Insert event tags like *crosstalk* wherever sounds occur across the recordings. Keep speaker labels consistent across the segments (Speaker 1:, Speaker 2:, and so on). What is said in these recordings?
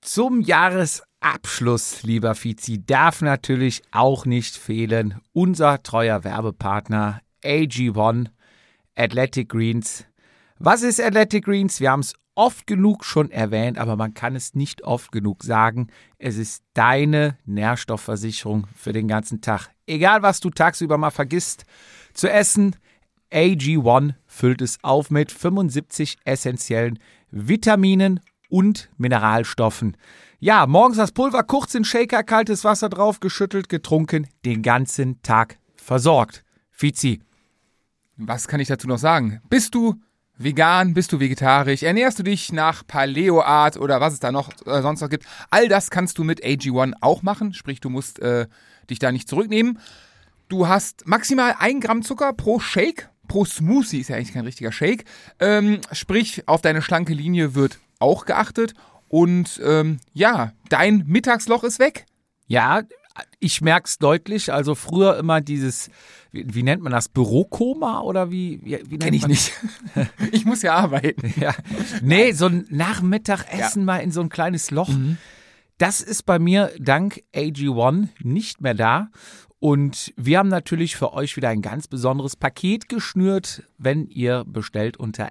Speaker 1: Zum Jahresabschluss, lieber Fizi, darf natürlich auch nicht fehlen unser treuer Werbepartner AG1 Athletic Greens. Was ist Athletic Greens? Wir haben es oft genug schon erwähnt, aber man kann es nicht oft genug sagen. Es ist deine Nährstoffversicherung für den ganzen Tag. Egal, was du tagsüber mal vergisst zu essen, AG1 füllt es auf mit 75 essentiellen Vitaminen und Mineralstoffen. Ja, morgens das Pulver kurz in Shaker, kaltes Wasser drauf, geschüttelt, getrunken, den ganzen Tag versorgt. Fizi,
Speaker 2: Was kann ich dazu noch sagen? Bist du vegan? Bist du vegetarisch? Ernährst du dich nach Paleo-Art oder was es da noch äh, sonst noch gibt? All das kannst du mit AG1 auch machen, sprich, du musst äh, dich da nicht zurücknehmen. Du hast maximal 1 Gramm Zucker pro Shake, pro Smoothie ist ja eigentlich kein richtiger Shake. Ähm, sprich, auf deine schlanke Linie wird auch geachtet. Und ähm, ja, dein Mittagsloch ist weg.
Speaker 1: Ja, ich merke es deutlich. Also früher immer dieses, wie, wie nennt man das, Bürokoma oder wie? wie, wie nennt
Speaker 2: Kenn ich
Speaker 1: man-
Speaker 2: nicht. *laughs* ich muss ja arbeiten.
Speaker 1: *laughs* Ja. Nee, so ein Nachmittagessen mal in so ein kleines Loch. Das ist bei mir dank AG1 nicht mehr da. Und wir haben natürlich für euch wieder ein ganz besonderes Paket geschnürt, wenn ihr bestellt unter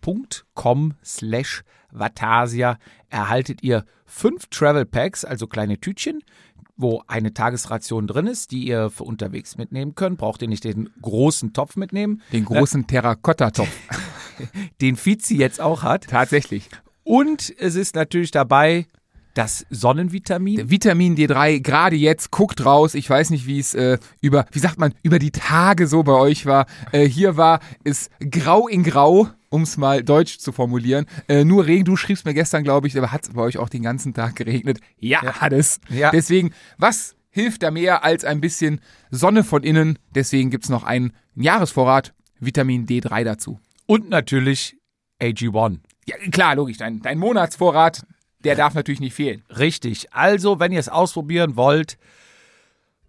Speaker 1: athleticgreens.com slash Vatasia erhaltet ihr fünf Travel Packs, also kleine Tütchen, wo eine Tagesration drin ist, die ihr für unterwegs mitnehmen könnt. Braucht ihr nicht den großen Topf mitnehmen,
Speaker 2: Den großen Terrakotta-Topf.
Speaker 1: den Fizi jetzt auch hat.
Speaker 2: *laughs* Tatsächlich.
Speaker 1: Und es ist natürlich dabei das Sonnenvitamin.
Speaker 2: Vitamin D3, gerade jetzt, guckt raus. Ich weiß nicht, wie es äh, über, wie sagt man, über die Tage so bei euch war. Äh, hier war es grau in grau, um es mal deutsch zu formulieren. Äh, nur Regen, du schriebst mir gestern, glaube ich, aber hat es bei euch auch den ganzen Tag geregnet? Ja, hat es.
Speaker 1: Ja.
Speaker 2: Deswegen, was hilft da mehr als ein bisschen Sonne von innen? Deswegen gibt es noch einen Jahresvorrat Vitamin D3 dazu.
Speaker 1: Und natürlich AG1.
Speaker 2: Ja, klar, logisch, dein, dein Monatsvorrat, der darf natürlich nicht fehlen.
Speaker 1: Richtig. Also, wenn ihr es ausprobieren wollt,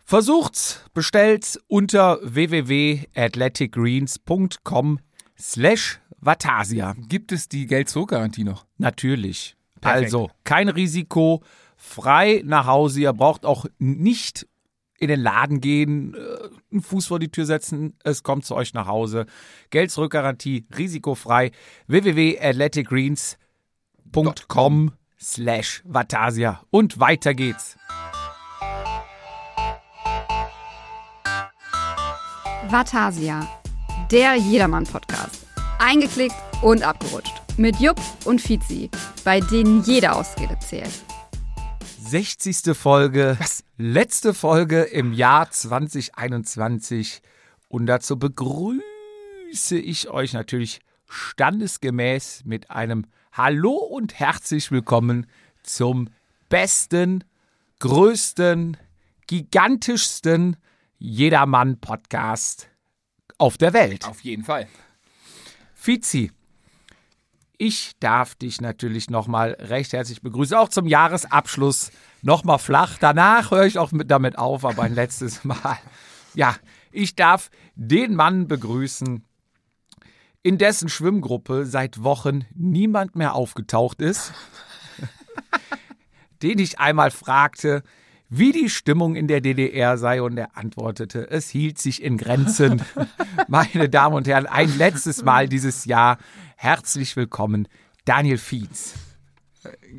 Speaker 1: versucht's, bestellt's unter www.athleticgreens.com slash Vatasia.
Speaker 2: Gibt es die Geld-Zurück-Garantie noch?
Speaker 1: Natürlich.
Speaker 2: Perfekt.
Speaker 1: Also, kein Risiko, frei nach Hause. Ihr braucht auch nicht in den Laden gehen, äh, einen Fuß vor die Tür setzen, es kommt zu euch nach Hause. Geld zurück Garantie, risikofrei. www.athleticgreens.com slash Vatasia. Und weiter geht's.
Speaker 3: Vatasia, der Jedermann-Podcast. Eingeklickt und abgerutscht. Mit Jupp und Fizi, bei denen jede Ausrede zählt.
Speaker 1: 60. Folge, letzte Folge im Jahr 2021. Und dazu begrüße ich euch natürlich standesgemäß mit einem Hallo und herzlich willkommen zum besten, größten, gigantischsten Jedermann-Podcast auf der Welt.
Speaker 2: Auf jeden Fall.
Speaker 1: Fizi, ich darf dich natürlich nochmal recht herzlich begrüßen, auch zum Jahresabschluss. Nochmal flach, danach höre ich auch mit, damit auf, aber ein letztes *laughs* Mal. Ja, ich darf den Mann begrüßen, in dessen Schwimmgruppe seit Wochen niemand mehr aufgetaucht ist, den ich einmal fragte, wie die Stimmung in der DDR sei und er antwortete, es hielt sich in
Speaker 2: *laughs*
Speaker 1: Grenzen. Meine Damen und Herren, ein letztes Mal dieses Jahr herzlich willkommen, Daniel Fietz.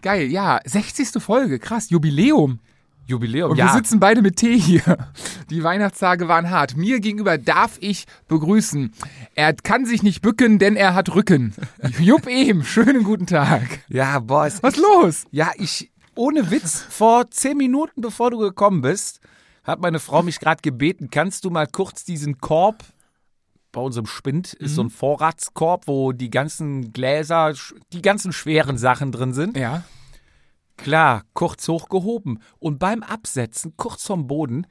Speaker 2: Geil, ja, 60. Folge, krass, Jubiläum.
Speaker 1: Jubiläum,
Speaker 2: Und
Speaker 1: ja.
Speaker 2: wir sitzen beide mit Tee hier. Die Weihnachtstage waren hart. Mir gegenüber darf ich begrüßen. Er kann sich nicht bücken, denn er hat Rücken. Jupp eben, schönen guten Tag.
Speaker 1: ja, boah, es,
Speaker 2: Was los?
Speaker 1: Ja, ich, ohne Witz, vor zehn Minuten, bevor du gekommen bist, hat meine Frau mich gerade gebeten, kannst du mal kurz diesen Korb, bei unserem Spind ist
Speaker 2: Mhm.
Speaker 1: so ein Vorratskorb, wo die ganzen Gläser, sch- die ganzen schweren Sachen drin sind.
Speaker 2: Ja,
Speaker 1: Klar, kurz hochgehoben. Und beim Absetzen, kurz vom Boden,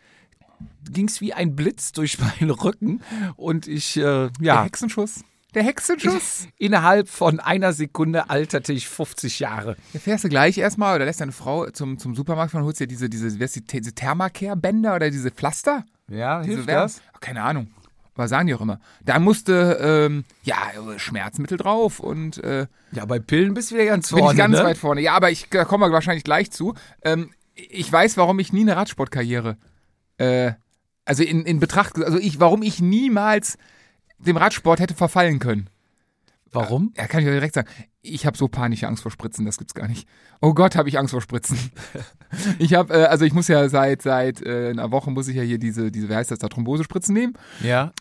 Speaker 1: ging es wie ein Blitz durch *laughs* meinen Rücken. Und ich, äh,
Speaker 2: der
Speaker 1: ja,
Speaker 2: Hexenschuss. Der Hexenschuss.
Speaker 1: innerhalb von einer Sekunde alterte ich 50 Jahre.
Speaker 2: Da fährst du gleich erstmal oder lässt deine Frau zum, zum Supermarkt fahren und holst dir diese, diese, wie heißt die, diese Thermacare-Bänder oder diese Pflaster?
Speaker 1: Ja,
Speaker 2: Diese Wärme- Keine Ahnung. was sagen die auch immer? Da musste, ähm, ja, Schmerzmittel drauf und äh,
Speaker 1: Ja, bei Pillen bist du wieder ganz
Speaker 2: bin
Speaker 1: vorne.
Speaker 2: ich ganz
Speaker 1: ne?
Speaker 2: weit vorne. Ja, aber ich da kommen wir wahrscheinlich gleich zu. Ähm, ich weiß, warum ich nie eine Radsportkarriere, äh, also in, in Betracht, also ich, warum ich niemals dem Radsport hätte verfallen können.
Speaker 1: Warum?
Speaker 2: Ja, kann ich euch direkt sagen. Ich habe so panische Angst vor Spritzen, das gibt's gar nicht. Oh Gott, habe ich Angst
Speaker 1: *laughs*
Speaker 2: vor Spritzen. Ich habe, äh, also ich muss ja seit seit äh, einer Woche muss ich ja hier diese diese, wie heißt das, da Thrombosespritzen nehmen.
Speaker 1: Ja.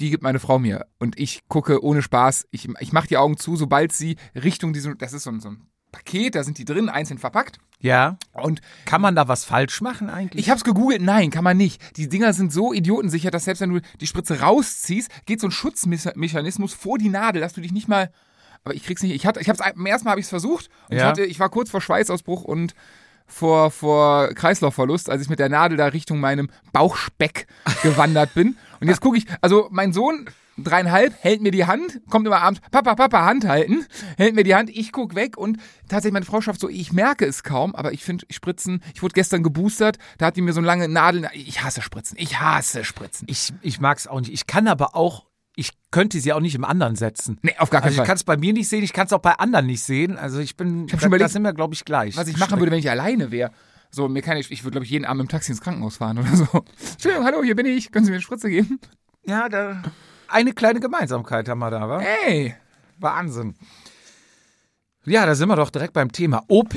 Speaker 2: Die gibt meine Frau mir und ich gucke ohne Spaß. Ich ich mache die Augen zu, sobald sie Richtung diesem, das ist so ein, so ein Paket, da sind die drin, einzeln verpackt.
Speaker 1: Ja.
Speaker 2: Und
Speaker 1: Kann man da was falsch machen eigentlich?
Speaker 2: ich hab's gegoogelt, nein, kann man nicht. Die Dinger sind so idiotensicher, dass selbst wenn du die Spritze rausziehst, geht so ein Schutzmechanismus vor die Nadel, dass du dich nicht mal. Aber ich krieg's nicht. Ich hatte, ich hab's beim ersten Mal habe ich es versucht und ich
Speaker 1: Ja.
Speaker 2: hatte, ich war kurz vor Schweißausbruch und vor, vor Kreislaufverlust, als ich mit der Nadel da Richtung meinem Bauchspeck gewandert bin. Und jetzt gucke ich, also mein Sohn, dreieinhalb, hält mir die Hand, kommt immer abends, Papa, Papa, Hand halten, hält mir die Hand, ich guck weg und tatsächlich meine Frau schafft so, ich merke es kaum, aber ich finde Spritzen, ich wurde gestern geboostert, da hat die mir so eine lange Nadel, ich hasse Spritzen, ich hasse Spritzen.
Speaker 1: ich, ich mag es auch nicht. Ich kann aber auch, ich könnte sie auch nicht im anderen setzen.
Speaker 2: Nee, auf gar keinen
Speaker 1: Also ich
Speaker 2: Fall.
Speaker 1: kann es bei mir nicht sehen, ich kann es auch bei anderen nicht sehen. Also ich bin, da,
Speaker 2: hab schon
Speaker 1: da
Speaker 2: überlegt,
Speaker 1: sind wir, glaube ich, gleich.
Speaker 2: Was ich machen würde, wenn ich alleine wäre. So, mir kann ich, ich würde, glaube ich, jeden Abend im Taxi ins Krankenhaus fahren oder so. *laughs* Entschuldigung, hallo, hier bin ich. Können Sie mir eine Spritze geben?
Speaker 1: Ja, da. Eine kleine Gemeinsamkeit haben wir da, wa?
Speaker 2: Hey!
Speaker 1: Wahnsinn. Ja, da sind wir doch direkt beim Thema. OP.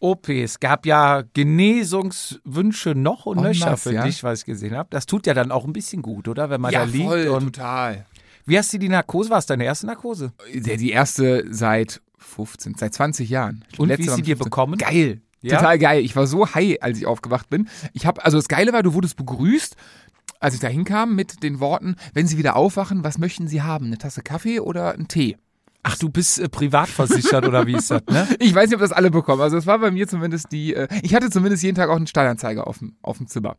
Speaker 1: OP. Es gab ja Genesungswünsche noch und
Speaker 2: Oh,
Speaker 1: nöcher
Speaker 2: nice,
Speaker 1: für
Speaker 2: ja.
Speaker 1: dich, was ich gesehen habe. Das tut ja dann auch ein bisschen gut, oder? Wenn man da liegt. und
Speaker 2: total.
Speaker 1: wie hast du die Narkose? War es deine erste Narkose?
Speaker 2: Der, die erste seit 15, seit 20 Jahren.
Speaker 1: Und
Speaker 2: Letzte
Speaker 1: wie ist
Speaker 2: war
Speaker 1: sie
Speaker 2: mit
Speaker 1: dir
Speaker 2: 15.
Speaker 1: bekommen?
Speaker 2: Geil.
Speaker 1: Ja?
Speaker 2: Total geil. Ich war so high, als ich aufgewacht bin. Ich habe, also das Geile war, du wurdest begrüßt, als ich da hinkam, mit den Worten, wenn Sie wieder aufwachen, was möchten Sie haben? Eine Tasse Kaffee oder einen Tee?
Speaker 1: Ach, du bist äh, privat versichert oder wie ist das, *laughs* ne?
Speaker 2: Ich weiß nicht, ob das alle bekommen. Also es war bei mir zumindest die. Äh, ich hatte zumindest jeden Tag auch einen Steilanzeiger auf dem, auf dem Zimmer.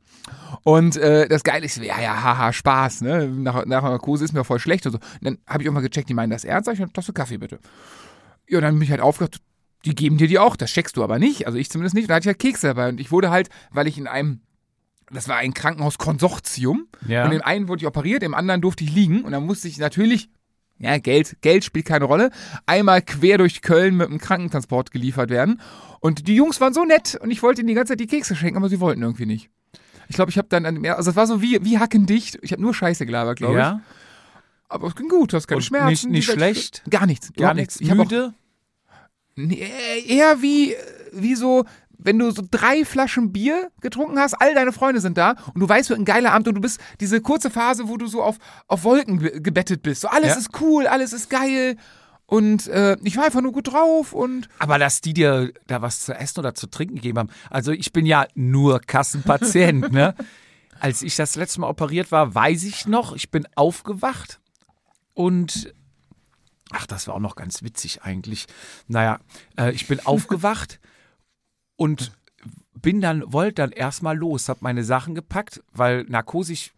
Speaker 2: Und äh, das Geile ist, ja, ja, haha, Spaß, ne? Nach, nach einer Narkose ist mir voll schlecht und so. Und dann habe ich irgendwann gecheckt, die meinen das ernst, sag ich, eine Tasse Kaffee bitte. Ja, dann bin ich halt aufgewacht, die geben dir die auch, das checkst du aber nicht. Also ich zumindest nicht. Und da hatte ich halt Kekse dabei. Und ich wurde halt, weil ich in einem. Das war ein Krankenhauskonsortium.
Speaker 1: Ja.
Speaker 2: Und im einen wurde ich operiert, im anderen durfte ich liegen. Und dann musste ich natürlich ja, Geld, Geld spielt keine Rolle. Einmal quer durch Köln mit einem Krankentransport geliefert werden. Und die Jungs waren so nett und ich wollte ihnen die ganze Zeit die Kekse schenken, aber sie wollten irgendwie nicht. Ich glaube, ich habe dann an dem, er- also es war so wie, wie hackendicht. Ich habe nur Scheiße gelabert, glaube ich.
Speaker 1: Ja.
Speaker 2: Aber es ging gut, du hast keine
Speaker 1: Und
Speaker 2: Schmerzen.
Speaker 1: nicht- nicht
Speaker 2: die Welt-
Speaker 1: schlecht?
Speaker 2: Gar nichts.
Speaker 1: Gar
Speaker 2: überhaupt
Speaker 1: nichts.
Speaker 2: Ich habe auch
Speaker 1: Müde?
Speaker 2: Nee, eher wie, wie so, wenn du so drei Flaschen Bier getrunken hast, all deine Freunde sind da und du weißt, wird ein geiler Abend und du bist diese kurze Phase, wo du so auf, auf Wolken ge- gebettet bist. So alles
Speaker 1: Ja.
Speaker 2: ist cool, alles ist geil und äh, ich war einfach nur gut drauf und
Speaker 1: Aber dass die dir da was zu essen oder zu trinken gegeben haben. Also ich bin ja nur Kassenpatient, *laughs* ne? Als ich das letzte Mal operiert war, weiß ich noch, ich bin aufgewacht und ach, das war auch noch ganz witzig eigentlich. Naja, äh, ich bin aufgewacht und bin dann, wollte dann erstmal los, hab meine Sachen gepackt, weil Narkose, ich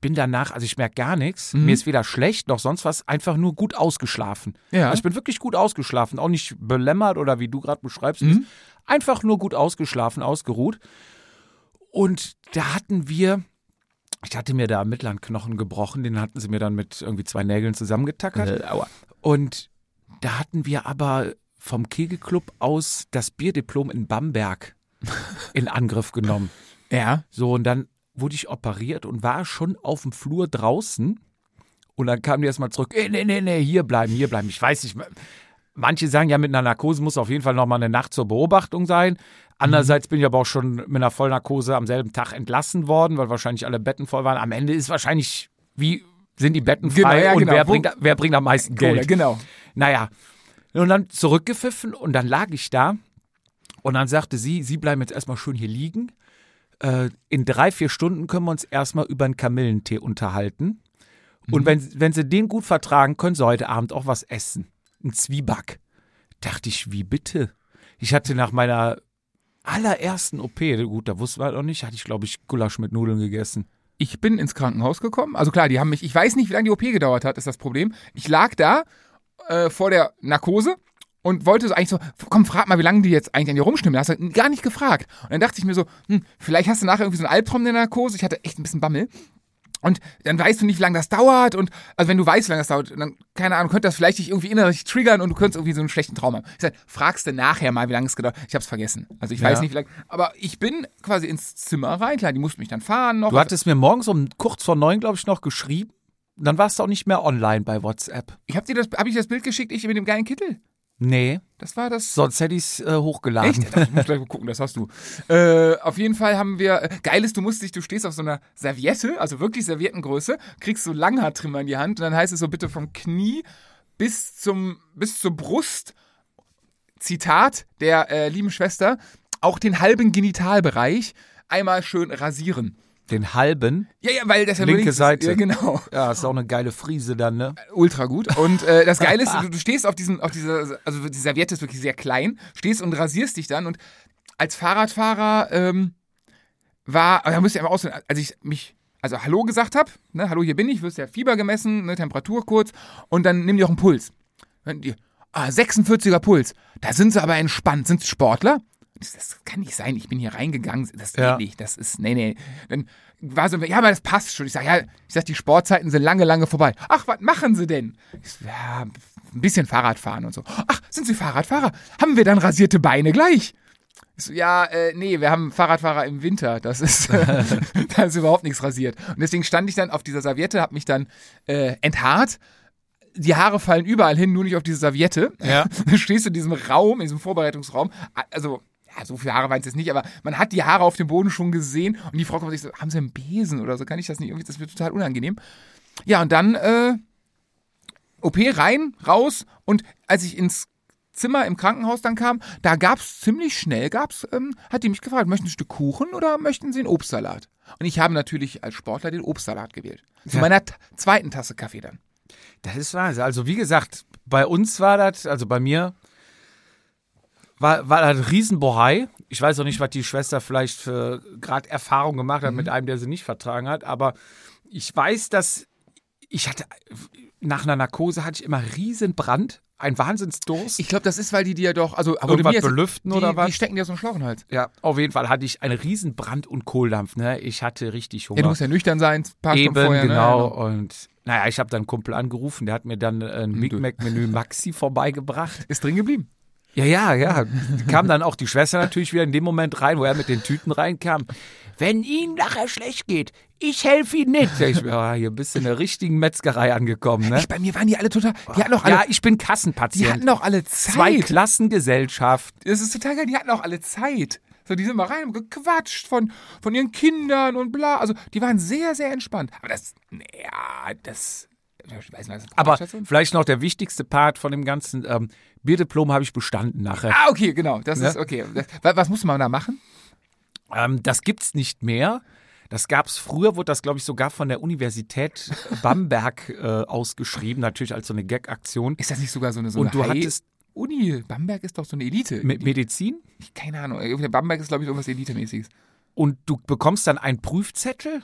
Speaker 1: bin danach, also ich merke gar nichts, mir ist weder schlecht noch sonst was, einfach nur gut ausgeschlafen.
Speaker 2: Ja.
Speaker 1: Also ich bin wirklich gut ausgeschlafen, auch nicht belämmert oder wie du gerade beschreibst, einfach nur gut ausgeschlafen, ausgeruht. Und da hatten wir, ich hatte mir da Mittlandknochen gebrochen, den hatten sie mir dann mit irgendwie zwei Nägeln zusammengetackert.
Speaker 2: aua.
Speaker 1: Und da hatten wir aber vom Kegelclub aus das Bierdiplom in Bamberg in Angriff genommen.
Speaker 2: ja,
Speaker 1: So, und dann wurde ich operiert und war schon auf dem Flur draußen. Und dann kam die erstmal zurück, "Ey, nee, nee, nee, hier bleiben, hier bleiben. Ich weiß nicht, manche sagen ja, mit einer Narkose muss auf jeden Fall nochmal eine Nacht zur Beobachtung sein. Andererseits bin ich aber auch schon mit einer Vollnarkose am selben Tag entlassen worden, weil wahrscheinlich alle Betten voll waren. Am Ende ist wahrscheinlich, wie sind die Betten frei
Speaker 2: Genau, ja,
Speaker 1: und
Speaker 2: genau.
Speaker 1: wer,
Speaker 2: Wo-
Speaker 1: bringt, wer bringt am meisten
Speaker 2: Kohle,
Speaker 1: Geld?
Speaker 2: genau.
Speaker 1: Naja, und dann zurückgepfiffen und dann lag ich da und dann sagte sie, sie bleiben jetzt erstmal schön hier liegen. Äh, in drei, vier Stunden können wir uns erstmal über einen Kamillentee unterhalten. Und wenn, wenn sie den gut vertragen, können sie heute Abend auch was essen. Ein Zwieback. Dachte ich, wie bitte? Ich hatte nach meiner allerersten OP, gut, da wusste man noch nicht, hatte ich, glaube ich, Gulasch mit Nudeln gegessen.
Speaker 2: Ich bin ins Krankenhaus gekommen. Also klar, die haben mich, ich weiß nicht, wie lange die OP gedauert hat, ist das Problem. Ich lag da äh, vor der Narkose und wollte so eigentlich so, komm, frag mal, wie lange die jetzt eigentlich an dir rumschnimmeln. Hast du gar nicht gefragt. Und dann dachte ich mir so, hm, vielleicht hast du nachher irgendwie so einen Albtraum in der Narkose. Ich hatte echt ein bisschen Bammel. Und dann weißt du nicht, wie lange das dauert. Und also wenn du weißt, wie lange das dauert, dann, keine Ahnung, könnte das vielleicht dich irgendwie innerlich triggern und du könntest irgendwie so einen schlechten Traum haben. Ich sag, fragst du nachher mal, wie lange es gedauert. Ich hab's vergessen. Also ich weiß
Speaker 1: Ja.
Speaker 2: nicht, wie lange. Aber ich bin quasi ins Zimmer rein. Klar, die mussten mich dann fahren noch.
Speaker 1: Du hattest mir morgens um kurz vor neun, glaube ich, noch geschrieben. Dann warst du auch nicht mehr online bei WhatsApp.
Speaker 2: ich hab dir das, hab ich dir das Bild geschickt, ich mit dem geilen Kittel.
Speaker 1: Nee,
Speaker 2: Das war das.
Speaker 1: sonst hätte ich es äh, hochgeladen.
Speaker 2: Echt? Ich muss gleich mal gucken, das hast du. Äh, auf jeden Fall haben wir, äh, geil ist, du musst dich, du stehst auf so einer Serviette, also wirklich Serviettengröße, kriegst so Langhaartrimmer in die Hand und dann heißt es so bitte vom Knie bis zum, bis zur Brust, Zitat der äh, lieben Schwester, auch den halben Genitalbereich einmal schön rasieren.
Speaker 1: *laughs* Den halben.
Speaker 2: Ja, ja, weil das ja
Speaker 1: Linke
Speaker 2: überlegt ist.
Speaker 1: Seite.
Speaker 2: Ja, genau
Speaker 1: Ja, ist auch eine geile Friese dann, ne?
Speaker 2: ultra gut. Und äh, das Geile ist, du, du stehst auf diesem, auf dieser, also die Serviette ist wirklich sehr klein, stehst und rasierst dich dann. Und als Fahrradfahrer ähm, war, aber da muss ich einmal auswählen, als ich mich, also Hallo gesagt habe, ne, Hallo, hier bin ich, wirst ja Fieber gemessen, ne, Temperatur kurz, und dann nimm dir auch einen Puls. Wenn die, ah, 46er Puls, da sind sie aber entspannt, sind sie Sportler? Das, das kann nicht sein, ich bin hier reingegangen, das geht
Speaker 1: Ja.
Speaker 2: nicht nicht, das ist, nee, nee. Dann war so, ja, aber das passt schon. Ich sag, ja, ich sag, die Sportzeiten sind lange, lange vorbei. Ach, was machen Sie denn? Ich so, ja, ein bisschen Fahrradfahren und so. Ach, sind Sie Fahrradfahrer? Haben wir dann rasierte Beine gleich? Ich so, ja, äh, nee, wir haben Fahrradfahrer im Winter. Das ist, äh, da ist überhaupt nichts rasiert. Und deswegen stand ich dann auf dieser Serviette, hab mich dann äh, enthaart. Die Haare fallen überall hin, nur nicht auf diese Serviette.
Speaker 1: Ja.
Speaker 2: *laughs* Dann stehst du in diesem Raum, in diesem Vorbereitungsraum. Also, ja, so viele Haare waren es jetzt nicht, aber man hat die Haare auf dem Boden schon gesehen und die Frau kommt sich so, haben sie einen Besen oder so? Kann ich das nicht? Irgendwie, das wird total unangenehm. Ja, und dann, äh, OP rein, raus und als ich ins Zimmer im Krankenhaus dann kam, da gab's ziemlich schnell, gab's, ähm, hat die mich gefragt, möchten Sie ein Stück Kuchen oder möchten Sie einen Obstsalat? Und ich habe natürlich als Sportler den Obstsalat gewählt. Zu
Speaker 1: Ja.
Speaker 2: meiner ta- zweiten Tasse Kaffee dann.
Speaker 1: Das ist Wahnsinn. Also, wie gesagt, bei uns war das, also bei mir, war, war das ein Riesenbohai. Ich weiß auch nicht, was die Schwester vielleicht für gerade Erfahrung gemacht hat mit einem, der sie nicht vertragen hat, aber ich weiß, dass ich hatte, nach einer Narkose hatte ich immer Riesenbrand, ein Wahnsinnsdurst.
Speaker 2: Ich glaube, das ist, weil die dir doch, also wurde
Speaker 1: Irgendwas
Speaker 2: mir jetzt-
Speaker 1: belüften
Speaker 2: die,
Speaker 1: oder was?
Speaker 2: Die stecken dir so einen Schlauch in den Hals.
Speaker 1: ja, auf jeden Fall hatte ich einen Riesenbrand und Kohldampf. Ne? Ich hatte richtig Hunger.
Speaker 2: Ja, du musst ja nüchtern sein, ein paar
Speaker 1: Eben,
Speaker 2: Stunden vorher. ne?
Speaker 1: genau. Und naja, ich habe dann einen Kumpel angerufen, der hat mir dann ein Big
Speaker 2: du-
Speaker 1: Mac-Menü Maxi vorbeigebracht.
Speaker 2: Ist drin geblieben.
Speaker 1: Ja, ja, ja. Kam dann auch die Schwester natürlich wieder in dem Moment rein, wo er mit den Tüten reinkam. Wenn ihm nachher schlecht geht, ich helfe ihm nicht. Sag Ich, ja, hier bist du in der richtigen Metzgerei angekommen, ne?
Speaker 2: Ich, bei mir waren die alle total, die hatten auch alle,
Speaker 1: Ja, ich bin
Speaker 2: die hatten
Speaker 1: Kassenpatient.
Speaker 2: auch alle
Speaker 1: Zwei
Speaker 2: Zeit.
Speaker 1: Klassengesellschaft.
Speaker 2: Das ist total geil, die hatten auch alle Zeit. So, die sind mal rein und gequatscht von, von ihren Kindern und bla. Also, die waren sehr, sehr entspannt. Aber das, ja, das, ich weiß nicht, was
Speaker 1: Aber
Speaker 2: das
Speaker 1: vielleicht noch der wichtigste Part von dem Ganzen. Ähm, Bierdiplom habe ich bestanden nachher.
Speaker 2: Ah, okay, genau, das
Speaker 1: Ne?
Speaker 2: ist okay. Das, wa- was muss man da machen?
Speaker 1: Ähm, das gibt's nicht mehr. Das gab's früher, wurde das, glaube ich, sogar von der Universität Bamberg äh, ausgeschrieben, natürlich als so eine Gag-Aktion.
Speaker 2: Ist das nicht sogar so eine so
Speaker 1: Und
Speaker 2: eine
Speaker 1: du
Speaker 2: High-
Speaker 1: hattest
Speaker 2: Uni, Bamberg ist doch so eine Elite.
Speaker 1: mit Medizin
Speaker 2: Ich- Keine Ahnung, irgendwie Bamberg ist, glaube ich, irgendwas Elitemäßiges.
Speaker 1: und du bekommst dann einen Prüfzettel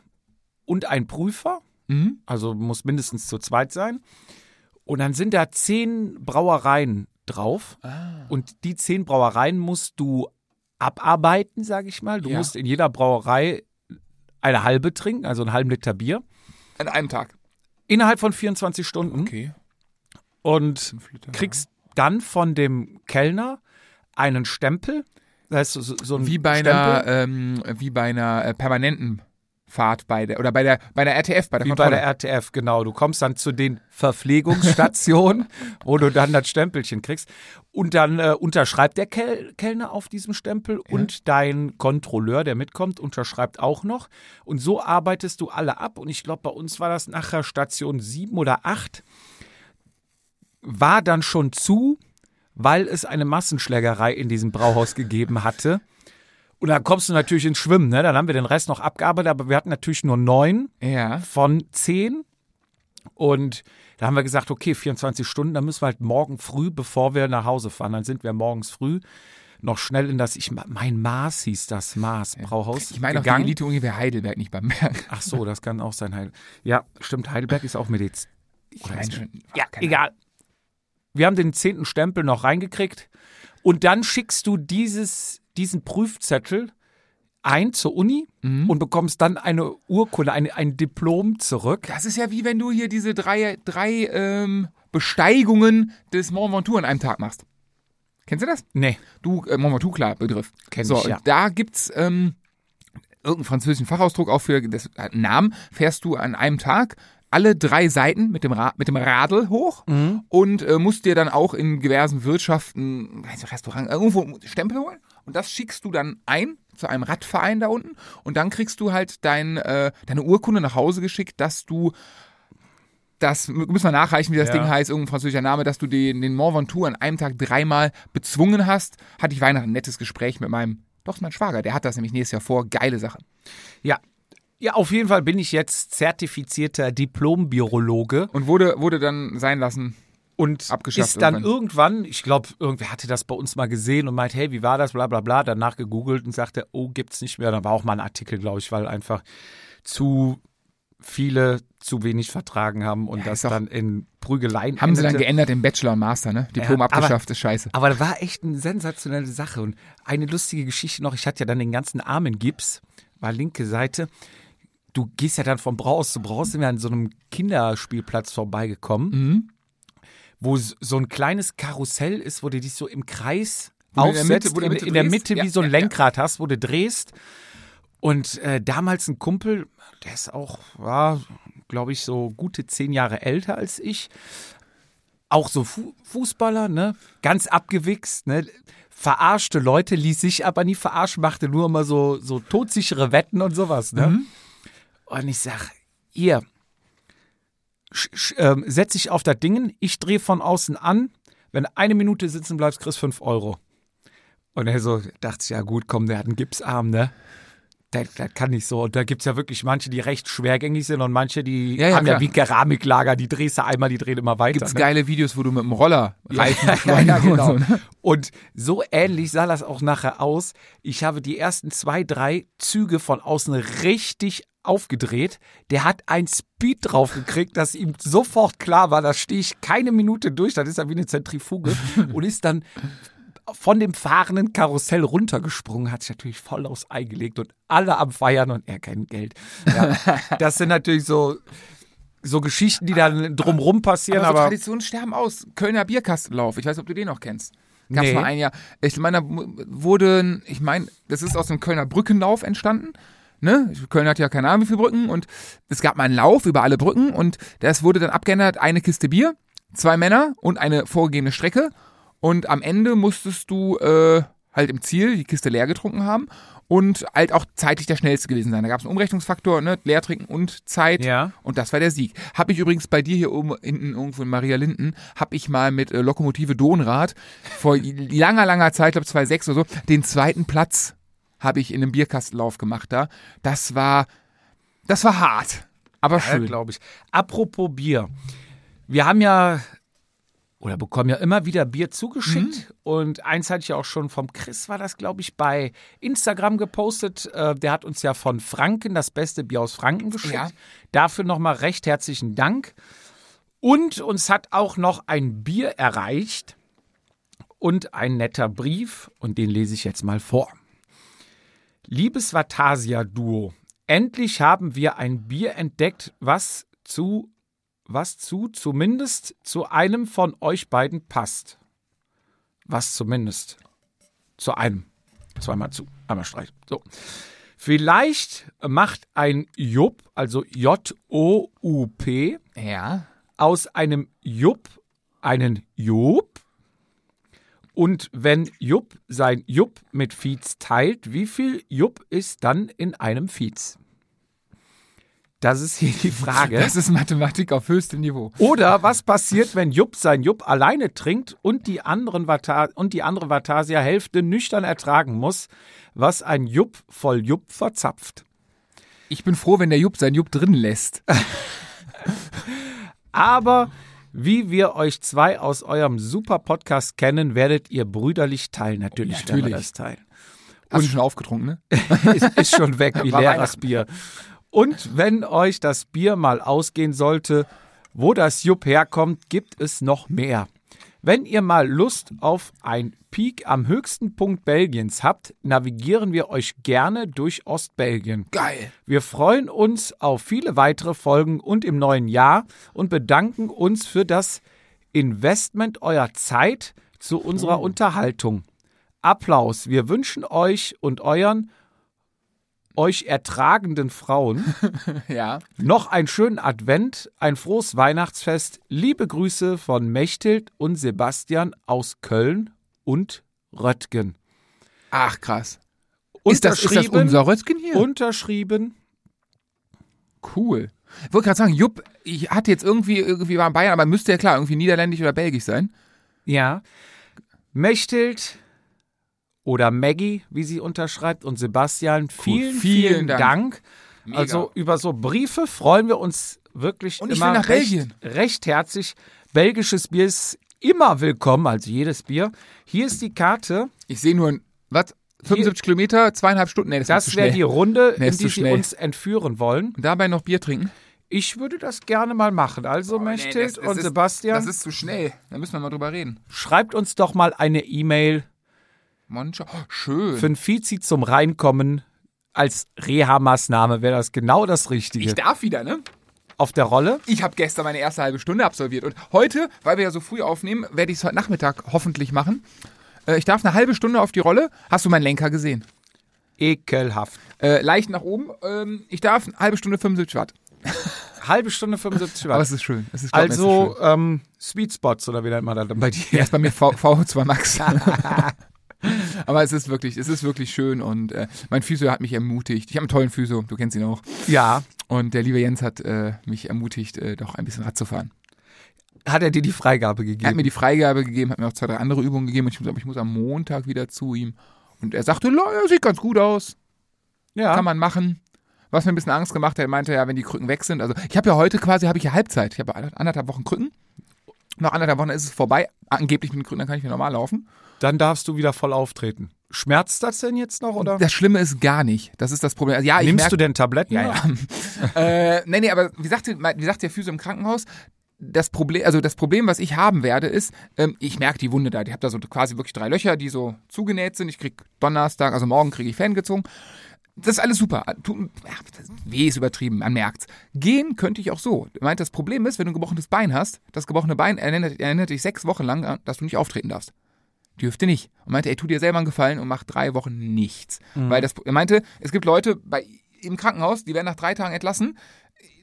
Speaker 1: und einen Prüfer,
Speaker 2: Mhm.
Speaker 1: also muss mindestens zu zweit sein. Und dann sind da zehn Brauereien drauf.
Speaker 2: Ah.
Speaker 1: Und die zehn Brauereien musst du abarbeiten, sage ich mal. Du
Speaker 2: Ja.
Speaker 1: musst in jeder Brauerei eine halbe trinken, also einen halben Liter Bier,
Speaker 2: An einem Tag.
Speaker 1: innerhalb von 24 Stunden.
Speaker 2: Okay.
Speaker 1: Und
Speaker 2: Fünf Liter.
Speaker 1: kriegst dann von dem Kellner einen Stempel. Das heißt, so, so ein
Speaker 2: Wie bei einer,
Speaker 1: Stempel,
Speaker 2: ähm, wie bei einer äh, permanenten Fahrt bei der, oder bei der, bei der RTF, bei der
Speaker 1: wie bei
Speaker 2: Kontrolle.
Speaker 1: der RTF, genau. Du kommst dann zu den Verpflegungsstationen, wo du dann das Stempelchen kriegst. Und dann äh, unterschreibt der Kel Kellner auf diesem Stempel und dein Kontrolleur, der mitkommt, unterschreibt auch noch. Und so arbeitest du alle ab. Und ich glaube, bei uns war das nachher Station sieben oder acht. War dann schon zu, weil es eine Massenschlägerei in diesem Brauhaus gegeben hatte. Und dann kommst du natürlich ins Schwimmen. Ne? Dann haben wir den Rest noch abgearbeitet, aber wir hatten natürlich nur neun
Speaker 2: ja.
Speaker 1: von 10. Und da haben wir gesagt, okay, 24 Stunden, dann müssen wir halt morgen früh, bevor wir nach Hause fahren, dann sind wir morgens früh noch schnell in das, ich mein Maß hieß das, Maß Brauhaus.
Speaker 2: Ich meine auch die
Speaker 1: gegangen.
Speaker 2: Elite-Uni wäre Heidelberg,
Speaker 1: *laughs*
Speaker 2: nicht Bamberg.
Speaker 1: Ach so, das kann auch sein. Heidelberg. Ja, stimmt, Heidelberg ist auch Mediz.
Speaker 2: Ich meine schon.
Speaker 1: Ja,
Speaker 2: keine Ahnung.
Speaker 1: egal. Wir haben den zehnten Stempel noch reingekriegt und dann schickst du dieses, diesen Prüfzettel ein zur Uni
Speaker 2: Mhm.
Speaker 1: und bekommst dann eine Urkunde, ein, ein Diplom zurück.
Speaker 2: Das ist ja wie wenn du hier diese drei, drei ähm, Besteigungen des Mont Ventoux an einem Tag machst. Kennst du das?
Speaker 1: Nee.
Speaker 2: Du, äh, Mont Ventoux, klar, Begriff.
Speaker 1: Kenn
Speaker 2: so,
Speaker 1: ich, ja.
Speaker 2: Da gibt's ähm, irgendeinen französischen Fachausdruck auch für das, äh, einen Namen. Fährst du an einem Tag alle drei Seiten mit dem, Ra mit dem Radl hoch
Speaker 1: Mhm.
Speaker 2: und äh, musst dir dann auch in diversen Wirtschaften, weiß nicht, Restaurant, äh, irgendwo Stempel holen. Und das schickst du dann ein zu einem Radverein da unten. Und dann kriegst du halt dein, äh, deine Urkunde nach Hause geschickt, dass du das müssen wir nachreichen, wie das
Speaker 1: Ja.
Speaker 2: Ding heißt, irgendein französischer Name, dass du den, den Mont Ventoux an einem Tag dreimal bezwungen hast, hatte ich Weihnachten ein nettes Gespräch mit meinem, doch ist mein Schwager, der hat das nämlich nächstes Jahr vor, geile Sache.
Speaker 1: Ja. Ja, auf jeden Fall bin ich jetzt zertifizierter Diplom-Virologe
Speaker 2: Und wurde, wurde dann sein lassen.
Speaker 1: und
Speaker 2: Abgeschafft
Speaker 1: ist dann
Speaker 2: irgendwann.
Speaker 1: irgendwann, ich glaube, irgendwer hatte das bei uns mal gesehen und meint, hey, wie war das, bla bla bla, danach gegoogelt und sagte, oh, gibt's nicht mehr. Da war auch mal ein Artikel, glaube ich, weil einfach zu viele zu wenig vertragen haben und das
Speaker 2: ist doch-
Speaker 1: dann in Prügeleien
Speaker 2: Haben sie dann
Speaker 1: endete.
Speaker 2: geändert im Bachelor und Master, ne? Diplom
Speaker 1: Ja, aber-
Speaker 2: abgeschafft, ist scheiße.
Speaker 1: Aber das war echt eine sensationelle Sache. Und eine lustige Geschichte noch, ich hatte ja dann den ganzen Arm in Gips, war linke Seite. Du gehst ja dann von Brauhaus zu Brauhaus, sind wir an so einem Kinderspielplatz vorbeigekommen, wo s- so ein kleines Karussell ist, wo du dich so im Kreis
Speaker 2: Wo du in der Mitte-
Speaker 1: aufsetzt,
Speaker 2: wo du
Speaker 1: in,
Speaker 2: Mitte
Speaker 1: in der
Speaker 2: drehst.
Speaker 1: Mitte
Speaker 2: Ja,
Speaker 1: wie so ein
Speaker 2: ja, ja.
Speaker 1: Lenkrad hast, wo du drehst. Und äh, damals ein Kumpel, der ist auch, war, glaube ich, so gute zehn Jahre älter als ich, auch so Fu Fußballer, ne? Ganz abgewichst, ne? Verarschte Leute, ließ sich aber nie verarschen, machte nur immer so, so todsichere Wetten und sowas,
Speaker 2: Mhm.
Speaker 1: ne? Und ich sag, ihr, sch- sch- ähm, setz dich auf das Dingen, ich drehe von außen an, wenn du eine Minute sitzen bleibst, kriegst fünf Euro. Und er so, dachte ich, ja gut, komm, der hat einen Gipsarm, ne? Das, das kann nicht so. Und da gibt's ja wirklich manche, die recht schwergängig sind und manche, die
Speaker 2: Ja, ja,
Speaker 1: haben ja
Speaker 2: klar.
Speaker 1: wie Keramiklager, die drehst du einmal, die drehen immer weiter.
Speaker 2: Gibt's
Speaker 1: ne?
Speaker 2: geile Videos, wo du mit dem Roller Reifen
Speaker 1: *laughs* Ja, ja,
Speaker 2: und so,
Speaker 1: genau.
Speaker 2: ne?
Speaker 1: Und so ähnlich sah das auch nachher aus. Ich habe die ersten zwei, drei Züge von außen richtig aufgedreht. Der hat ein Speed drauf gekriegt, dass ihm sofort klar war, da stehe ich keine Minute durch, das ist ja wie eine
Speaker 2: *laughs*
Speaker 1: Zentrifuge und ist dann von dem fahrenden Karussell runtergesprungen, hat sich natürlich voll aufs Ei gelegt und alle am Feiern und er kein Geld. Ja, das sind natürlich so, so Geschichten, die dann drumrum passieren,
Speaker 2: Aber, so
Speaker 1: aber,
Speaker 2: Also Traditionen sterben aus. Kölner Bierkastenlauf, ich weiß nicht, ob du den noch kennst. Gab's
Speaker 1: Nee.
Speaker 2: mal ein Jahr. Ich meine, da mu- wurde, ich meine, das ist aus dem Kölner Brückenlauf entstanden. Ne? Köln hat ja keine Ahnung, wie viele Brücken. Und es gab mal einen Lauf über alle Brücken und das wurde dann abgeändert, eine Kiste Bier, zwei Männer und eine vorgegebene Strecke. Und am Ende musstest du äh, halt im Ziel die Kiste leer getrunken haben und halt auch zeitlich der schnellste gewesen sein. Da gab es einen Umrechnungsfaktor, ne? leer trinken und Zeit.
Speaker 1: Ja.
Speaker 2: Und das war der Sieg. Habe ich übrigens bei dir hier oben hinten irgendwo in Maria Linden, habe ich mal mit äh, Lokomotive Donrad vor *laughs* langer, langer Zeit, glaube 2006 oder so, den zweiten Platz habe ich in einem Bierkastenlauf gemacht da. Das war, das war hart, aber
Speaker 1: Ja,
Speaker 2: schön.
Speaker 1: glaube ich. Apropos Bier. Wir haben ja oder bekommen ja immer wieder Bier zugeschickt. Und eins hatte ich ja auch schon vom Chris, war das, glaube ich, bei Instagram gepostet. Äh, der hat uns ja von Franken das beste Bier aus Franken geschickt.
Speaker 2: Ja.
Speaker 1: Dafür nochmal recht herzlichen Dank. Und uns hat auch noch ein Bier erreicht und ein netter Brief. Und den lese ich jetzt mal vor. Liebes Vatasia-Duo, endlich haben wir ein Bier entdeckt, was zu, was zu zumindest zu einem von euch beiden passt. Was zumindest zu einem. Zweimal zu, einmal streich. So. Vielleicht macht ein Jupp, also J-O-U-P,
Speaker 2: Ja.
Speaker 1: aus einem Jupp einen Jupp. Und wenn Jupp sein Jupp mit Fietz teilt, wie viel Jupp ist dann in einem Fietz? Das ist hier die Frage.
Speaker 2: Das ist Mathematik auf höchstem Niveau.
Speaker 1: Oder was passiert, wenn Jupp sein Jupp alleine trinkt und die, anderen Vata und die andere Vatasia-Hälfte nüchtern ertragen muss, was ein Jupp voll Jupp verzapft?
Speaker 2: Ich bin froh, wenn der Jupp sein Jupp drin lässt.
Speaker 1: Aber wie wir euch zwei aus eurem super Podcast kennen, werdet ihr brüderlich teilen. Natürlich, werden wir
Speaker 2: Natürlich.
Speaker 1: das teilen.
Speaker 2: Hast du schon aufgetrunken, ne?
Speaker 1: *laughs* Ist, ist schon weg, wie
Speaker 2: War
Speaker 1: leer das Bier. Und wenn euch das Bier mal ausgehen sollte, wo das Jupp herkommt, gibt es noch mehr. Wenn ihr mal Lust auf ein Peak am höchsten Punkt Belgiens habt, navigieren wir euch gerne durch Ostbelgien.
Speaker 2: Geil.
Speaker 1: Wir freuen uns auf viele weitere Folgen und im neuen Jahr und bedanken uns für das Investment eurer Zeit zu unserer
Speaker 2: Oh.
Speaker 1: Unterhaltung. Applaus. Wir wünschen euch und euren euch ertragenden
Speaker 2: *laughs*
Speaker 1: Frauen
Speaker 2: Ja.
Speaker 1: noch einen schönen Advent, ein frohes Weihnachtsfest. Liebe Grüße von Mechthild und Sebastian aus Köln und Röttgen.
Speaker 2: Ach, krass. Ist das, ist das
Speaker 1: Unterschrieben-
Speaker 2: unser Röttgen hier?
Speaker 1: Unterschrieben.
Speaker 2: Cool. Wollte gerade sagen, Jupp, ich hatte jetzt irgendwie, irgendwie war in Bayern, aber müsste ja klar irgendwie niederländisch oder belgisch sein.
Speaker 1: Ja. Mechthild oder Maggie, wie sie unterschreibt, und Sebastian, vielen,
Speaker 2: vielen
Speaker 1: vielen, Dank.
Speaker 2: Dank.
Speaker 1: Also über so Briefe freuen wir uns wirklich
Speaker 2: Und ich
Speaker 1: immer
Speaker 2: will nach
Speaker 1: recht,
Speaker 2: Belgien.
Speaker 1: recht herzlich. Belgisches Bier ist immer willkommen, also jedes Bier. Hier ist die Karte.
Speaker 2: Ich sehe nur, ein- was? 75 Kilometer, zweieinhalb Stunden? Nee, das, ist
Speaker 1: Das
Speaker 2: zu
Speaker 1: wäre
Speaker 2: schnell.
Speaker 1: die Runde,
Speaker 2: Nee,
Speaker 1: in
Speaker 2: ist
Speaker 1: die
Speaker 2: zu
Speaker 1: sie
Speaker 2: schnell.
Speaker 1: uns entführen wollen.
Speaker 2: Und dabei noch Bier trinken?
Speaker 1: Ich würde das gerne mal machen. Also Mechthild und Sebastian,
Speaker 2: Oh, Das ist zu schnell. Da müssen wir mal drüber reden.
Speaker 1: schreibt uns doch mal eine E-Mail
Speaker 2: Moncho. Oh, schön.
Speaker 1: für ein Fizi zum Reinkommen als Reha-Maßnahme wäre das genau das
Speaker 2: ich
Speaker 1: Richtige.
Speaker 2: darf wieder, ne?
Speaker 1: Auf der Rolle?
Speaker 2: Ich habe gestern meine erste halbe Stunde absolviert. Und heute, weil wir ja so früh aufnehmen, werde ich es heute Nachmittag hoffentlich machen. Äh, ich darf eine halbe Stunde auf die Rolle. Hast du meinen Lenker gesehen?
Speaker 1: Ekelhaft.
Speaker 2: Äh, leicht nach oben. Ähm, ich darf eine halbe Stunde 75 Watt.
Speaker 1: Halbe Stunde 75 Watt.
Speaker 2: Aber es ist schön. Es ist, glaub mir, es ist
Speaker 1: also ähm, Sweet Spots oder wie nennt man das dann bei
Speaker 2: schön.
Speaker 1: dir?
Speaker 2: erst bei mir v V2 Max. *laughs* Aber es ist wirklich, es ist wirklich schön und äh, mein Physio hat mich ermutigt. Ich habe einen tollen Physio, du kennst ihn auch.
Speaker 1: Ja.
Speaker 2: Und der liebe Jens hat äh, mich ermutigt, äh, doch ein bisschen Rad zu fahren.
Speaker 1: Hat er dir die Freigabe
Speaker 2: Er hat
Speaker 1: gegeben?
Speaker 2: mir die Freigabe gegeben, hat mir auch zwei, drei andere Übungen gegeben und ich glaube, ich muss am Montag wieder zu ihm. Und er sagte, "La, ja, sieht ganz gut aus,
Speaker 1: ja.
Speaker 2: kann man machen. Was mir ein bisschen Angst gemacht hat, er meinte ja, wenn die Krücken weg sind. Also ich habe ja heute quasi, habe ich ja Halbzeit. Ich habe ja anderthalb Wochen Krücken. Nach anderthalb Wochen ist es vorbei. Angeblich mit den Krücken, dann kann ich wieder normal laufen.
Speaker 1: Dann darfst du wieder voll auftreten. Schmerzt das denn jetzt noch oder?
Speaker 2: Das Schlimme ist gar nicht. Das ist das Problem. Also, ja, ich
Speaker 1: Nimmst
Speaker 2: merk-
Speaker 1: du denn Tabletten?
Speaker 2: Ja, ja. Genau. *laughs* äh, nee, nee, aber wie sagte, wie sagt der Physio im Krankenhaus, das Problem, also das Problem, was ich haben werde, ist, ähm, ich merke die Wunde da. Ich habe da so quasi wirklich drei Löcher, die so zugenäht sind. Ich krieg Donnerstag, also morgen kriege ich Fan gezogen. Das ist alles super. Tu, ja, das weh ist übertrieben, man merkt's. Gehen könnte ich auch so. Er Meint, das Problem ist, wenn du ein gebrochenes Bein hast, das gebrochene Bein erinnert, erinnert dich sechs Wochen lang, an, dass du nicht auftreten darfst. Die Hüfte nicht. Und meinte, ey, tu dir selber einen Gefallen und mach drei Wochen nichts. Weil das, er meinte, es gibt Leute bei, im Krankenhaus, die werden nach drei Tagen entlassen.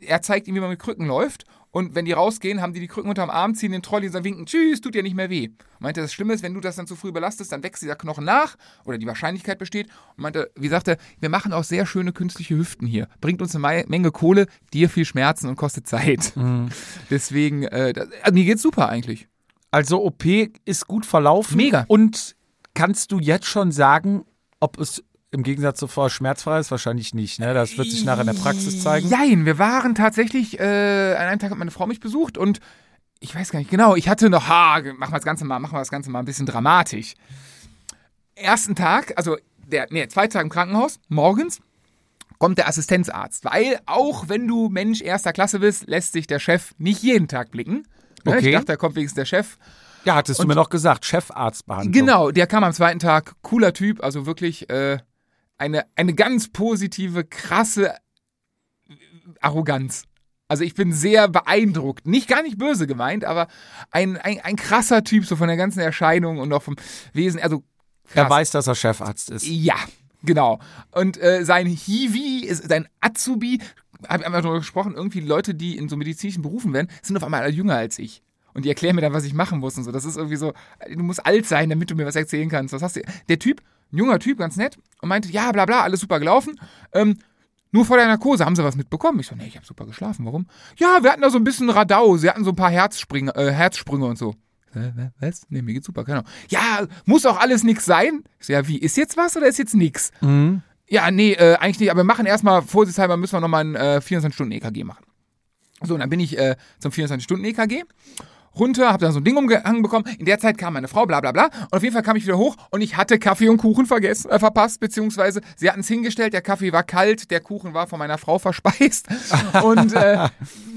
Speaker 2: Er zeigt ihnen, wie man mit Krücken läuft. Und wenn die rausgehen, haben die die Krücken unterm Arm, ziehen den Trolley und sagen, winken, tschüss, tut dir nicht mehr weh. Und meinte, das Schlimme ist, wenn du das dann zu früh belastest, dann wächst dieser Knochen nach oder die Wahrscheinlichkeit besteht. Und meinte, wie sagt er, wir machen auch sehr schöne künstliche Hüften hier. Bringt uns eine Mei- Menge Kohle, dir viel Schmerzen und kostet Zeit. *laughs* Deswegen, äh, das, also mir geht's super eigentlich.
Speaker 1: Also OP ist gut verlaufen.
Speaker 2: Mega.
Speaker 1: Und kannst du jetzt schon sagen, ob es im Gegensatz zu vorher schmerzfrei ist? Wahrscheinlich nicht. Ne? Das wird sich nachher in der Praxis zeigen.
Speaker 2: Jein, wir waren tatsächlich, äh, an einem Tag hat meine Frau mich besucht und ich weiß gar nicht genau, ich hatte noch, ha, machen wir das Ganze mal, machen wir das Ganze mal ein bisschen dramatisch. Ersten Tag, also der, nee, zweiter Tag im Krankenhaus, morgens kommt der Assistenzarzt, weil auch wenn du Mensch erster Klasse bist, lässt sich der Chef nicht jeden Tag blicken. Ne,
Speaker 1: Okay.
Speaker 2: Ich dachte, da kommt wenigstens der Chef.
Speaker 1: Ja, hattest du mir noch gesagt. Chefarztbehandlung.
Speaker 2: Genau, der kam am zweiten Tag, cooler Typ, also wirklich äh, eine, eine ganz positive, krasse Arroganz. Also ich bin sehr beeindruckt. Nicht gar nicht böse gemeint, aber ein, ein, ein krasser Typ, so von der ganzen Erscheinung und auch vom Wesen. Also
Speaker 1: Er
Speaker 2: krass.
Speaker 1: weiß, dass er Chefarzt ist.
Speaker 2: Ja, genau. Und äh, sein Hiwi, ist- sein Azubi, habe ich einmal darüber gesprochen, irgendwie Leute, die in so medizinischen Berufen werden, sind auf einmal alle jünger als ich. Und die erklären mir dann, was ich machen muss und so. Das ist irgendwie so, du musst alt sein, damit du mir was erzählen kannst. Was hast du? Der Typ, ein junger Typ, ganz nett, und meinte, ja, bla bla, alles super gelaufen. Ähm, nur vor der Narkose haben sie was mitbekommen. Ich so, nee, ich habe super geschlafen. Warum? Ja, wir hatten da so ein bisschen Radau. Sie hatten so ein paar Herzspringe, äh, Herzsprünge und so. Äh, wa- Was? Nee, mir geht's super, keine Ahnung. Ja, muss auch alles nix sein. Ich so, ja, wie? Ist jetzt was oder ist jetzt nix? Ja, nee, äh, eigentlich nicht. Aber wir machen erstmal, vorsichtshalber müssen E wir nochmal ein äh, 24-Stunden-EKG machen. So, und dann bin ich äh, zum 24-Stunden-EKG runter, habe dann so ein Ding umgehangen bekommen. In der Zeit kam meine Frau, bla bla bla. Und auf jeden Fall kam ich wieder hoch und ich hatte Kaffee und Kuchen vergessen, äh, verpasst, beziehungsweise sie hatten es hingestellt, der Kaffee war kalt, der Kuchen war von meiner Frau verspeist. Und äh,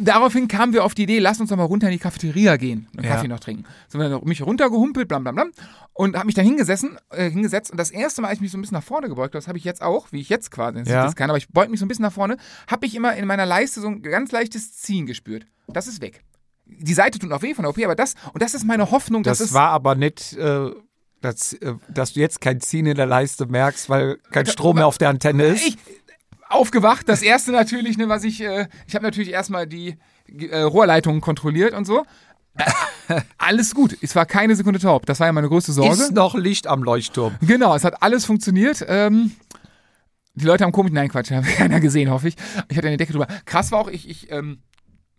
Speaker 2: daraufhin kamen wir auf die Idee, lass uns doch mal runter in die Cafeteria gehen und
Speaker 1: Ja.
Speaker 2: Kaffee noch trinken. Sind wir dann mich runtergehumpelt, blam blam blam. Und habe mich dann hingesessen, äh, hingesetzt. Und das erste Mal, als ich mich so ein bisschen nach vorne gebeugt habe, das habe ich jetzt auch, wie ich jetzt quasi, das
Speaker 1: Ja.
Speaker 2: sieht jetzt keiner, aber ich beug mich so ein bisschen nach vorne, habe ich immer in meiner Leiste so ein ganz leichtes Ziehen gespürt. Das ist weg. Die Seite tut noch weh von der OP, aber das, und das ist meine Hoffnung, dass
Speaker 1: Das,
Speaker 2: es
Speaker 1: war aber nicht, äh, dass, äh, dass du jetzt kein Ziehen in der Leiste merkst, weil kein Strom mehr auf der Antenne ist.
Speaker 2: Ich, aufgewacht, das erste natürlich, ne, was ich, äh, ich habe natürlich erstmal die äh, Rohrleitungen kontrolliert und so. Äh, alles gut, es war keine Sekunde taub, das war ja meine größte Sorge.
Speaker 1: ist noch Licht am Leuchtturm.
Speaker 2: Genau, es hat alles funktioniert. Ähm, die Leute haben komisch, nein, Quatsch, *laughs* haben keiner gesehen, hoffe ich. Ich hatte eine Decke drüber. Krass war auch, ich, ich ähm,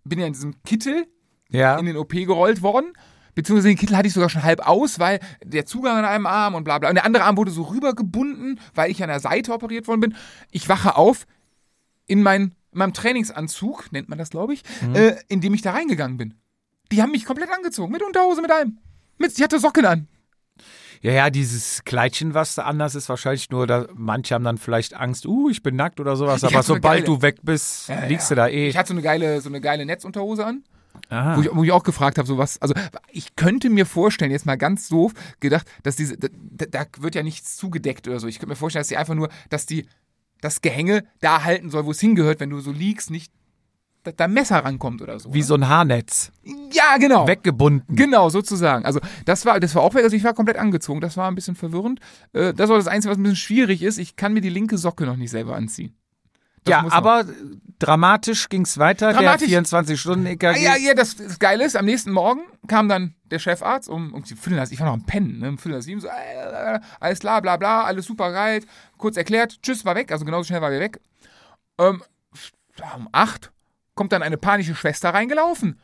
Speaker 2: bin ja in diesem Kittel
Speaker 1: Ja.
Speaker 2: in den OP gerollt worden. Beziehungsweise den Kittel hatte ich sogar schon halb aus, weil der Zugang an einem Arm und bla bla. Und der andere Arm wurde so rübergebunden, weil ich an der Seite operiert worden bin. Ich wache auf in, mein, in meinem Trainingsanzug, nennt man das, glaube ich, äh, in dem ich da reingegangen bin. Die haben mich komplett angezogen, mit Unterhose, mit allem. Mit, ich hatte Socken an.
Speaker 1: Ja, ja, dieses Kleidchen, was da anders ist, wahrscheinlich nur, da, manche haben dann vielleicht Angst, uh, ich bin nackt oder sowas,
Speaker 2: Ich
Speaker 1: aber
Speaker 2: hab so eine
Speaker 1: sobald
Speaker 2: geile-
Speaker 1: du weg bist, liegst du da eh. Ah.
Speaker 2: Ich hatte so eine geile, so eine geile Netzunterhose an,
Speaker 1: Aha.
Speaker 2: wo, ich, wo ich auch gefragt habe, so was. Also ich könnte mir vorstellen, jetzt mal ganz doof gedacht, dass diese, da, da da wird ja nichts zugedeckt oder so. Ich könnte mir vorstellen, dass die einfach nur, dass die das Gehänge da halten soll, wo es hingehört, wenn du so liegst, nicht, dass da ein Messer rankommt oder so.
Speaker 1: Wie so ein Haarnetz,
Speaker 2: ne? Ja, genau.
Speaker 1: weggebunden.
Speaker 2: Genau, sozusagen. Also das war, das war auch weg. Also ich war komplett angezogen. Das war ein bisschen verwirrend. Äh, Das war das Einzige, was ein bisschen schwierig ist. Ich kann mir die linke Socke noch nicht selber anziehen. Das
Speaker 1: ja,
Speaker 2: muss noch.
Speaker 1: aber dramatisch ging's weiter.
Speaker 2: Dramatisch.
Speaker 1: Der E 24-Stunden-EKG.
Speaker 2: Ah, ja, ja, das, das Geile ist, am nächsten Morgen kam dann der Chefarzt um, um Viertel nach, ich war noch am Pennen, ne, um Viertel nach sieben, so, äh, äh, alles klar, bla bla, alles super geil, kurz erklärt, tschüss, war weg, also genauso schnell war wir weg. Ähm, um acht kommt dann eine panische Schwester reingelaufen.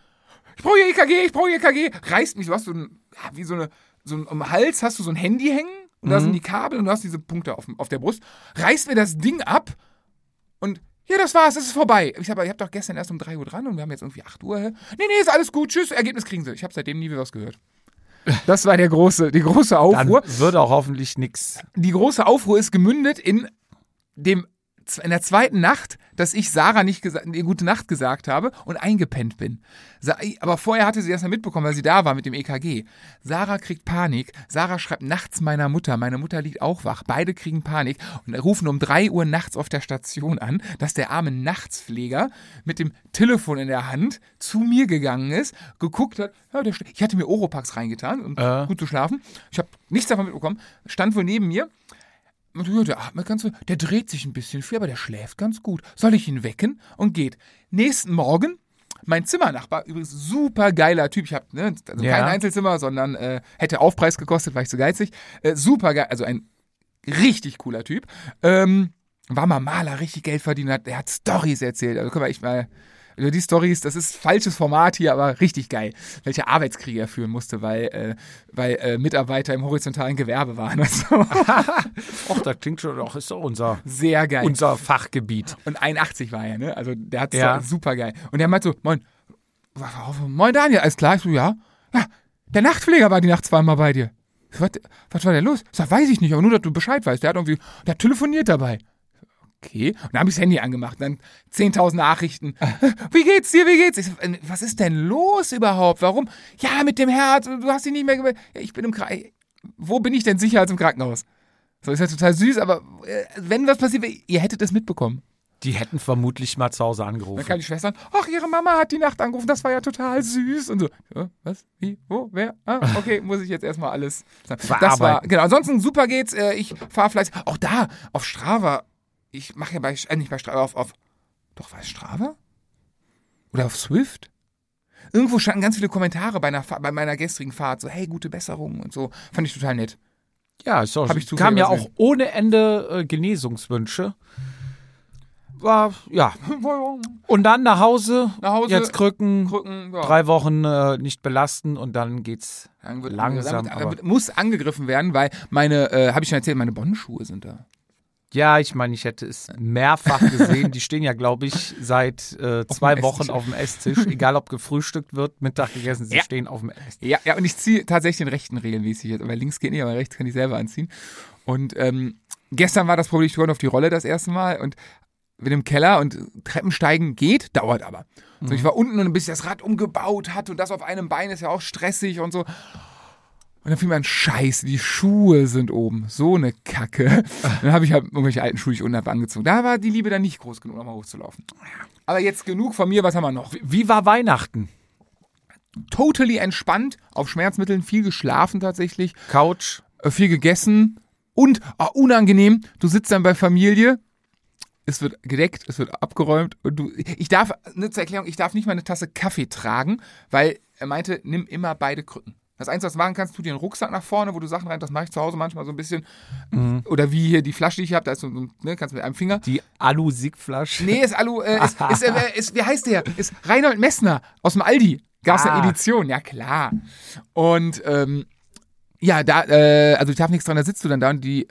Speaker 2: Ich brauche ihr EKG, ich brauche ihr EKG, reißt mich, du hast so ein, ja, wie so eine, so ein, am Hals hast du so ein Handy hängen und da sind die Kabel und du hast diese Punkte auf, dem- auf der Brust, reißt mir das Ding ab und ja, das war's, es ist vorbei. Ich habe, ihr habt doch gestern erst um 3 Uhr dran und wir haben jetzt irgendwie 8 Uhr. hä? Nee, nee, ist alles gut, tschüss, Ergebnis kriegen sie. Ich habe seitdem nie wieder was gehört. Das war der große, die große
Speaker 1: Dann
Speaker 2: Aufruhr.
Speaker 1: wird auch hoffentlich nix.
Speaker 2: die große Aufruhr ist gemündet in dem in der zweiten Nacht, dass ich Sarah nicht gesagt, nee, gute Nacht gesagt habe und eingepennt bin. Sa aber vorher hatte sie das ja mitbekommen, weil sie da war mit dem EKG. Sarah kriegt Panik. Sarah schreibt nachts meiner Mutter. Meine Mutter liegt auch wach. Beide kriegen Panik und rufen um drei Uhr nachts auf der Station an, dass der arme Nachtspfleger mit dem Telefon in der Hand zu mir gegangen ist, geguckt hat. Ja, der, schläft. ich hatte mir Oropax reingetan, um
Speaker 1: Äh.
Speaker 2: gut zu schlafen. Ich habe nichts davon mitbekommen. Stand wohl neben mir. Und ja, der atmet ganz, der dreht sich ein bisschen viel, aber der schläft ganz gut. Soll ich ihn wecken? Und geht. Nächsten Morgen, mein Zimmernachbar, übrigens super geiler Typ, ich habe ne, also
Speaker 1: Ja.
Speaker 2: kein Einzelzimmer, sondern äh, hätte Aufpreis gekostet, war ich zu geizig. Äh, super geil, also ein richtig cooler Typ. Ähm, war mal Maler, richtig Geld verdient hat, der hat Stories erzählt. Also können wir echt mal über die Stories, das ist falsches Format hier, aber richtig geil, welche Arbeitskriege er führen musste, weil, äh, weil äh, Mitarbeiter im horizontalen Gewerbe waren. *laughs* und so.
Speaker 1: Och, das klingt schon, doch, ist doch unser,
Speaker 2: sehr geil.
Speaker 1: unser Fachgebiet.
Speaker 2: Und 81 war er, ne? Also der hat
Speaker 1: Ja.
Speaker 2: ja. super geil. Und der meint so, moin, moin Daniel, alles klar? Ich so, ja. Ja, der Nachtpfleger war die Nacht zweimal bei dir. Ich so, Was, was war denn los? Ich sag, weiß ich nicht, aber nur, dass du Bescheid weißt. Der hat irgendwie, der hat telefoniert dabei. Okay. Und dann habe ich das Handy angemacht. Dann 10.000 Nachrichten. *laughs* Wie geht's dir? Wie geht's? Ich so, äh, was ist denn los überhaupt? Warum? Ja, mit dem Herz. Du hast dich nicht mehr gemeldet. Ja, ich bin im Krankenhaus. Wo bin ich denn sicher als im Krankenhaus? So ist ja total süß, aber äh, wenn was passiert wäre, ihr hättet es mitbekommen.
Speaker 1: Die hätten vermutlich mal zu Hause
Speaker 2: Dann kam
Speaker 1: angerufen.
Speaker 2: die Schwester, ach, ihre Mama hat die Nacht angerufen, das war ja total süß. Und so, ja, was, wie, wo, wer? Ah, okay, muss ich jetzt erstmal alles sagen. Das war,
Speaker 1: Verarbeiten.
Speaker 2: genau, ansonsten super geht's. Äh, ich fahre fleißig. Auch da, auf Strava, ich mache ja bei, äh, nicht bei Strava, auf, auf, doch, war es Strava? Oder auf Swift? Irgendwo standen ganz viele Kommentare bei, einer, Fa- bei meiner gestrigen Fahrt, so, hey, gute Besserung und so. Fand ich total nett.
Speaker 1: Ja, ist doch,
Speaker 2: Hab ich zufällig
Speaker 1: kam ja auch
Speaker 2: gesehen.
Speaker 1: ohne Ende äh, Genesungswünsche. War, ja. Und dann nach Hause,
Speaker 2: Nach Hause,
Speaker 1: jetzt Krücken,
Speaker 2: Krücken, ja.
Speaker 1: drei Wochen äh, nicht belasten und dann geht's
Speaker 2: Dann wird-
Speaker 1: langsam.
Speaker 2: Damit,
Speaker 1: aber
Speaker 2: damit muss angegriffen werden, weil meine, äh, habe ich schon erzählt, meine Bonnschuhe sind da.
Speaker 1: Ja, ich meine, ich hätte es mehrfach gesehen. Die stehen ja, glaube ich, seit äh, zwei
Speaker 2: dem
Speaker 1: Wochen
Speaker 2: Esstisch.
Speaker 1: auf dem Esstisch. Egal, ob gefrühstückt wird, Mittag gegessen, sie
Speaker 2: Ja.
Speaker 1: stehen auf dem Esstisch.
Speaker 2: Ja, ja, und ich ziehe tatsächlich den rechten regelmäßig jetzt, weil links geht nicht, aber rechts kann ich selber anziehen. Und ähm, gestern war das Problem, ich turne auf die Rolle das erste Mal und bin im Keller und Treppensteigen geht, dauert aber. So, ich war unten und bis ich das Rad umgebaut hat und das auf einem Bein ist ja auch stressig und so. Und dann fiel mir ein Scheiß, die Schuhe sind oben. So eine Kacke. Dann habe ich halt irgendwelche alten Schuhe, die ich unten habe, angezogen. Da war die Liebe dann nicht groß genug, nochmal hochzulaufen. Aber jetzt genug von mir, was haben wir noch?
Speaker 1: Wie war Weihnachten?
Speaker 2: Totally entspannt, auf Schmerzmitteln, viel geschlafen tatsächlich
Speaker 1: Couch?
Speaker 2: äh, viel gegessen und ah, unangenehm, du sitzt dann bei Familie, es wird gedeckt, es wird abgeräumt und du ich darf ne, zur Erklärung, ich darf nicht mal eine Tasse Kaffee tragen, weil er meinte, nimm immer beide Krücken. Das Einzige, was du machen kannst, tu dir einen Rucksack nach vorne, wo du Sachen rein, das mache ich zu Hause manchmal so ein bisschen. Oder wie hier die Flasche, die ich habe, da ist so, so, ne, kannst mit einem Finger.
Speaker 1: Die Alu-Sigflasche?
Speaker 2: Nee, ist Alu, äh, ist, ist, äh, ist, wie heißt der? Ist Reinhold Messner aus dem Aldi. Gab's
Speaker 1: Ah.
Speaker 2: eine Edition, ja klar. Und ähm, ja, da, äh, also ich darf nichts dran, da sitzt du dann da und die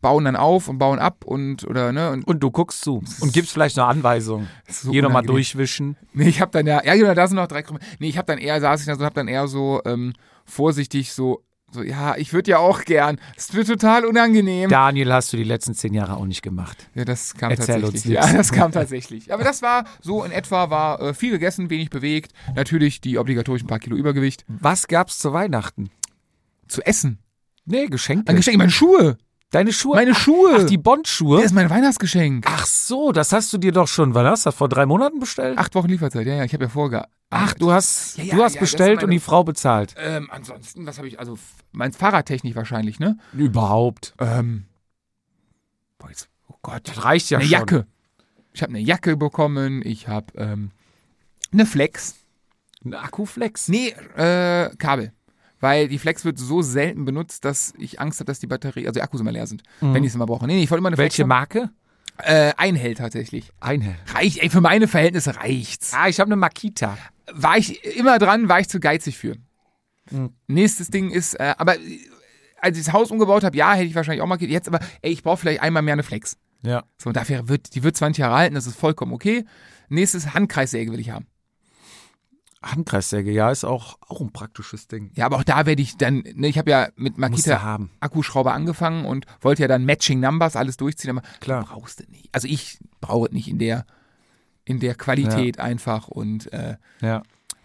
Speaker 2: bauen dann auf und bauen ab und oder ne und *laughs*
Speaker 1: Und du guckst zu und gibst vielleicht eine Anweisung.
Speaker 2: so
Speaker 1: Hier nochmal
Speaker 2: unangenehm.
Speaker 1: durchwischen.
Speaker 2: nee ich habe dann ja ja genau da sind noch drei Krümel nee ich habe dann eher saß ich da so und habe dann eher so ähm, vorsichtig so so ja ich würde ja auch gern es wird total unangenehm
Speaker 1: Daniel hast du die letzten zehn Jahre auch nicht gemacht.
Speaker 2: Ja, das kam
Speaker 1: Erzähl uns
Speaker 2: tatsächlich.
Speaker 1: nichts.
Speaker 2: ja, das kam tatsächlich. Aber das war so in etwa, war äh, viel gegessen, wenig bewegt. Natürlich die obligatorischen paar Kilo Übergewicht.
Speaker 1: Was gab's zu Weihnachten?
Speaker 2: Zu essen.
Speaker 1: Nee, Geschenke.
Speaker 2: Ein Geschenk, meine Schuhe.
Speaker 1: Deine Schuhe?
Speaker 2: Meine Schuhe.
Speaker 1: Ach, die
Speaker 2: das
Speaker 1: Bondschuhe?
Speaker 2: ist mein Weihnachtsgeschenk.
Speaker 1: Ach so, das hast du dir doch schon, wann hast du das, vor drei Monaten bestellt?
Speaker 2: Acht Wochen Lieferzeit, ja, ja, ich habe ja vorgearbeitet.
Speaker 1: Ach, du hast,
Speaker 2: Ja, ja,
Speaker 1: du hast
Speaker 2: ja, das sind
Speaker 1: bestellt und
Speaker 2: meine-
Speaker 1: die Frau bezahlt.
Speaker 2: Ähm, ansonsten, was habe ich, also f- mein Fahrradtechnik wahrscheinlich, ne?
Speaker 1: Überhaupt.
Speaker 2: Ähm. Boah, jetzt, oh Gott.
Speaker 1: Das reicht ja
Speaker 2: eine
Speaker 1: schon.
Speaker 2: Jacke. Ich habe eine Jacke bekommen, ich habe ähm, eine Flex.
Speaker 1: Ein Akkuflex.
Speaker 2: Nee, äh, Kabel. Weil die Flex wird so selten benutzt, dass ich Angst habe, dass die Batterie, also die Akkus immer leer sind, wenn ich es mal brauche. Nee, nee, ich wollte immer eine
Speaker 1: Mhm. Welche
Speaker 2: Flex.
Speaker 1: Marke?
Speaker 2: Äh, einhält tatsächlich.
Speaker 1: Einhell.
Speaker 2: Reicht, ey, für meine Verhältnisse reicht's.
Speaker 1: Ah, ich habe eine Makita.
Speaker 2: War ich immer dran, war ich zu geizig für.
Speaker 1: Mhm.
Speaker 2: Nächstes Ding ist, äh, aber äh, als ich das Haus umgebaut habe, ja, hätte ich wahrscheinlich auch mal ge- jetzt, aber ey, ich brauche vielleicht einmal mehr eine Flex.
Speaker 1: Ja.
Speaker 2: So, und dafür wird, die wird 20 Jahre halten, das ist vollkommen okay. Nächstes Handkreissäge will ich haben.
Speaker 1: Handkreissäge, ja, ist auch, auch ein praktisches Ding.
Speaker 2: Ja, aber auch da werde ich dann, ne, ich habe ja mit
Speaker 1: Musst
Speaker 2: Makita
Speaker 1: du haben.
Speaker 2: Akkuschrauber angefangen und wollte ja dann Matching Numbers alles durchziehen, aber
Speaker 1: Klar.
Speaker 2: du brauchst du nicht. Also ich brauche es nicht in der in der Qualität einfach und äh,
Speaker 1: Ja.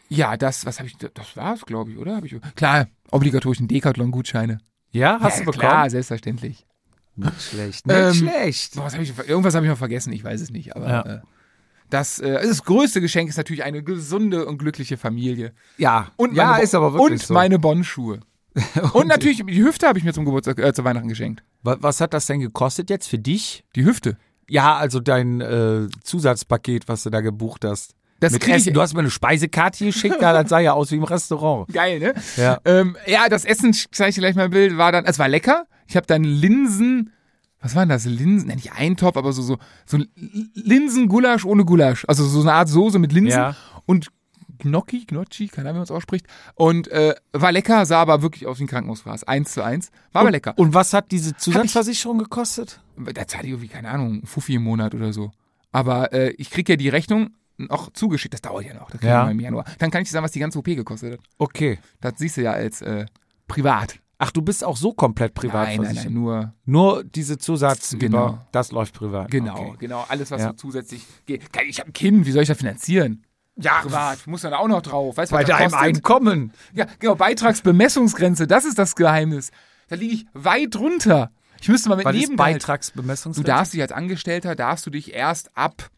Speaker 2: ja, das was habe ich das war's, glaube ich, oder? Hab ich klar, obligatorischen Decathlon Gutscheine.
Speaker 1: Ja, hast
Speaker 2: ja,
Speaker 1: du bekommen?
Speaker 2: Klar, selbstverständlich.
Speaker 1: Nicht schlecht. Nicht
Speaker 2: Ähm,
Speaker 1: schlecht.
Speaker 2: Boah, was hab ich, ver- irgendwas habe ich noch vergessen, ich weiß es nicht, aber
Speaker 1: Ja.
Speaker 2: äh, das äh, das größte Geschenk ist natürlich eine gesunde und glückliche Familie
Speaker 1: Ja.
Speaker 2: und
Speaker 1: ja,
Speaker 2: meine Bo-
Speaker 1: ist aber wirklich
Speaker 2: und
Speaker 1: so.
Speaker 2: meine Bonnschuhe. und natürlich die Hüfte habe ich mir zum Geburtstag äh, zu Weihnachten geschenkt.
Speaker 1: Wa- Was hat das denn gekostet jetzt für dich?
Speaker 2: Die Hüfte.
Speaker 1: Ja, also dein äh, Zusatzpaket, was du da gebucht hast.
Speaker 2: Das
Speaker 1: Mit
Speaker 2: krieg ich-
Speaker 1: Essen. Du hast mir eine Speisekarte geschickt, ja, das sah ja aus wie im Restaurant. *laughs*
Speaker 2: Geil, ne?
Speaker 1: Ja.
Speaker 2: Ähm, ja, das Essen, zeige ich dir gleich mal ein Bild, war dann, es war lecker. Ich habe dann Linsen, was waren das? Linsen, nein, nicht Eintopf, aber so, so, so ein Linsengulasch ohne Gulasch. Also so eine Art Soße mit Linsen
Speaker 1: Ja.
Speaker 2: und Gnocchi, Gnocchi, keine Ahnung, wie man es ausspricht. Und äh, war lecker, sah aber wirklich aus wie ein Krankenhausfraß. Eins zu eins. War aber lecker.
Speaker 1: Und was hat diese Zusatzversicherung gekostet?
Speaker 2: Da zahle ich irgendwie, keine Ahnung, einen Fuffi im Monat oder so. Aber äh, ich krieg ja die Rechnung noch zugeschickt. Das dauert ja noch. Das krieg
Speaker 1: Ja.
Speaker 2: ich mal im Januar. Dann kann ich dir sagen, was die ganze OP gekostet hat.
Speaker 1: Okay.
Speaker 2: Das siehst du ja als äh, privat.
Speaker 1: Ach, du bist auch so komplett privat
Speaker 2: Nein, nein, nein, nur
Speaker 1: Nur diese Zusatz
Speaker 2: Genau.
Speaker 1: über, das läuft privat.
Speaker 2: genau,
Speaker 1: Okay.
Speaker 2: genau, alles was
Speaker 1: Ja.
Speaker 2: so zusätzlich geht. Kann- Ich habe ein Kind, wie soll ich das finanzieren? Ja, privat, muss dann auch noch drauf, weißt du,
Speaker 1: Bei
Speaker 2: was das
Speaker 1: deinem
Speaker 2: kostet?
Speaker 1: Einkommen.
Speaker 2: Ja, genau, Beitragsbemessungsgrenze, das ist das Geheimnis. Da liege ich weit runter. Ich müsste mal mit
Speaker 1: Was ist
Speaker 2: Nebengehalt- Du
Speaker 1: Beitragsbemessungsgrenze?
Speaker 2: darfst dich als Angestellter, darfst du dich erst ab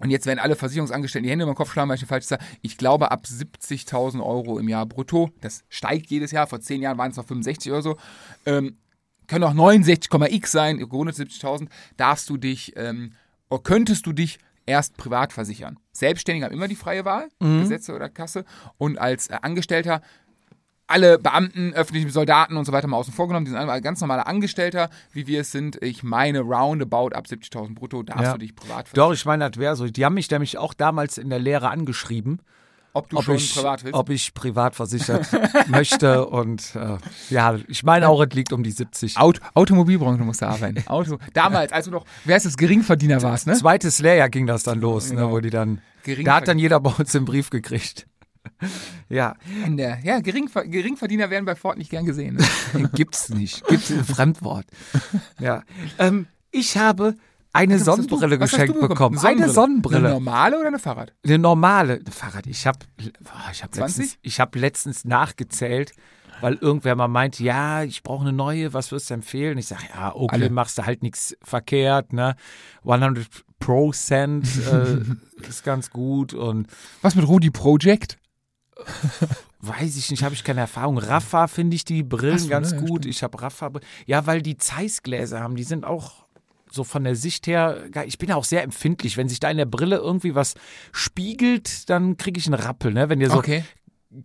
Speaker 2: und jetzt werden alle Versicherungsangestellten die Hände über den Kopf schlagen, weil ich eine falsche Zahl. Ich glaube, ab 70.000 Euro im Jahr brutto, das steigt jedes Jahr, vor zehn Jahren waren es noch 65 oder so, ähm, können auch 69,x sein, gerundet 70.000, darfst du dich, ähm, oder könntest du dich erst privat versichern. Selbstständige haben immer die freie Wahl, Gesetze oder Kasse. Und als äh, Angestellter alle Beamten, öffentlichen Soldaten und so weiter mal außen vor genommen. Die sind alle ganz normale Angestellter, wie wir es sind. Ich meine, roundabout ab 70.000 brutto darfst
Speaker 1: Ja.
Speaker 2: du dich privat
Speaker 1: Doch, ich meine, das wäre so. Die haben mich nämlich auch damals in der Lehre angeschrieben
Speaker 2: Ob du
Speaker 1: ob
Speaker 2: schon
Speaker 1: ich,
Speaker 2: privat willst?
Speaker 1: ob ich privat versichert
Speaker 2: *laughs*
Speaker 1: möchte. Und äh, ja, ich meine auch, es liegt um die 70.
Speaker 2: Aut Automobilbranche musst du arbeiten. Auto. Damals, als du noch, wer ist das, Geringverdiener
Speaker 1: *laughs*
Speaker 2: warst, ne?
Speaker 1: Zweites Lehrjahr ging das dann los,
Speaker 2: Genau.
Speaker 1: ne, wo die dann.
Speaker 2: Gering
Speaker 1: Da hat dann jeder bei uns einen Brief gekriegt. *laughs* ja,
Speaker 2: In der, ja, Geringver Geringverdiener werden bei Ford nicht gern gesehen. Ne?
Speaker 1: gibt's nicht. Gibt's ein Fremdwort. Ja. Ähm, ich habe eine
Speaker 2: Was hast du-
Speaker 1: Sonnenbrille
Speaker 2: was hast du
Speaker 1: geschenkt bekommen.
Speaker 2: Sonnenbrille.
Speaker 1: Eine Sonnenbrille.
Speaker 2: Eine normale oder eine Fahrrad?
Speaker 1: eine normale Fahrrad. Ich habe ich hab
Speaker 2: 20?
Speaker 1: letztens, ich hab letztens nachgezählt, weil irgendwer mal meint, ja, ich brauche eine neue, was würdest du empfehlen? Ich sage, ja, okay,
Speaker 2: Alle.
Speaker 1: machst du halt nichts verkehrt, ne?
Speaker 2: *laughs*
Speaker 1: 100% äh, ist ganz gut und
Speaker 2: Was mit Rudi Project?
Speaker 1: weiß ich nicht, habe ich keine Erfahrung. Rafa finde ich die Brillen
Speaker 2: Ach so,
Speaker 1: ganz
Speaker 2: ne, ja,
Speaker 1: gut. Ich habe Rafa. Ja, weil die Zeiss-Gläser haben, die sind auch so von der Sicht her, geil. ich bin ja auch sehr empfindlich. Wenn sich da in der Brille irgendwie was spiegelt, dann kriege ich einen Rappel. Ne? Wenn dir so,
Speaker 2: Okay.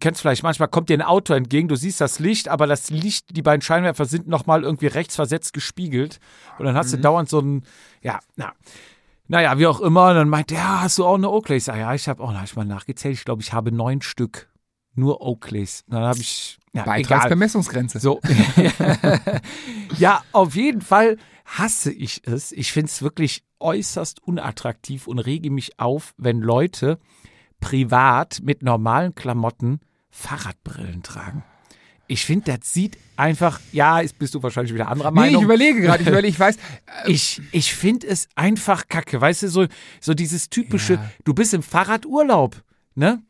Speaker 1: kennst vielleicht manchmal, kommt dir ein Auto entgegen, du siehst das Licht, aber das Licht, die beiden Scheinwerfer sind nochmal irgendwie rechts versetzt gespiegelt. Und dann hast du dauernd so einen, ja, na. Naja, wie auch immer, und dann meint er, ja, hast du auch eine Oakley? Ich sage, ja, ich habe auch, oh, habe ich mal nachgezählt, ich glaube, ich habe neun Stück. Nur Oakleys. Und Dann habe ich, ja, egal.
Speaker 2: Beitragsbemessungsgrenze. *laughs*
Speaker 1: So. ja, auf jeden Fall hasse ich es. Ich finde es wirklich äußerst unattraktiv und rege mich auf, wenn Leute privat mit normalen Klamotten Fahrradbrillen tragen. Ich finde, das sieht einfach, ja, ist, bist du wahrscheinlich wieder anderer
Speaker 2: Nee, ich
Speaker 1: Meinung.
Speaker 2: überlege gerade, ich überlege, ich
Speaker 1: *laughs*
Speaker 2: weiß,
Speaker 1: Ich, ich finde es einfach kacke. Weißt du, so, so dieses typische, du bist im Fahrradurlaub, ne?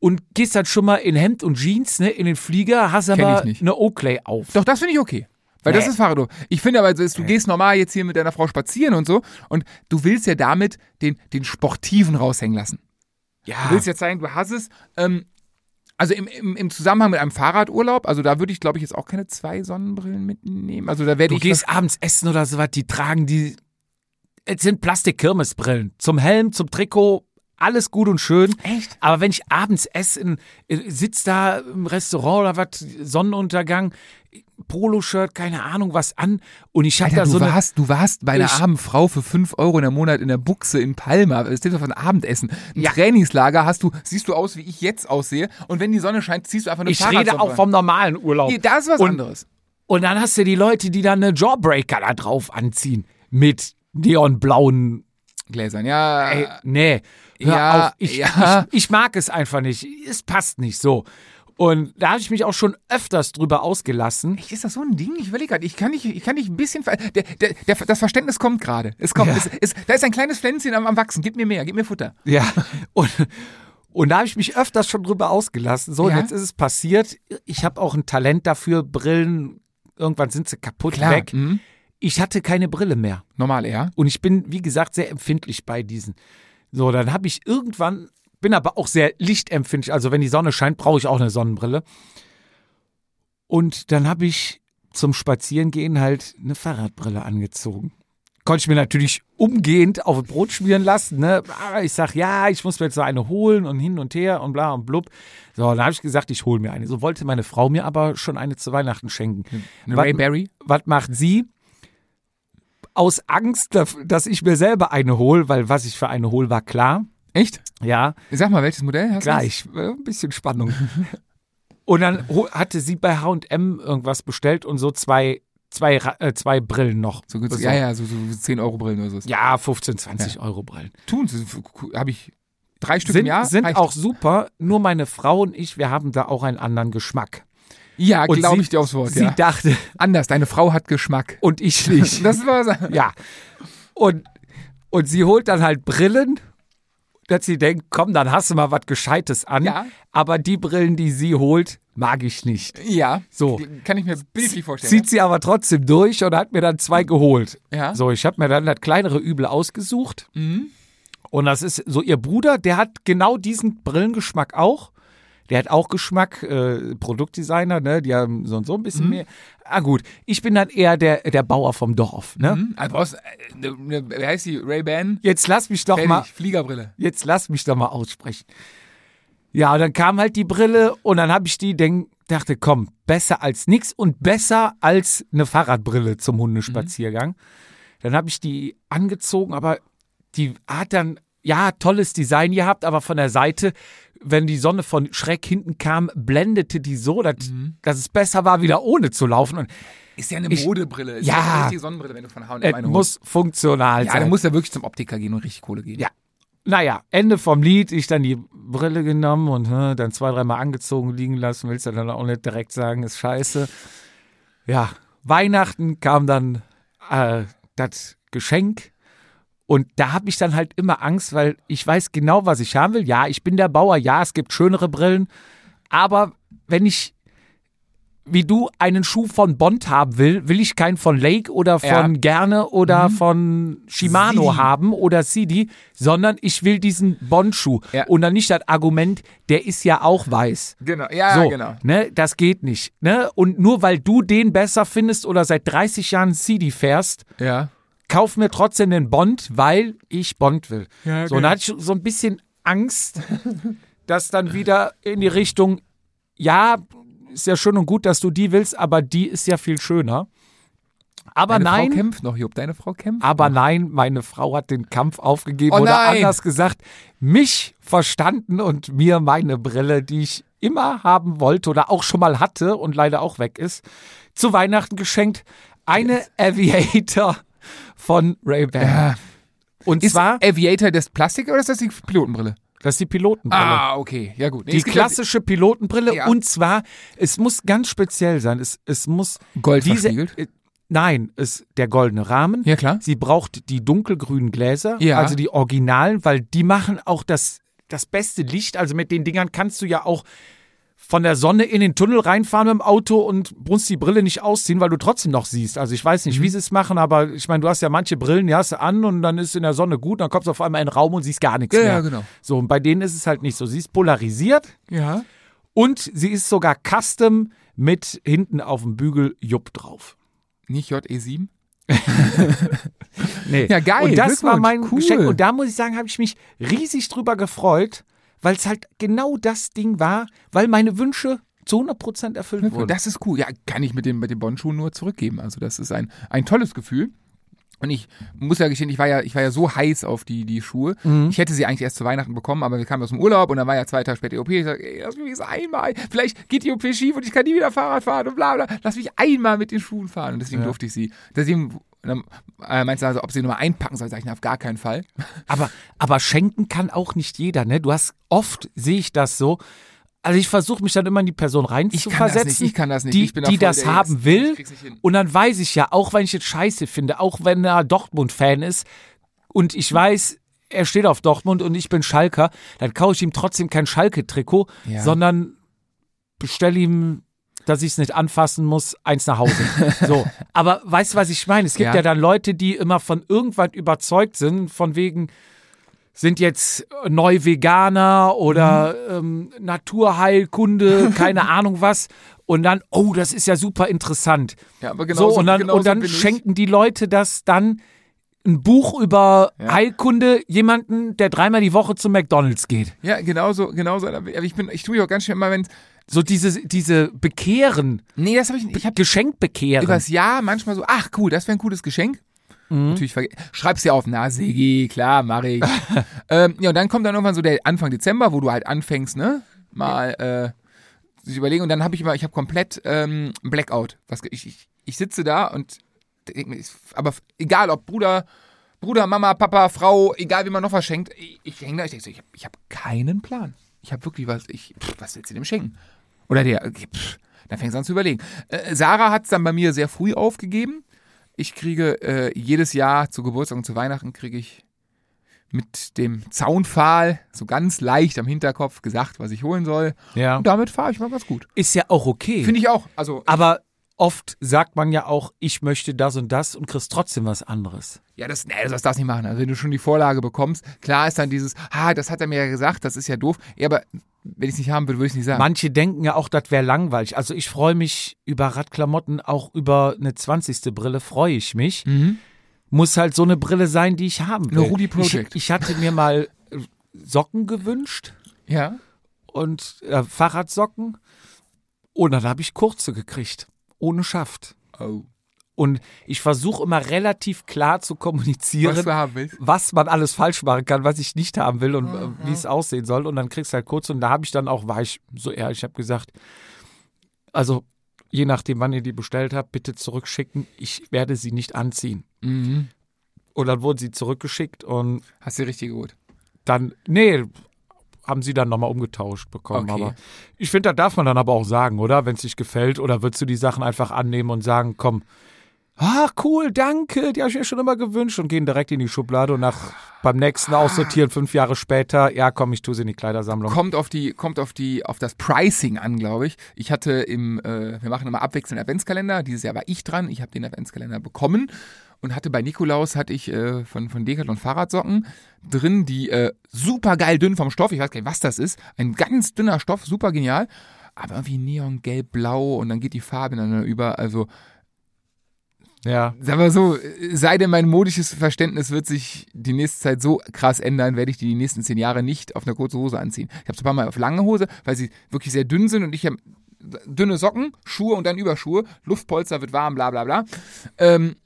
Speaker 1: Und gehst dann schon mal in Hemd und Jeans, ne, in den Flieger, hast
Speaker 2: ich
Speaker 1: aber
Speaker 2: nicht.
Speaker 1: eine Oakley auf.
Speaker 2: Doch, das finde ich okay. Weil das
Speaker 1: Nee.
Speaker 2: ist Fahrradurlaub. Ich finde aber, das- du gehst normal jetzt hier mit deiner Frau spazieren und so und du willst ja damit den, den Sportiven raushängen lassen.
Speaker 1: Ja.
Speaker 2: Du willst ja zeigen, du hast es. Ähm, also im, im, im Zusammenhang mit einem Fahrradurlaub, also da würde ich, glaube ich, jetzt auch keine zwei Sonnenbrillen mitnehmen. Also da werde
Speaker 1: du
Speaker 2: ich.
Speaker 1: gehst abends essen oder sowas, die tragen die. Es sind Plastikkirmesbrillen. Zum Helm, zum Trikot, alles gut und schön.
Speaker 2: Echt?
Speaker 1: Aber wenn ich abends esse, in, äh, sitz da im Restaurant oder was, Sonnenuntergang, Poloshirt, keine Ahnung, was an. Und ich habe
Speaker 2: Alter,
Speaker 1: da
Speaker 2: du,
Speaker 1: so eine.
Speaker 2: warst, du warst bei einer
Speaker 1: Ich-
Speaker 2: armen Frau für 5 Euro in der Monat in der Buchse in Palma. Das ist doch von Abendessen. Ein
Speaker 1: Ja.
Speaker 2: Trainingslager hast du, siehst du aus, wie ich jetzt aussehe. Und wenn die Sonne scheint, ziehst du einfach eine
Speaker 1: Ich rede auch
Speaker 2: Fahrradsonnenbrille.
Speaker 1: vom normalen Urlaub.
Speaker 2: Nee, Das ist was
Speaker 1: Und-
Speaker 2: anderes.
Speaker 1: Und dann hast du die Leute, die dann eine Jawbreaker da drauf anziehen. Mit neonblauen
Speaker 2: Gläsern, ja.
Speaker 1: Ey, nee, hör
Speaker 2: Ah. ja,
Speaker 1: auf. Ich,
Speaker 2: ja.
Speaker 1: ich, ich mag es einfach nicht. Es passt nicht so. Und da habe ich mich auch schon öfters drüber ausgelassen.
Speaker 2: Echt, ist das so ein Ding? Ich überlege gerade, ich kann nicht, ich kann nicht ein bisschen. ver- Der, der, der, das Verständnis kommt gerade. Es kommt. Es, es, da ist ein kleines Pflänzchen am, am Wachsen. Gib mir mehr, gib mir Futter.
Speaker 1: Ja. *laughs* Und, und da habe ich mich öfters schon drüber ausgelassen. So, und
Speaker 2: Ja.
Speaker 1: jetzt ist es passiert. Ich habe auch ein Talent dafür. Brillen, irgendwann sind sie kaputt weg.
Speaker 2: Mhm.
Speaker 1: Ich hatte keine Brille mehr.
Speaker 2: Normal, ja.
Speaker 1: Und ich bin, wie gesagt, sehr empfindlich bei diesen. So, dann habe ich irgendwann, bin aber auch sehr lichtempfindlich. Also wenn die Sonne scheint, brauche ich auch eine Sonnenbrille. Und dann habe ich zum Spazierengehen halt eine Fahrradbrille angezogen. Konnte ich mir natürlich umgehend auf ein Brot schmieren lassen. Ne? Aber ich sag, ja, ich muss mir jetzt so eine holen und hin und her und bla und blub. So, dann habe ich gesagt, ich hole mir eine. So wollte meine Frau mir aber schon eine zu Weihnachten schenken.
Speaker 2: Eine
Speaker 1: Was-
Speaker 2: Ray Berry.
Speaker 1: was macht sie? Aus Angst, daf- dass ich mir selber eine hole, weil was ich für eine hole, war klar.
Speaker 2: Echt?
Speaker 1: Ja,
Speaker 2: Sag mal, welches Modell hast du?
Speaker 1: gleich. Äh, Ein bisschen
Speaker 2: *laughs*
Speaker 1: Spannung. und dann ho- hatte sie bei H&M irgendwas bestellt und so zwei, zwei, Ra- äh, zwei Brillen noch.
Speaker 2: So, günstig. ja,
Speaker 1: besorgt.
Speaker 2: ja, so, so 10 Euro Brillen oder so.
Speaker 1: ja, 15, 20 Euro Brillen.
Speaker 2: Tun, habe ich drei Stück im
Speaker 1: Sind,
Speaker 2: Jahr.
Speaker 1: sind
Speaker 2: Reicht.
Speaker 1: auch super, nur meine Frau und ich, wir haben da auch einen anderen Geschmack.
Speaker 2: Ja,
Speaker 1: Und
Speaker 2: glaube
Speaker 1: sie-
Speaker 2: ich dir aufs Wort.
Speaker 1: Sie
Speaker 2: Ja.
Speaker 1: dachte
Speaker 2: Anders, deine Frau hat Geschmack.
Speaker 1: und ich
Speaker 2: *laughs*
Speaker 1: nicht.
Speaker 2: Das war.
Speaker 1: Ja. Und, und sie holt dann halt Brillen, dass sie denkt, komm, dann hast du mal was Gescheites an.
Speaker 2: Ja.
Speaker 1: Aber die Brillen, die sie holt, mag ich nicht.
Speaker 2: Ja.
Speaker 1: So.
Speaker 2: Kann ich mir bildlich vorstellen.
Speaker 1: Zieht sie aber trotzdem durch und hat mir dann zwei geholt.
Speaker 2: Ja. Mhm.
Speaker 1: So, ich habe mir dann das kleinere Übel ausgesucht. Und das ist so ihr Bruder, der hat genau diesen Brillengeschmack auch. Der hat auch Geschmack, äh, Produktdesigner, ne? Die haben so und so ein bisschen
Speaker 2: Mhm.
Speaker 1: mehr. Ah gut, ich bin dann eher der, der Bauer vom Dorf, ne?
Speaker 2: Hm? Also brauchst, äh, ne, ne, wie heißt die? Ray-Ban?
Speaker 1: Jetzt lass mich doch mal
Speaker 2: Fertig, Fliegerbrille.
Speaker 1: jetzt lass mich doch mal aussprechen. Ja, und dann kam halt die Brille und dann habe ich die denk, dachte, komm, besser als nix und besser als eine Fahrradbrille
Speaker 2: Mhm.
Speaker 1: zum Hundespaziergang. Dann habe ich die angezogen, aber die hat dann ja, tolles Design gehabt, aber von der Seite, wenn die Sonne von schräg hinten kam, blendete die so, dass,
Speaker 2: Mhm.
Speaker 1: dass es besser war, wieder ohne zu laufen. Und
Speaker 2: Ist ja eine
Speaker 1: Ich-
Speaker 2: Modebrille. Ist
Speaker 1: Ja.
Speaker 2: eine richtige Sonnenbrille, wenn du von H&M
Speaker 1: es
Speaker 2: eine holst.
Speaker 1: muss funktional
Speaker 2: Ja,
Speaker 1: sein.
Speaker 2: dann muss er wirklich zum Optiker gehen und richtig Kohle geben.
Speaker 1: Ja. Naja, Ende vom Lied, ich dann die Brille genommen und hm, dann zwei, dreimal angezogen liegen lassen, willst du dann auch nicht direkt sagen, ist scheiße. Ja, Weihnachten kam dann äh, das Geschenk und da habe ich dann halt immer Angst, weil ich weiß genau, was ich haben will. Ja, ich bin der Bauer, ja, es gibt schönere Brillen, aber wenn ich wie du einen Schuh von Bond haben will, will ich keinen von Lake oder von
Speaker 2: Ja.
Speaker 1: Gerne oder von Shimano
Speaker 2: Sie.
Speaker 1: haben oder CD, sondern ich will diesen Bond-Schuh.
Speaker 2: Ja.
Speaker 1: Und dann nicht das Argument, der ist ja auch weiß.
Speaker 2: Genau, ja,
Speaker 1: so,
Speaker 2: genau.
Speaker 1: ne, das geht nicht. Ne? Und nur weil du den besser findest oder seit 30 Jahren CD fährst,
Speaker 2: Ja.
Speaker 1: kauf mir trotzdem den Bond, weil ich Bond will.
Speaker 2: Ja,
Speaker 1: So, und da hatte ich so ein bisschen Angst, dass dann wieder in die Richtung, ja, ist ja schön und gut, dass du die willst, aber die ist ja viel schöner. Aber
Speaker 2: Deine
Speaker 1: nein,
Speaker 2: Frau kämpft noch, Job. Deine Frau kämpft.
Speaker 1: aber nein, meine Frau hat den Kampf aufgegeben
Speaker 2: Oh
Speaker 1: oder
Speaker 2: nein.
Speaker 1: anders gesagt, mich verstanden und mir meine Brille, die ich immer haben wollte oder auch schon mal hatte und leider auch weg ist, zu Weihnachten geschenkt. Eine Aviator von Ray-Ban. Und
Speaker 2: Ist
Speaker 1: zwar,
Speaker 2: Aviator das Plastik oder ist das die Pilotenbrille?
Speaker 1: das ist die Pilotenbrille.
Speaker 2: Ah, okay. Ja, gut. Nee,
Speaker 1: Die
Speaker 2: es gibt ja
Speaker 1: klassische Pilotenbrille
Speaker 2: Ja.
Speaker 1: und zwar, es muss ganz speziell sein. Es, es muss
Speaker 2: Gold
Speaker 1: diese,
Speaker 2: verspiegelt?
Speaker 1: äh, nein, ist der goldene Rahmen.
Speaker 2: Ja, klar.
Speaker 1: Sie braucht die dunkelgrünen Gläser,
Speaker 2: Ja.
Speaker 1: also die Originalen, weil die machen auch das, das beste Licht. Also mit den Dingern kannst du ja auch von der Sonne in den Tunnel reinfahren mit dem Auto und brunst die Brille nicht ausziehen, weil du trotzdem noch siehst. Also ich weiß
Speaker 2: Mhm.
Speaker 1: nicht, wie sie es machen, aber ich meine, du hast ja manche Brillen, die hast du an und dann ist in der Sonne gut, dann kommst du auf einmal in den Raum und siehst gar nichts
Speaker 2: Ja,
Speaker 1: mehr.
Speaker 2: ja, genau.
Speaker 1: So, und bei denen ist es halt nicht so. Sie ist polarisiert
Speaker 2: Ja.
Speaker 1: und sie ist sogar custom mit hinten auf dem Bügel Jupp drauf.
Speaker 2: Nicht E JE7?
Speaker 1: Nee.
Speaker 2: Ja, geil,
Speaker 1: Und das war
Speaker 2: Glückwunsch,
Speaker 1: mein
Speaker 2: cool.
Speaker 1: Geschenk. Und da muss ich sagen, habe ich mich riesig drüber gefreut, weil es halt genau das Ding war, weil meine Wünsche zu 100% erfüllt wurden.
Speaker 2: Das ist cool. Ja, kann ich mit dem, mit dem Bondschuh nur zurückgeben. Also, das ist ein, ein tolles Gefühl. Und ich muss ja gestehen, ich war ja, ich war ja so heiß auf die, die Schuhe.
Speaker 1: Mhm.
Speaker 2: Ich hätte sie eigentlich erst zu Weihnachten bekommen, aber wir kamen aus dem Urlaub und dann war ja zwei Tage später die OP. Ich sag, ey, lass mich jetzt einmal, vielleicht geht die OP schief und ich kann nie wieder Fahrrad fahren und bla bla. Lass mich einmal mit den Schuhen fahren. Und deswegen durfte ich sie. Deswegen dann, äh, meinst du also, ob sie nochmal einpacken soll? Sag ich, na, auf gar keinen Fall. *laughs*
Speaker 1: Aber, aber schenken kann auch nicht jeder, ne? Du hast oft, sehe ich das so, also ich versuche mich dann immer in die Person
Speaker 2: kann das
Speaker 1: reinzuversetzen,
Speaker 2: nicht, ich kann das nicht,
Speaker 1: die,
Speaker 2: ich bin da
Speaker 1: die
Speaker 2: voll
Speaker 1: das
Speaker 2: der
Speaker 1: haben
Speaker 2: Ex-
Speaker 1: will.
Speaker 2: ich krieg's nicht hin.
Speaker 1: Und dann weiß ich ja, auch wenn ich jetzt scheiße finde, auch wenn er Dortmund-Fan ist und ich weiß, er steht auf Dortmund und ich bin Schalker, dann kaufe ich ihm trotzdem kein Schalke-Trikot,
Speaker 2: Ja.
Speaker 1: sondern bestelle ihm, dass ich es nicht anfassen muss, eins nach Hause.
Speaker 2: *laughs*
Speaker 1: so. Aber weißt du, was ich meine? Es gibt
Speaker 2: Ja.
Speaker 1: ja. dann Leute, die immer von irgendwas überzeugt sind, von wegen, sind jetzt äh, neu Veganer oder
Speaker 2: Mhm.
Speaker 1: ähm, Naturheilkunde, *laughs* keine Ahnung was. Und dann, oh, das ist ja super interessant.
Speaker 2: Ja, aber genauso-
Speaker 1: so, und dann,
Speaker 2: genauso
Speaker 1: und dann
Speaker 2: bin ich.
Speaker 1: schenken die Leute das dann ein Buch über
Speaker 2: Ja.
Speaker 1: Heilkunde jemanden, der dreimal die Woche zu McDonalds geht.
Speaker 2: Ja, genauso, genauso. Aber ich bin, ich tue mich auch ganz schnell immer, wenn
Speaker 1: So diese, diese Bekehren,
Speaker 2: Nee, das habe ich nicht. Ich habe
Speaker 1: Geschenk bekehren.
Speaker 2: übers Jahr manchmal so, ach cool, das wäre ein cooles Geschenk. Natürlich verge schreib's dir auf, na Sigi, klar, mach ich. ähm, ja, und dann kommt dann irgendwann so der Anfang Dezember, wo du halt anfängst, ne? Mal äh, sich überlegen. Und dann habe ich immer, ich habe komplett ähm, Blackout. Was, ich, ich, ich sitze da und denk mir, ist- aber f- egal ob Bruder, Bruder, Mama, Papa, Frau, egal wie man noch was schenkt, ich, ich hänge da, ich denke so, ich habe ich hab keinen Plan. Ich habe wirklich was, ich, pff, was willst du dem schenken? Oder der, okay, pff, dann fängst du an zu überlegen. Äh, Sarah hat es dann bei mir sehr früh aufgegeben. Ich kriege äh, jedes Jahr zu Geburtstag und zu Weihnachten kriege ich mit dem Zaunpfahl so ganz leicht am Hinterkopf gesagt, was ich holen soll.
Speaker 1: ja.
Speaker 2: Und damit fahre ich mal ganz gut.
Speaker 1: Ist ja auch okay.
Speaker 2: Finde ich auch. Also,
Speaker 1: Aber oft sagt man ja auch, ich möchte das und das und kriegst trotzdem was anderes.
Speaker 2: ja, das, nee, du sollst das nicht machen. Also, wenn du schon die Vorlage bekommst, klar ist dann dieses, ah, das hat er mir ja gesagt, das ist ja doof. Ja, aber wenn ich es nicht haben würde, würde ich es nicht sagen.
Speaker 1: Manche denken ja auch, das wäre langweilig. Also ich freue mich über Radklamotten, auch über eine 20. Brille freue ich mich. Muss halt so eine Brille sein, die ich haben will.
Speaker 2: Mhm. Eine Rudi Project.
Speaker 1: Ich, ich hatte mir mal äh, Socken gewünscht
Speaker 2: ja.
Speaker 1: und äh, Fahrradsocken und dann habe ich kurze gekriegt, ohne Schaft.
Speaker 2: Oh.
Speaker 1: und ich versuche immer relativ klar zu kommunizieren,
Speaker 2: Was du haben willst.
Speaker 1: was man alles falsch machen kann, was ich nicht haben will und äh, wie es aussehen soll. Und dann kriegst du halt kurz und da habe ich dann auch, war ich so ehrlich, ich habe gesagt, also je nachdem, wann ihr die bestellt habt, bitte zurückschicken. Ich werde sie nicht anziehen.
Speaker 2: Mhm.
Speaker 1: Und dann wurden sie zurückgeschickt und
Speaker 2: Hast du richtig gut.
Speaker 1: dann, nee, haben sie dann nochmal umgetauscht bekommen.
Speaker 2: Okay.
Speaker 1: Aber ich finde, da darf man dann aber auch sagen, oder? Wenn es dich gefällt, oder würdest du die Sachen einfach annehmen und sagen, komm, ah, cool, danke, die habe ich mir schon immer gewünscht und gehen direkt in die Schublade und nach beim nächsten Aussortieren fünf Jahre später, ja komm, ich tue sie in die Kleidersammlung.
Speaker 2: Kommt auf die, kommt auf die, auf das Pricing an, glaube ich. Ich hatte im, äh, wir machen immer abwechselnd Adventskalender. Dieses Jahr war ich dran. Ich habe den Adventskalender bekommen und hatte bei Nikolaus hatte ich äh, von von Decathlon Fahrradsocken drin, die äh, super geil dünn vom Stoff. Ich weiß gar nicht, was das ist. Ein ganz dünner Stoff, super genial. Aber irgendwie Neon, Gelb, Blau und dann geht die Farbe ineinander über. Also
Speaker 1: Ja.
Speaker 2: Sag mal so, sei denn mein modisches Verständnis wird sich die nächste Zeit so krass ändern, werde ich die, die nächsten zehn Jahre nicht auf eine kurze Hose anziehen. Ich habe es ein paar Mal auf lange Hose, weil sie wirklich sehr dünn sind und ich habe dünne Socken, Schuhe und dann Überschuhe, Luftpolster wird warm, bla bla bla. Ähm,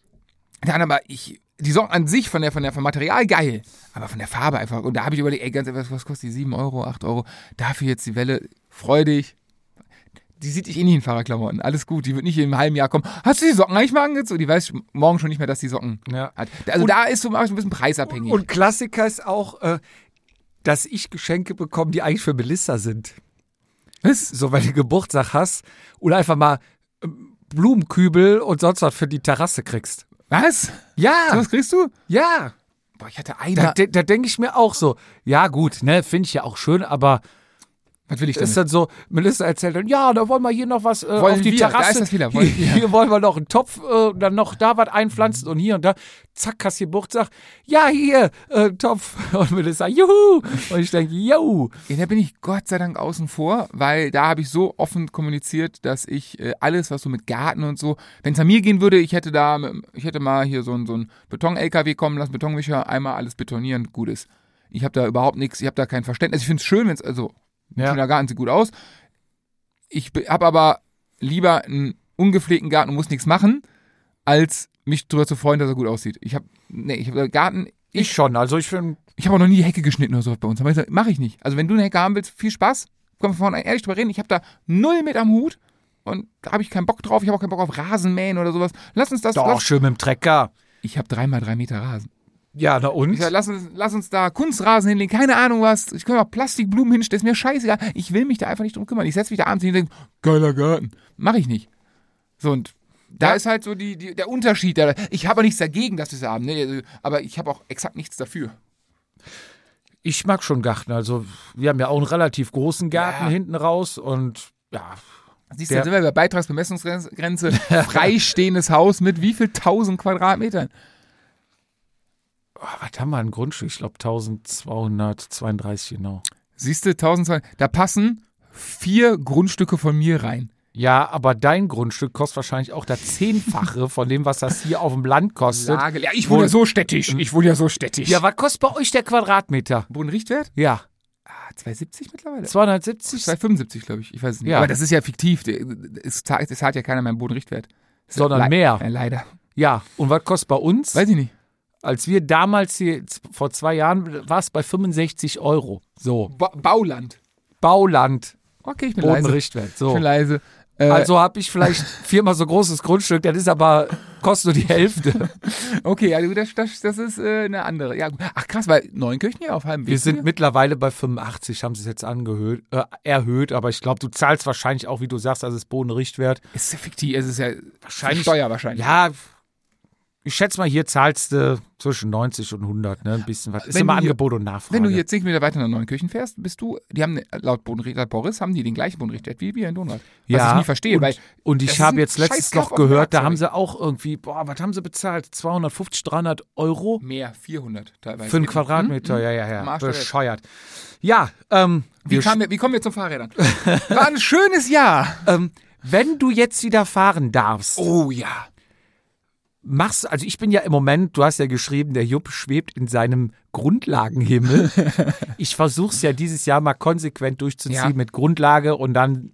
Speaker 2: dann aber ich, die Socken an sich von der, von der, vom Material geil, aber von der Farbe einfach. Und da habe ich überlegt, ey, ganz einfach, was kostet die? 7 Euro, 8 Euro? Dafür jetzt die Welle, freu dich. Die sieht dich eh nicht in Fahrerklamotten. Alles gut, die wird nicht in einem halben Jahr kommen. Hast du die Socken eigentlich mal angezogen? Die weiß morgen schon nicht mehr, dass die Socken
Speaker 1: ja.
Speaker 2: hat. Also da ist so ein bisschen preisabhängig.
Speaker 1: Und Klassiker ist auch, äh, dass ich Geschenke bekomme, die eigentlich für Melissa sind.
Speaker 2: was?
Speaker 1: So, weil du Geburtstag hast oder einfach mal ähm, Blumenkübel und sonst was für die Terrasse kriegst.
Speaker 2: Was? So
Speaker 1: Ja,
Speaker 2: was kriegst du?
Speaker 1: ja.
Speaker 2: Boah, ich hatte eine.
Speaker 1: Da, de- da denke ich mir auch so, ja gut, ne, finde ich ja auch schön, aber
Speaker 2: was will ich
Speaker 1: ist
Speaker 2: damit?
Speaker 1: dann so, Melissa erzählt dann, ja, da wollen wir hier noch was äh,
Speaker 2: Wollen
Speaker 1: auf die
Speaker 2: wir, da
Speaker 1: Terrasse.
Speaker 2: ist das wieder,
Speaker 1: hier,
Speaker 2: wollen wir.
Speaker 1: hier wollen wir noch einen Topf, äh, dann noch da was einpflanzen und hier und da. Zack, hast hier Geburtstag. Ja, hier, äh, Topf. *laughs* Und Melissa, juhu. Und ich denke, yo.
Speaker 2: Ja, da bin ich Gott sei Dank außen vor, weil da habe ich so offen kommuniziert, dass ich äh, alles, was so mit Garten und so, wenn es an mir gehen würde, ich hätte da, ähm, ich hätte mal hier so einen so einen Beton-LKW kommen lassen, Betonmischer, einmal alles betonieren, gut ist. Ich habe da überhaupt nichts, ich habe da kein Verständnis. Ich finde es schön, wenn es, also,
Speaker 1: Ja.
Speaker 2: schöner Garten sieht gut aus. Ich habe aber lieber einen ungepflegten Garten und muss nichts machen, als mich drüber zu freuen, dass er gut aussieht. Ich habe, nee, ich habe Garten,
Speaker 1: Ich schon, also ich finde,
Speaker 2: ich habe auch noch nie die Hecke geschnitten oder sowas bei uns. Aber ich gesagt, mache ich nicht. Also wenn du eine Hecke haben willst, viel Spaß. Können wir vorhin ehrlich drüber reden. Ich habe da null mit am Hut und da habe ich keinen Bock drauf. Ich habe auch keinen Bock auf Rasenmähen oder sowas. Lass uns das.
Speaker 1: doch,
Speaker 2: Lass,
Speaker 1: schön mit dem Trecker.
Speaker 2: ich habe dreimal drei Meter Rasen.
Speaker 1: Ja, na und?
Speaker 2: Ich sag, lass, uns, lass uns da Kunstrasen hinlegen. Keine Ahnung was. Ich kann auch Plastikblumen hinstellen. Ist mir scheißegal. Ich will mich da einfach nicht drum kümmern. Ich setze mich da abends hin und denke, geiler Garten. Mache ich nicht. So und da
Speaker 1: Ja.
Speaker 2: ist halt so die, die, der Unterschied. Da- Ich habe nichts dagegen, dass wir es haben. Ne? Aber ich habe auch exakt nichts dafür.
Speaker 1: Ich mag schon Garten, also wir haben ja auch einen relativ großen Garten
Speaker 2: Ja.
Speaker 1: hinten raus und ja,
Speaker 2: Siehst
Speaker 1: Der-
Speaker 2: du, da sind wir bei
Speaker 1: *laughs*
Speaker 2: Beitragsbemessungsgrenze, freistehendes Haus mit wie viel tausend Quadratmetern?
Speaker 1: oh, was haben wir ein Grundstück? Ich glaube 1232 genau.
Speaker 2: Siehst du, 1200, da passen vier Grundstücke von mir rein.
Speaker 1: Ja, aber dein Grundstück kostet wahrscheinlich auch das Zehnfache von dem, was das hier auf dem Land kostet.
Speaker 2: Lage, ja, ich wohne ja so städtisch, ich wohne ja so städtisch.
Speaker 1: Hm. Ja, was kostet bei euch der Quadratmeter?
Speaker 2: Bodenrichtwert?
Speaker 1: Ja,
Speaker 2: Ah, 270 mittlerweile?
Speaker 1: 270,
Speaker 2: 275, glaube ich, ich weiß es nicht.
Speaker 1: Ja.
Speaker 2: Aber das ist ja fiktiv, es zahlt, es zahlt ja keiner meinen Bodenrichtwert. Das ist
Speaker 1: sondern
Speaker 2: le-
Speaker 1: mehr.
Speaker 2: Ja, leider.
Speaker 1: Ja, und was kostet bei uns?
Speaker 2: Weiß ich nicht.
Speaker 1: Als wir damals hier, z- vor zwei Jahren, war es bei 65 Euro. So,
Speaker 2: Ba Bauland.
Speaker 1: Bauland,
Speaker 2: Okay, ich bin leise. Ich
Speaker 1: Bodenrichtwert. So.
Speaker 2: bin leise. Äh,
Speaker 1: Also habe ich vielleicht viermal so großes Grundstück, das ist aber, kostet nur die Hälfte.
Speaker 2: okay, ja, du, das, das, das ist äh, eine andere. Ja, gut. Ach krass, weil Neunkirchen ja auf halbem Weg.
Speaker 1: Wir sind
Speaker 2: hier.
Speaker 1: mittlerweile bei 85, haben sie es jetzt angehöht, äh, erhöht, aber ich glaube, du zahlst wahrscheinlich auch, wie du sagst, also ist Bodenrichtwert.
Speaker 2: Ist ja fiktiv, es ist ja
Speaker 1: Wahrscheinlich-
Speaker 2: Steuer wahrscheinlich.
Speaker 1: Ja, ich schätze mal, hier zahlst du zwischen 90 und 100, ne? Ein bisschen was. Ist
Speaker 2: Wenn
Speaker 1: immer
Speaker 2: du hier-
Speaker 1: Angebot und Nachfrage.
Speaker 2: Wenn du jetzt 10 Meter weiter nach Neunkirchen fährst, bist du, die haben laut Bodenrichter Boris, haben die den gleichen Bodenrichtwert wie wir in Donau. Was
Speaker 1: Ja,
Speaker 2: ich nie verstehe,
Speaker 1: und,
Speaker 2: weil
Speaker 1: Und
Speaker 2: das
Speaker 1: ich
Speaker 2: ist
Speaker 1: habe
Speaker 2: ein
Speaker 1: jetzt letztens
Speaker 2: Scheißkampf
Speaker 1: noch
Speaker 2: auf dem
Speaker 1: gehört, da
Speaker 2: Markt,
Speaker 1: haben sie auch irgendwie, boah, was haben sie bezahlt? 250, 300 Euro
Speaker 2: mehr 400 teilweise.
Speaker 1: für einen
Speaker 2: Hm?
Speaker 1: Quadratmeter? Ja, ja, ja.
Speaker 2: Am Arsch der Welt.
Speaker 1: Bescheuert. Ja, ähm,
Speaker 2: Wie,
Speaker 1: wir
Speaker 2: kam, wie kommen wir
Speaker 1: *laughs*
Speaker 2: zu Fahrrädern? War ein schönes Jahr.
Speaker 1: ähm, wenn du jetzt wieder fahren darfst,
Speaker 2: Oh ja.
Speaker 1: machst, also ich bin ja im Moment, du hast ja geschrieben, der Jupp schwebt in seinem Grundlagenhimmel. ich versuche es ja dieses Jahr mal konsequent durchzuziehen
Speaker 2: Ja.
Speaker 1: mit Grundlage und dann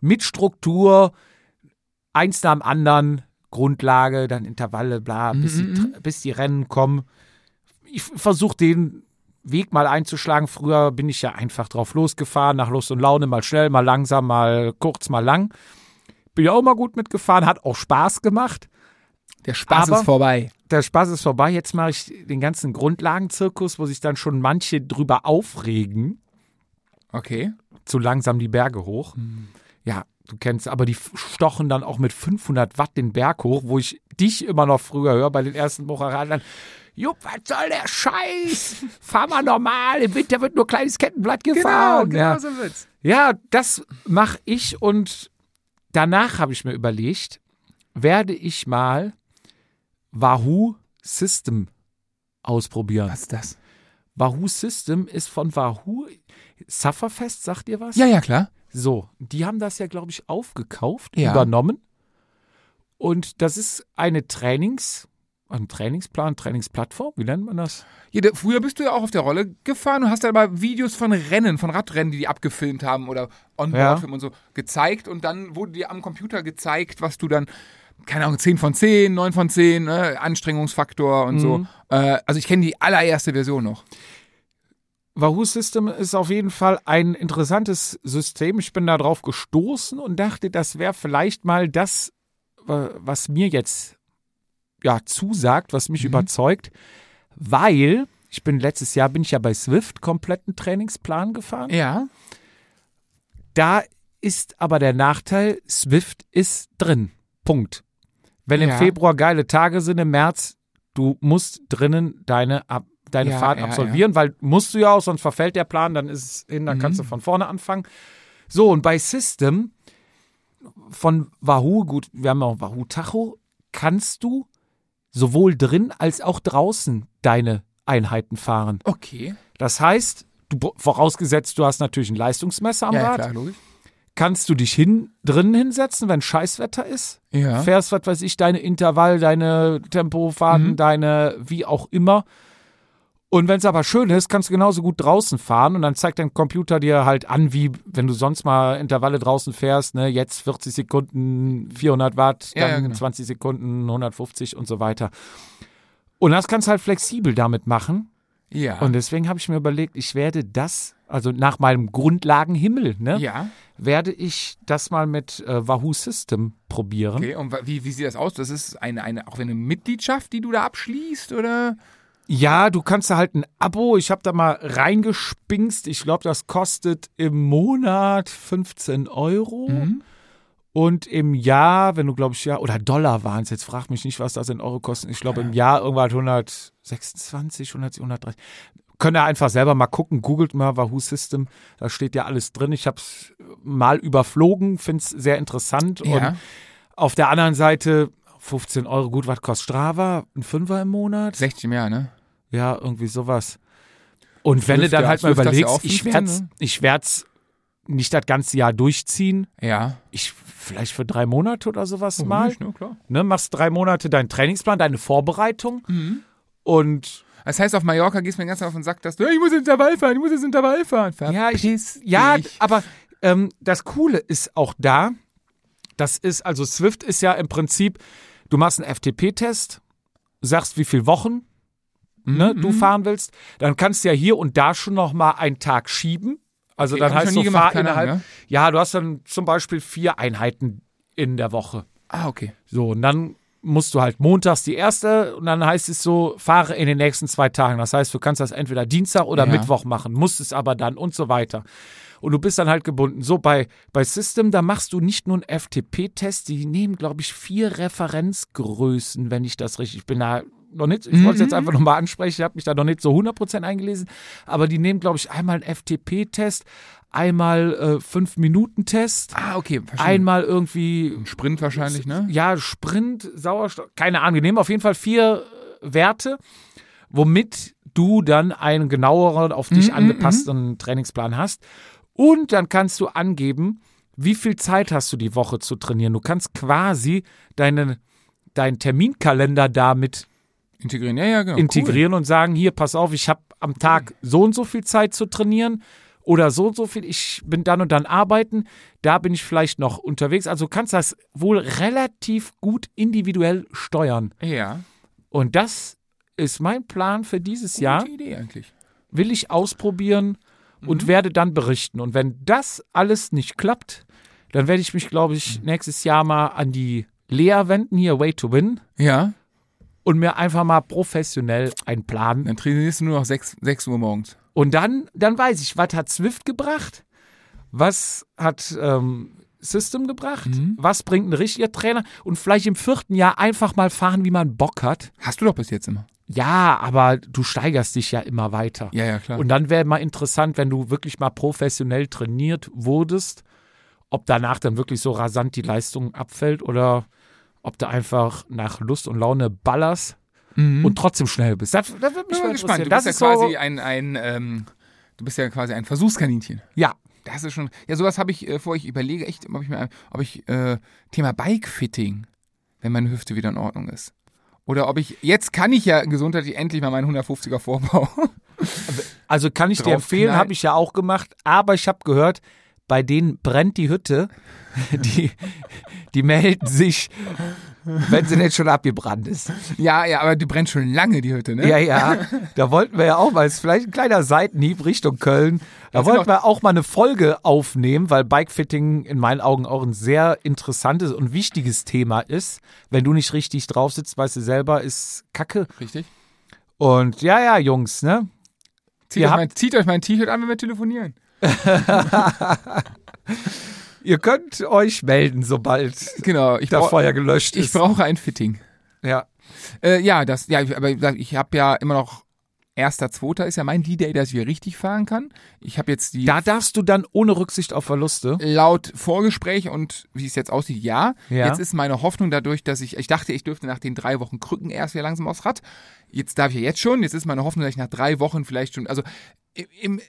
Speaker 1: mit Struktur, eins nach dem anderen, Grundlage, dann Intervalle, bla, bis, die, Tr- bis die Rennen kommen. Ich versuche den Weg mal einzuschlagen. Früher bin ich ja einfach drauf losgefahren, nach Lust und Laune, mal schnell, mal langsam, mal kurz, mal lang. Bin ja auch mal gut mitgefahren, hat auch Spaß gemacht.
Speaker 2: Der Spaß
Speaker 1: Aber-
Speaker 2: ist vorbei.
Speaker 1: Der Spaß ist vorbei. Jetzt mache ich den ganzen Grundlagenzirkus, wo sich dann schon manche drüber aufregen.
Speaker 2: Okay.
Speaker 1: zu langsam die Berge hoch. Ja, du kennst, aber die f- stochen dann auch mit 500 Watt den Berg hoch, wo ich dich immer noch früher höre bei den ersten Bucheradlern. Jupp, was soll der Scheiß? Fahr mal normal, im Winter wird nur kleines Kettenblatt
Speaker 2: Genau,
Speaker 1: gefahren. ja.
Speaker 2: so wird's.
Speaker 1: ja, das mache ich und danach habe ich mir überlegt, werde ich mal Wahoo System ausprobieren.
Speaker 2: Was ist das?
Speaker 1: Wahoo System ist von Wahoo. Sufferfest, sagt ihr was?
Speaker 2: Ja, ja, klar.
Speaker 1: So, die haben das ja, glaube ich, aufgekauft,
Speaker 2: Ja.
Speaker 1: übernommen. Und das ist eine Trainings, ein Trainingsplan, Trainingsplattform, wie nennt man das?
Speaker 2: Ja, da- früher bist du ja auch auf der Rolle gefahren und hast dann mal Videos von Rennen, von Radrennen, die die abgefilmt haben oder Onboard-Film und so gezeigt und dann wurde dir am Computer gezeigt, was du dann, keine Ahnung, 10 von 10, 9 von 10, ne, Anstrengungsfaktor und
Speaker 1: Mhm.
Speaker 2: so. Äh, also ich kenne die allererste Version noch.
Speaker 1: Wahoo System ist auf jeden Fall ein interessantes System. Ich bin da drauf gestoßen und dachte, das wäre vielleicht mal das, wa- was mir jetzt ja zusagt, was mich überzeugt, weil ich bin letztes Jahr bin ich ja bei Swift kompletten Trainingsplan gefahren.
Speaker 2: Ja.
Speaker 1: Da ist aber der Nachteil, Swift ist drin. Punkt. Wenn im
Speaker 2: Ja.
Speaker 1: Februar geile Tage sind, im März, du musst drinnen deine, ab, deine
Speaker 2: Ja,
Speaker 1: Fahrt
Speaker 2: ja, Mhm.
Speaker 1: absolvieren, weil musst du ja auch, sonst verfällt der Plan, dann ist es hin, dann kannst du von vorne anfangen. So, und bei System von Wahoo, gut, wir haben auch Wahoo Tacho, kannst du sowohl drin als auch draußen deine Einheiten fahren.
Speaker 2: Okay.
Speaker 1: Das heißt, du, br- vorausgesetzt, du hast natürlich ein Leistungsmesser am
Speaker 2: Ja, ja,
Speaker 1: Rad,
Speaker 2: klar, logisch.
Speaker 1: kannst du dich hin, drinnen hinsetzen, wenn Scheißwetter ist.
Speaker 2: Ja.
Speaker 1: Fährst, was weiß ich, deine Intervall, deine
Speaker 2: Mhm.
Speaker 1: Tempofahrten, deine wie auch immer. Und wenn es aber schön ist, kannst du genauso gut draußen fahren und dann zeigt dein Computer dir halt an, wie wenn du sonst mal Intervalle draußen fährst, ne, jetzt 40 Sekunden 400 Watt, dann
Speaker 2: Ja, ja, genau.
Speaker 1: 20 Sekunden 150 und so weiter. Und das kannst du halt flexibel damit machen.
Speaker 2: Ja.
Speaker 1: Und deswegen habe ich mir überlegt, ich werde das, also nach meinem Grundlagenhimmel, ne,
Speaker 2: ja.
Speaker 1: werde ich das mal mit äh, Wahoo System probieren.
Speaker 2: Okay, und wa- wie, wie sieht das aus? Das ist eine, eine, auch eine Mitgliedschaft, die du da abschließt, oder?
Speaker 1: Ja, du kannst da halt ein Abo, ich habe da mal reingespingst. Ich glaube, das kostet im Monat 15 Euro. Und im Jahr, wenn du, glaube ich, ja, oder Dollar waren es, jetzt frag mich nicht, was das in Euro kosten. Ich glaube, im Jahr halt irgendwas 126, 100, 130. Könnt ihr einfach selber mal gucken, googelt mal Wahoo System, da steht ja alles drin. Ich habe es mal überflogen, finde es sehr interessant. Und auf der anderen Seite 15 Euro, gut, was kostet Strava? Ein Fünfer im Monat?
Speaker 2: 60 im Jahr, ne?
Speaker 1: Ja, irgendwie sowas. Und wenn du
Speaker 2: Swift,
Speaker 1: dann
Speaker 2: ja.
Speaker 1: halt mal
Speaker 2: Swift hast du ja
Speaker 1: überlegst,
Speaker 2: auch
Speaker 1: ich
Speaker 2: 15,
Speaker 1: werd's,
Speaker 2: ne?
Speaker 1: ich werd's nicht das ganze Jahr durchziehen.
Speaker 2: Ja.
Speaker 1: Ich vielleicht für drei Monate oder sowas
Speaker 2: Warum
Speaker 1: mal.
Speaker 2: nicht, ne? Klar.
Speaker 1: Ne, machst drei Monate deinen Trainingsplan, deine Vorbereitung.
Speaker 2: Mhm.
Speaker 1: Und
Speaker 2: Das heißt, auf Mallorca gehst du mir ganz auf den Sack, dass du, ich muss ins Intervall fahren, ich muss ins Intervall fahren.
Speaker 1: Ja, ich-
Speaker 2: Verpiss
Speaker 1: ja,
Speaker 2: dich.
Speaker 1: aber ähm, das Coole ist auch da. Das ist, also Swift ist ja im Prinzip, du machst einen FTP-Test, sagst, wie viele Wochen ne,
Speaker 2: Mhm.
Speaker 1: du fahren willst. Dann kannst du ja hier und da schon noch mal einen Tag schieben. Also
Speaker 2: Okay,
Speaker 1: dann
Speaker 2: hab ich
Speaker 1: heißt
Speaker 2: noch nie
Speaker 1: so,
Speaker 2: gemacht,
Speaker 1: fahr
Speaker 2: keine
Speaker 1: innerhalb.
Speaker 2: Ahnung,
Speaker 1: Ja, du hast dann zum Beispiel vier Einheiten in der Woche.
Speaker 2: Ah, okay.
Speaker 1: So, und dann musst du halt montags die erste und dann heißt es so, fahre in den nächsten zwei Tagen. Das heißt, du kannst das entweder Dienstag oder
Speaker 2: Ja.
Speaker 1: Mittwoch machen, musst es aber dann und so weiter. Und du bist dann halt gebunden. So, bei, bei System, da machst du nicht nur einen FTP-Test, die nehmen, glaube ich, vier Referenzgrößen, wenn ich das richtig, ich bin da noch nicht, ich wollte es jetzt einfach nochmal ansprechen, ich habe mich da noch nicht so 100% eingelesen, aber die nehmen, glaube ich, einmal einen FTP-Test, einmal äh, fünf minuten test
Speaker 2: Ah, okay, verstehe.
Speaker 1: einmal irgendwie
Speaker 2: Ein Sprint wahrscheinlich, ne?
Speaker 1: ja, Sprint, Sauerstoff, keine Ahnung. Wir nehmen auf jeden Fall vier äh, Werte, womit du dann einen genaueren, auf dich angepassten Trainingsplan hast. Und dann kannst du angeben, wie viel Zeit hast du die Woche zu trainieren. Du kannst quasi deinen, deinen Terminkalender damit
Speaker 2: Integrieren, ja, ja, genau.
Speaker 1: integrieren und sagen, hier, pass auf, ich habe am Tag so und so viel Zeit zu trainieren oder so und so viel, ich bin dann und dann arbeiten, da bin ich vielleicht noch unterwegs. Also du kannst das wohl relativ gut individuell steuern.
Speaker 2: Ja.
Speaker 1: Und das ist mein Plan für dieses
Speaker 2: Gute
Speaker 1: Jahr.
Speaker 2: Idee Mhm. eigentlich.
Speaker 1: Will ich ausprobieren und werde dann berichten. Und wenn das alles nicht klappt, dann werde ich mich, glaube
Speaker 2: Mhm.
Speaker 1: ich, nächstes Jahr mal an die Lea wenden, hier Way to Win,
Speaker 2: Ja.
Speaker 1: und mir einfach mal professionell einen Plan
Speaker 2: Dann trainierst du nur noch 6, 6 Uhr morgens.
Speaker 1: Und dann, dann weiß ich, was hat Swift gebracht? Was hat ähm, System gebracht?
Speaker 2: Mhm.
Speaker 1: Was bringt ein richtiger Trainer? Und vielleicht im vierten Jahr einfach mal fahren, wie man Bock hat.
Speaker 2: Hast du doch bis jetzt immer.
Speaker 1: Ja, aber du steigerst dich ja immer weiter.
Speaker 2: Ja, ja, klar.
Speaker 1: Und dann wäre mal interessant, wenn du wirklich mal professionell trainiert wurdest, ob danach dann wirklich so rasant die Leistung abfällt oder ob du einfach nach Lust und Laune ballerst und trotzdem schnell bist. Das, das würde mich
Speaker 2: Mhm. ich
Speaker 1: mal
Speaker 2: bin
Speaker 1: interessieren.
Speaker 2: gespannt. Du
Speaker 1: das
Speaker 2: bist ja
Speaker 1: ist so,
Speaker 2: quasi ein, ein ähm, du bist ja quasi ein Versuchskaninchen.
Speaker 1: ja,
Speaker 2: Das ist schon. Ja, sowas habe ich, äh, vor ich überlege echt, ob ich mir, ein- ob ich äh, Thema Bikefitting, wenn meine Hüfte wieder in Ordnung ist. Oder ob ich, jetzt kann ich ja gesundheitlich endlich mal meinen 150er Vorbau. *laughs*
Speaker 1: Also kann ich dir
Speaker 2: drauf
Speaker 1: empfehlen,
Speaker 2: knallen.
Speaker 1: habe ich ja auch gemacht, aber ich habe gehört, bei denen brennt die Hütte. *laughs* Die, die melden sich, wenn sie nicht schon abgebrannt ist.
Speaker 2: ja, ja, aber die brennt schon lange, die Hütte, ne?
Speaker 1: Ja, ja, da wollten wir ja auch mal, ist vielleicht ein kleiner Seitenhieb Richtung Köln. Da wollten
Speaker 2: genau.
Speaker 1: wir auch mal eine Folge aufnehmen, weil Bikefitting in meinen Augen auch ein sehr interessantes und wichtiges Thema ist. Wenn du nicht richtig drauf sitzt, weißt du selber, ist Kacke.
Speaker 2: Richtig.
Speaker 1: Und ja, ja, Jungs, ne?
Speaker 2: Zieht
Speaker 1: Ihr
Speaker 2: euch,
Speaker 1: habt-
Speaker 2: mein, zieht euch mein T-Shirt an, wenn wir telefonieren.
Speaker 1: Ihr könnt euch melden, sobald
Speaker 2: Genau, ich,
Speaker 1: das
Speaker 2: brauch-
Speaker 1: Feuer gelöscht
Speaker 2: ich
Speaker 1: ist.
Speaker 2: brauche ein Fitting.
Speaker 1: ja.
Speaker 2: Äh, ja, das, ja, ich- aber wie gesagt, ich habe ja immer noch. Erster, zweiter ist ja mein D-Day, dass ich hier richtig fahren kann. Ich habe jetzt die
Speaker 1: Da darfst du dann ohne Rücksicht auf Verluste.
Speaker 2: Äh, laut Vorgespräch und wie es jetzt aussieht, ja.
Speaker 1: Ja.
Speaker 2: Jetzt ist meine Hoffnung dadurch, dass ich, ich dachte, ich dürfte nach den drei Wochen Krücken erst wieder langsam aufs Rad. Jetzt darf ich ja jetzt schon. Jetzt ist meine Hoffnung, dass ich nach drei Wochen vielleicht schon, also im- im,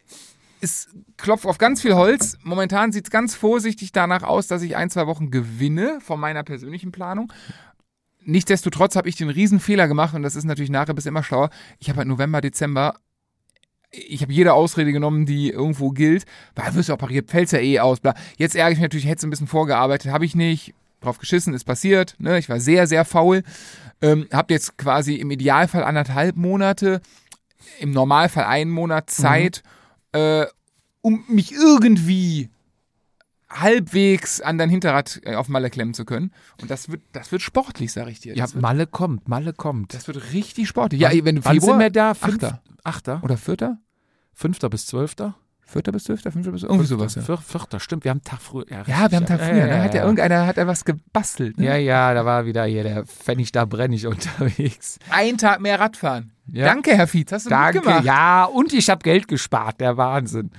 Speaker 2: es klopft auf ganz viel Holz. Momentan sieht es ganz vorsichtig danach aus, dass ich ein, zwei Wochen gewinne von meiner persönlichen Planung. Nichtsdestotrotz habe ich den riesen Fehler gemacht und das ist natürlich nachher bis immer schlauer. Ich habe halt November, Dezember ich habe jede Ausrede genommen, die irgendwo gilt, weil wirst du operiert, fällst ja eh aus, bla. Jetzt ärgere ich mich natürlich, hättest du ein bisschen vorgearbeitet, habe ich nicht, drauf geschissen, ist passiert, ne? ich war sehr, sehr faul, ähm, habe jetzt quasi im Idealfall anderthalb Monate, im Normalfall einen Monat Zeit, äh, um mich irgendwie halbwegs an dein Hinterrad äh, auf Malle klemmen zu können. Und das wird, das wird sportlich, sag ich dir.
Speaker 1: Ja,
Speaker 2: Das, wird,
Speaker 1: Malle kommt, Malle kommt.
Speaker 2: das wird richtig sportlich. Ja, wenn du
Speaker 1: Wann sind wir
Speaker 2: Februar
Speaker 1: da? Fünf-
Speaker 2: Achter.
Speaker 1: Achter?
Speaker 2: oder Vierter?
Speaker 1: Fünfter bis Zwölfter?
Speaker 2: Vierter bis Zwölfter, Fünfter bis irgendwie sowas. Ja.
Speaker 1: Vier, Vierter, stimmt. Wir haben einen Tag früher.
Speaker 2: Ja, wir haben einen Tag
Speaker 1: ja,
Speaker 2: früher.
Speaker 1: ja,
Speaker 2: ne?
Speaker 1: ja,
Speaker 2: hat ja,
Speaker 1: ja.
Speaker 2: irgendeiner hat er was gebastelt. Ne?
Speaker 1: Ja, ja, da war wieder hier der Pfennig, da brenne ich *laughs* unterwegs.
Speaker 2: Ein Tag mehr Radfahren.
Speaker 1: Ja.
Speaker 2: Danke, Herr Fietz, hast du gut
Speaker 1: Danke.
Speaker 2: gemacht.
Speaker 1: Ja, und ich habe Geld gespart, der Wahnsinn.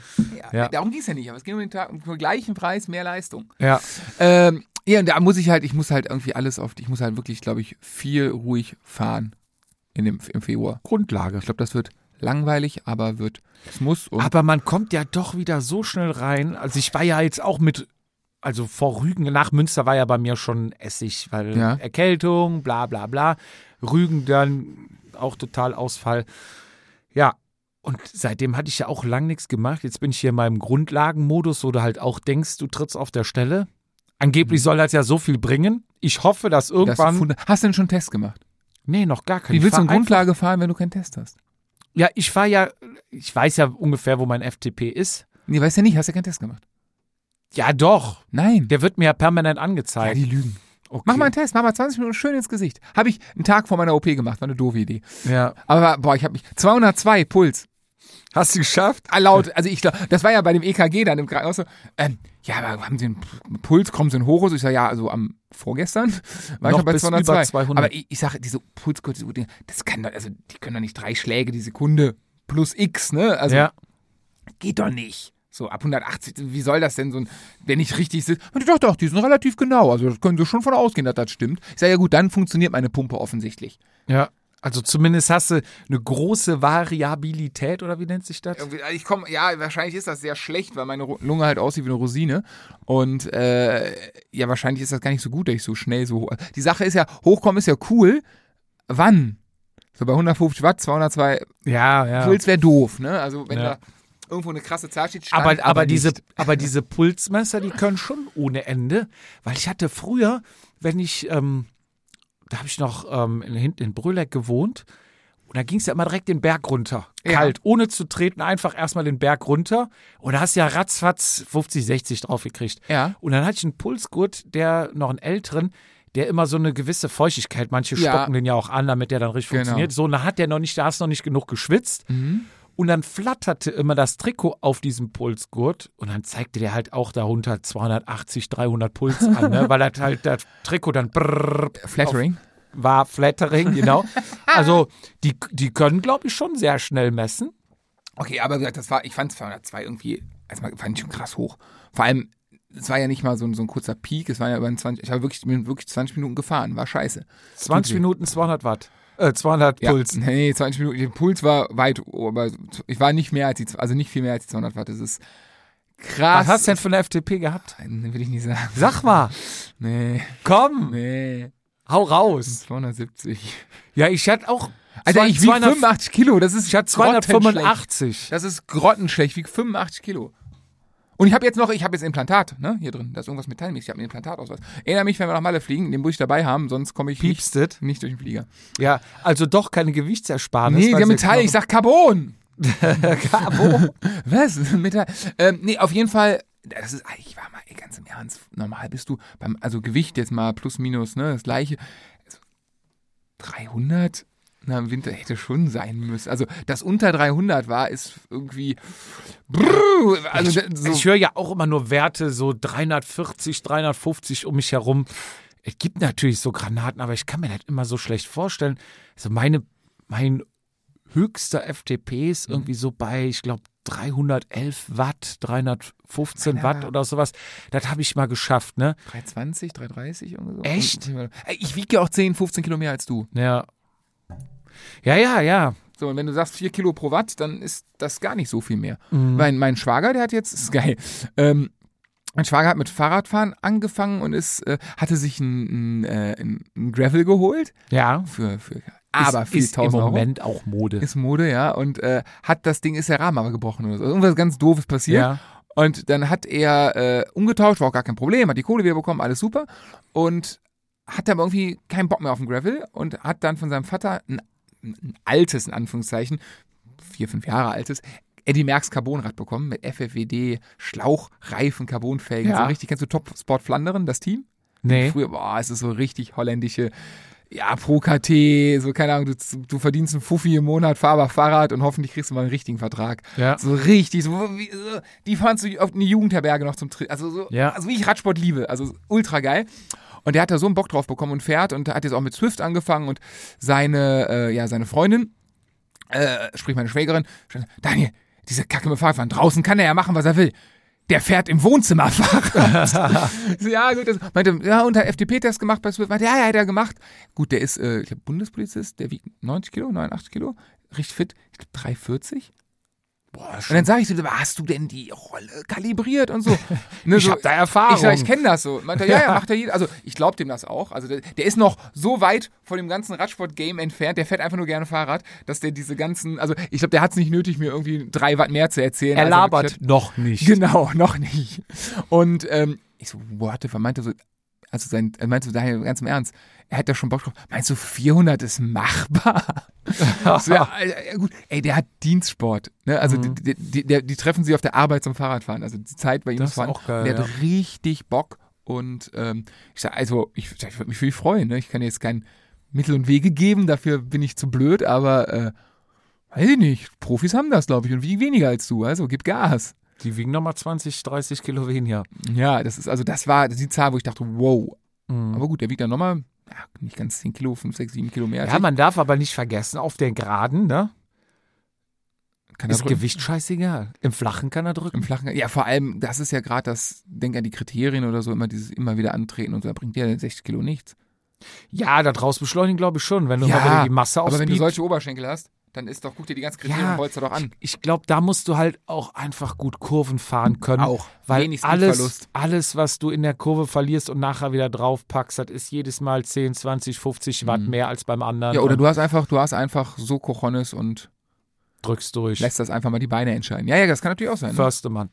Speaker 1: ja.
Speaker 2: Darum ging es ja nicht, aber es ging um den Tag, um den gleichen Preis, mehr Leistung.
Speaker 1: Ja,
Speaker 2: Ähm, ja, und da muss ich halt, ich muss halt irgendwie alles auf, ich muss halt wirklich, glaube ich, viel ruhig fahren in dem, im Februar.
Speaker 1: Grundlage.
Speaker 2: Ich glaube, das wird langweilig, aber wird, es muss und
Speaker 1: Aber man kommt ja doch wieder so schnell rein. Also ich war ja jetzt auch mit, also vor Rügen, nach Münster war ja bei mir schon Essig, weil
Speaker 2: Ja.
Speaker 1: Erkältung, bla bla bla. Rügen dann auch total Ausfall. Ja, und seitdem hatte ich ja auch lang nichts gemacht. Jetzt bin ich hier in meinem Grundlagenmodus, wo du halt auch denkst, du trittst auf der Stelle. Angeblich soll das ja so viel bringen. Ich hoffe, dass
Speaker 2: Mhm. das ist
Speaker 1: irgendwann.
Speaker 2: funda- Hast du denn schon einen Test gemacht?
Speaker 1: nee, noch gar kein.
Speaker 2: Wie
Speaker 1: Ich
Speaker 2: willst du
Speaker 1: fahr
Speaker 2: eine
Speaker 1: einfach-
Speaker 2: Grundlage fahren, wenn du keinen Test hast?
Speaker 1: Ja, ich fahre ja, ich weiß ja ungefähr, wo mein FTP ist.
Speaker 2: Nee, weißt ja nicht, hast ja keinen Test gemacht.
Speaker 1: Ja, doch.
Speaker 2: Nein.
Speaker 1: Der wird mir ja permanent
Speaker 2: ja,
Speaker 1: angezeigt.
Speaker 2: die lügen.
Speaker 1: okay.
Speaker 2: Mach mal einen Test, mach mal 20 Minuten schön ins Gesicht. Habe ich einen Tag vor meiner OP gemacht, war eine doofe Idee.
Speaker 1: Ja.
Speaker 2: Aber boah, ich habe mich 202 Puls.
Speaker 1: Hast du geschafft?
Speaker 2: Ah, Laut, also ich glaube, das war ja bei dem EKG dann im Krankenhaus so, ähm, ja, aber haben Sie einen P- Puls, kommen Sie in Hochhaus? Ich sage, ja, also am vorgestern war
Speaker 1: Noch
Speaker 2: ich noch bei
Speaker 1: bis über
Speaker 2: 202.
Speaker 1: 200.
Speaker 2: Aber ich, ich sage, diese Pulskurse, diese Uhr-Dinger, das kann doch, also die können doch nicht drei Schläge die Sekunde plus X, ne? Also
Speaker 1: ja.
Speaker 2: geht doch nicht. So ab 180, wie soll das denn so ein, wenn ich richtig sitze? Und ich dachte, doch, die sind relativ genau. Also das können Sie schon von ausgehen, dass das stimmt. Ich sage, ja gut, dann funktioniert meine Pumpe offensichtlich.
Speaker 1: Ja. Also zumindest hast du eine große Variabilität, oder wie nennt sich das?
Speaker 2: Irgendwie, also Ich komme, ja, wahrscheinlich ist das sehr schlecht, weil meine Ru- Lunge halt aussieht wie eine Rosine. Und äh, ja, wahrscheinlich ist das gar nicht so gut, dass ich so schnell so hoch. Die Sache ist ja, hochkommen ist ja cool. Wann? So bei 150 Watt, 202
Speaker 1: Ja, ja.
Speaker 2: Puls wäre doof, ne? Also wenn
Speaker 1: Ja.
Speaker 2: da irgendwo eine krasse Zahl steht. stand
Speaker 1: Aber, aber, diese,
Speaker 2: *laughs* nicht.
Speaker 1: aber diese Pulsmesser, die können schon ohne Ende, weil ich hatte früher, wenn ich, ähm, da habe ich noch ähm, in, hinten in Brüleck gewohnt, und da ging es ja immer direkt den Berg runter.
Speaker 2: Ja.
Speaker 1: Kalt, ohne zu treten, einfach erstmal den Berg runter. Und da hast du ja ratzfatz 50, 60 draufgekriegt.
Speaker 2: Ja.
Speaker 1: Und dann hatte ich einen Pulsgurt, der noch einen älteren, der immer so eine gewisse Feuchtigkeit, manche
Speaker 2: Ja.
Speaker 1: stocken den ja auch an, damit der dann richtig
Speaker 2: Genau. Mhm.
Speaker 1: funktioniert. So, und da hat der noch nicht, da hast du noch nicht genug geschwitzt. Und dann flatterte immer das Trikot auf diesem Pulsgurt und dann zeigte der halt auch darunter 280, 300 Puls an, ne? weil das halt das Trikot dann brrrr
Speaker 2: Äh, Flattering.
Speaker 1: war Flattering, genau. Also die, die können, glaube ich, schon sehr schnell messen.
Speaker 2: Okay, aber wie gesagt, das war, ich fand 202 irgendwie, erstmal fand ich schon krass hoch. Vor allem, es war ja nicht mal so ein, so ein kurzer Peak, es war ja über ein 20, ich habe wirklich, bin wirklich 20 Minuten gefahren, war scheiße.
Speaker 1: 20 Minuten 200 Watt, äh, 200
Speaker 2: Ja,
Speaker 1: Puls.
Speaker 2: Nee, 20 Minuten, der Puls war weit, oh, aber ich war nicht mehr als die, also nicht viel mehr als die 200 Watt, das ist krass.
Speaker 1: Was hast du denn für eine FDP gehabt?
Speaker 2: Nein, Will ich nicht sagen.
Speaker 1: Sag mal,
Speaker 2: Nee,
Speaker 1: komm,
Speaker 2: nee,
Speaker 1: hau raus.
Speaker 2: 270.
Speaker 1: Ja, ich hatte auch
Speaker 2: Alter,
Speaker 1: zwei-
Speaker 2: Also ich wiege
Speaker 1: 200
Speaker 2: 85 Kilo, das ist
Speaker 1: ich hatte 285.
Speaker 2: Das ist grottenschlecht, wiegt 85 Kilo. Und ich habe jetzt noch, ich habe jetzt Implantat, ne, hier drin. Da ist irgendwas metallmäßig, ich habe einen Implantatausweis. Erinnere mich, wenn wir nach Malle fliegen, den muss ich dabei haben, sonst komme ich nicht,
Speaker 1: Piepstet.
Speaker 2: nicht durch den Flieger.
Speaker 1: Ja, also doch keine Gewichtsersparnis.
Speaker 2: Nee,
Speaker 1: weil
Speaker 2: der
Speaker 1: sie
Speaker 2: Metall,
Speaker 1: Knochen-
Speaker 2: ich sag Carbon. Carbon? Was? *laughs* Metall? Ähm, nee, auf jeden Fall, das ist, ah, ich war mal ey, ganz im Ernst, normal bist du beim, also Gewicht jetzt mal plus minus, ne, das gleiche. Also 300? Na, im Winter hätte schon sein müssen. Also, dass unter 300 war, ist irgendwie. Brrr, also, so,
Speaker 1: Ich höre ja auch immer nur Werte, so 340, 350 um mich herum. Es gibt natürlich so Granaten, aber ich kann mir das immer so schlecht vorstellen. Also meine, mein höchster FTP ist
Speaker 2: Mhm.
Speaker 1: irgendwie so bei, ich glaube, 311 Watt, 315 Watt
Speaker 2: war-
Speaker 1: oder sowas. Das habe ich mal geschafft, ne?
Speaker 2: 320, 330 irgendwie so.
Speaker 1: Echt?
Speaker 2: Ey, Ich wiege ja auch 10, 15 Kilo mehr als du.
Speaker 1: Ja. Ja, ja, ja.
Speaker 2: So, und wenn du sagst 4 Kilo pro Watt, dann ist das gar nicht so viel mehr.
Speaker 1: Mhm.
Speaker 2: Mein, mein Schwager, der hat jetzt, ist geil, ähm, mein Schwager hat mit Fahrradfahren angefangen und ist, äh, hatte sich ein, ein, äh, ein- ein Gravel geholt.
Speaker 1: Ja.
Speaker 2: Für, für aber
Speaker 1: ist,
Speaker 2: viel
Speaker 1: ist im
Speaker 2: tausend Euro.
Speaker 1: Moment auch Mode.
Speaker 2: Ist Mode, ja. Und äh, hat das Ding, ist der Rahmen aber gebrochen oder so. Irgendwas ganz Doofes passiert.
Speaker 1: Ja.
Speaker 2: Und dann hat er äh, umgetauscht, war auch gar kein Problem, hat die Kohle wieder bekommen, alles super. Und hat aber irgendwie keinen Bock mehr auf den Gravel und hat dann von seinem Vater ein, ein altes, in Anführungszeichen, vier, fünf Jahre altes, Eddie Merckx Carbonrad bekommen mit FFWD, Schlauch, Reifen, Carbonfelgen.
Speaker 1: Ja.
Speaker 2: So richtig, kennst du Top Sport Flanderen, das Team?
Speaker 1: Nee.
Speaker 2: Früher, boah, es ist so richtig holländische, ja, Pro-KT, so keine Ahnung, du, du verdienst einen Fuffi im Monat, fahr aber Fahrrad und hoffentlich kriegst du mal einen richtigen Vertrag.
Speaker 1: Ja.
Speaker 2: So richtig, so, wie, so die fahren zu auf eine Jugendherberge noch zum Tri also so,
Speaker 1: Ja.
Speaker 2: also wie ich Radsport liebe, also ultra geil. Und der hat da so einen Bock drauf bekommen und fährt und hat jetzt auch mit Swift angefangen und seine, äh, ja, seine Freundin, äh, sprich meine Schwägerin, Daniel, diese Kacke mit Fahrradfahren, draußen kann er ja machen, was er will. Der fährt im Wohnzimmer
Speaker 1: *laughs*
Speaker 2: Fahrrad. Ich so, ja, gut, das meinte, ja, und hat FDP-Test gemacht bei Swift. Meinte, ja, ja, hat er gemacht. Gut, der ist, äh, ich glaube, Bundespolizist, der wiegt 90 Kilo, 89 Kilo, richtig fit, ich glaube 340.
Speaker 1: Boah,
Speaker 2: Und dann sage ich so, aber hast du denn die Rolle kalibriert
Speaker 1: *laughs*
Speaker 2: und so? Ne,
Speaker 1: ich
Speaker 2: so,
Speaker 1: habe da Erfahrung.
Speaker 2: ich, also sag, ich kenne das so. Meinte, ja,
Speaker 1: *laughs*
Speaker 2: ja, macht er jeder. Also ich glaube dem das auch. Also der, der ist noch so weit von dem ganzen Radsport-Game entfernt, der fährt einfach nur gerne Fahrrad, dass der diese ganzen, also ich glaube, der hat es nicht nötig, mir irgendwie drei Watt mehr zu erzählen.
Speaker 1: er
Speaker 2: als wirklich
Speaker 1: labert noch nicht.
Speaker 2: *laughs* Genau, noch nicht. Und ähm, ich so, what the fuck, meinte so, also sein, er meinte so, Daniel, ganz im Ernst, er hat da schon Bock drauf. Meinst du, 400 ist machbar?
Speaker 1: *laughs*
Speaker 2: so, *laughs* ja, äh, gut, ey, der hat Dienstsport. Ne? Also
Speaker 1: Mhm.
Speaker 2: die, die, die, der- die treffen sich auf der Arbeit zum Fahrradfahren. Also die Zeit bei ihm
Speaker 1: Das
Speaker 2: ist
Speaker 1: ist auch geil,
Speaker 2: Der hat richtig Bock. Und ähm, ich sag, also ich, ich würde mich für ihn freuen. Ne? Ich kann jetzt kein Mittel und Wege geben, dafür bin ich zu blöd, aber äh, weiß ich nicht. Profis haben das, glaube ich, und wiegen weniger als du. Also gib Gas.
Speaker 1: Die wiegen nochmal 20, 30 Kilo weniger.
Speaker 2: Ja, das ist also das war die Zahl, wo ich dachte, wow.
Speaker 1: Mhm.
Speaker 2: Aber gut, der wiegt dann nochmal ja, nicht ganz 10 Kilo, 5, 6, 7 Kilo mehr. als
Speaker 1: Ja,
Speaker 2: Also ich.
Speaker 1: man darf aber nicht vergessen, auf den Geraden ne,
Speaker 2: kann er
Speaker 1: ist
Speaker 2: drücken.
Speaker 1: Gewicht scheißegal. Im Flachen kann er drücken.
Speaker 2: im flachen. Ja, vor allem, das ist ja gerade das, denk an die Kriterien oder so, immer dieses immer wieder antreten und so, da bringt dir 60 Kilo nichts.
Speaker 1: Ja, da draus beschleunigen glaube ich schon, wenn du
Speaker 2: Ja,
Speaker 1: mal wieder die Masse
Speaker 2: Aber wenn du
Speaker 1: aufspeed.
Speaker 2: solche Oberschenkel hast, dann ist doch, guck dir die ganzen Kriterien
Speaker 1: Ja.
Speaker 2: und holst da doch an.
Speaker 1: Ich glaube, da musst du halt auch einfach gut Kurven fahren können.
Speaker 2: Auch.
Speaker 1: Ähm, Weil
Speaker 2: Wenig
Speaker 1: alles,
Speaker 2: Speedverlust.
Speaker 1: alles, was du in der Kurve verlierst und nachher wieder draufpackst, das ist jedes Mal 10, 20, 50 Watt mehr als beim anderen.
Speaker 2: Mhm. Ja, oder
Speaker 1: Und-
Speaker 2: du hast einfach, du hast einfach so Kochonis und
Speaker 1: drückst durch.
Speaker 2: Lässt das einfach mal die Beine entscheiden. Ja, ja, das kann natürlich auch sein. Ne?
Speaker 1: Förste Mann.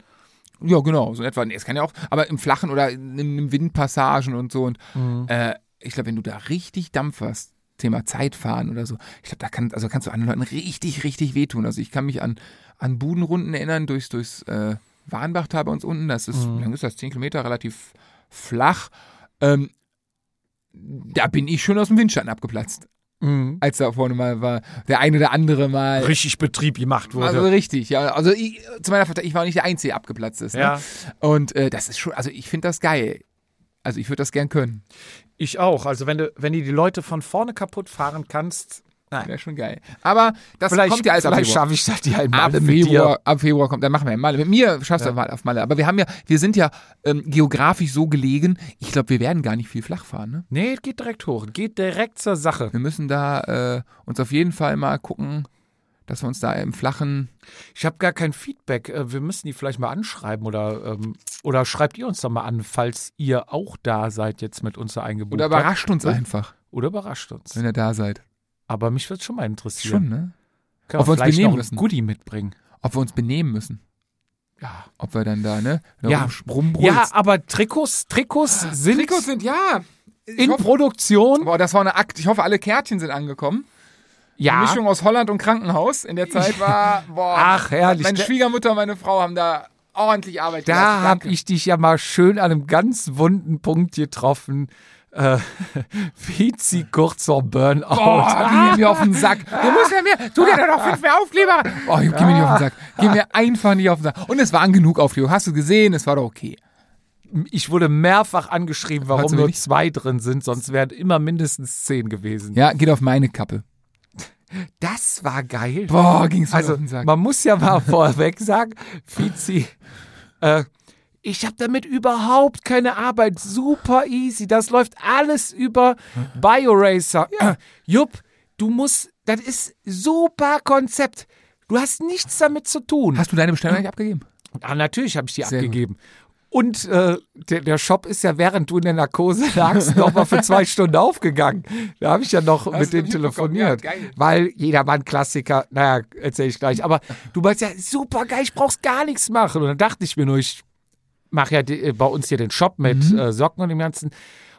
Speaker 2: Ja, genau, so in etwa. Nee, Es kann ja auch, aber im Flachen oder in, in Windpassagen und so. Und
Speaker 1: Mhm.
Speaker 2: äh, ich glaube, wenn du da richtig Dampf hast, Thema Zeitfahren oder so, ich glaube, da kann, also kannst du anderen Leuten richtig, richtig wehtun. Also ich kann mich an, an Budenrunden erinnern, durchs, durchs äh, Warnbach da bei uns unten. Das ist,
Speaker 1: Mhm.
Speaker 2: wie lang ist das? Zehn Kilometer, relativ flach. Ähm, da bin ich schon aus dem Windschatten abgeplatzt,
Speaker 1: Mhm.
Speaker 2: als da vorne mal war, der eine oder andere mal.
Speaker 1: Richtig Betrieb gemacht wurde.
Speaker 2: Äh, Also richtig, ja. Also ich, zu meiner Verteidigung, ich war nicht der Einzige, der abgeplatzt ist. Ne?
Speaker 1: Ja.
Speaker 2: Und äh, das ist schon, also ich finde das geil. Also ich würde das gern können.
Speaker 1: ich auch. Also wenn du, wenn du die Leute von vorne kaputt fahren kannst, nein.
Speaker 2: Wäre schon geil. Aber das
Speaker 1: Vielleicht,
Speaker 2: kommt ja als ab
Speaker 1: vielleicht
Speaker 2: Februar.
Speaker 1: schaffe ich das ja in
Speaker 2: Ab
Speaker 1: Malle mit dir.
Speaker 2: Februar, ab Februar kommt, dann machen wir in Malle. Mit mir schaffst du mal auf Malle. Aber wir haben ja, wir sind ja ähm, geografisch so gelegen, ich glaube, wir werden gar nicht viel flach fahren. Ne?
Speaker 1: Nee, es geht direkt hoch. Geht direkt zur Sache.
Speaker 2: Wir müssen da äh, uns auf jeden Fall mal gucken, dass wir uns da im flachen.
Speaker 1: Ich habe gar kein Feedback. Äh, Wir müssen die vielleicht mal anschreiben oder, ähm, oder schreibt ihr uns doch mal an, falls ihr auch da seid jetzt mit uns da eingebucht.
Speaker 2: Oder
Speaker 1: habt.
Speaker 2: überrascht uns einfach,
Speaker 1: oder überrascht uns.
Speaker 2: wenn ihr da seid.
Speaker 1: Aber mich würde schon mal interessieren.
Speaker 2: Schon, ne?
Speaker 1: Können
Speaker 2: Ob
Speaker 1: wir
Speaker 2: wir uns
Speaker 1: vielleicht
Speaker 2: benehmen
Speaker 1: noch ein
Speaker 2: müssen.
Speaker 1: Goodie mitbringen.
Speaker 2: Ob wir uns benehmen müssen.
Speaker 1: Ja.
Speaker 2: Ob wir dann da, ne? Wenn du
Speaker 1: Ja.
Speaker 2: rum- rumbrüllst.
Speaker 1: Ja, aber Trikots, Trikots sind
Speaker 2: Ah, Trikots sind, ja.
Speaker 1: in Produktion.
Speaker 2: Boah, das war eine Akt. Ich hoffe, alle Kärtchen sind angekommen. Die
Speaker 1: Ja.
Speaker 2: Mischung aus Holland und Krankenhaus in der Zeit war, boah.
Speaker 1: Ach, herrlich.
Speaker 2: Meine
Speaker 1: Da-
Speaker 2: Schwiegermutter und meine Frau haben da ordentlich Arbeit
Speaker 1: Da
Speaker 2: geleistet.
Speaker 1: habe
Speaker 2: Danke.
Speaker 1: ich dich ja mal schön an einem ganz wunden Punkt getroffen. Äh, *laughs* Vizi kurz vor Burnout.
Speaker 2: Boah, geh Oh, mir nicht auf den Sack. Du musst ja mehr. Tu dir da noch fünf mehr Aufkleber. Ah. Oh, geh mir nicht auf den Sack. Geh mir einfach nicht auf den Sack. Und es waren genug Aufkleber. Hast du gesehen? Es war doch okay.
Speaker 1: Ähm, Ich wurde mehrfach angeschrieben, warum
Speaker 2: Warte,
Speaker 1: nur
Speaker 2: will ich-
Speaker 1: zwei drin sind, sonst wären immer mindestens zehn gewesen.
Speaker 2: Ja, geht auf meine Kappe.
Speaker 1: Das war geil.
Speaker 2: Boah, ging's mir
Speaker 1: also,
Speaker 2: auf den Sack.
Speaker 1: man muss ja mal *laughs* vorweg sagen, Vizi, äh, ich habe damit überhaupt keine Arbeit. Super easy. Das läuft alles über BioRacer. *clears throat* Jupp, du musst, das ist super Konzept. Du hast nichts damit zu tun.
Speaker 2: Hast du deine Bestellung eigentlich abgegeben?
Speaker 1: Ah, natürlich habe ich die
Speaker 2: Sehr
Speaker 1: abgegeben. Und äh, der, der Shop ist ja, während du in der Narkose *laughs* lagst, nochmal für zwei Stunden aufgegangen. Da habe ich ja noch mit
Speaker 2: du
Speaker 1: denen
Speaker 2: mitbekommen?
Speaker 1: telefoniert.
Speaker 2: Ja, geil.
Speaker 1: weil jedermann Klassiker, naja, erzähle ich gleich. Aber du meinst ja, super geil, ich brauch's gar nichts machen. Und dann dachte ich mir nur, ich mache ja die, äh, bei uns hier den Shop
Speaker 2: Mhm.
Speaker 1: mit äh, Socken und dem Ganzen.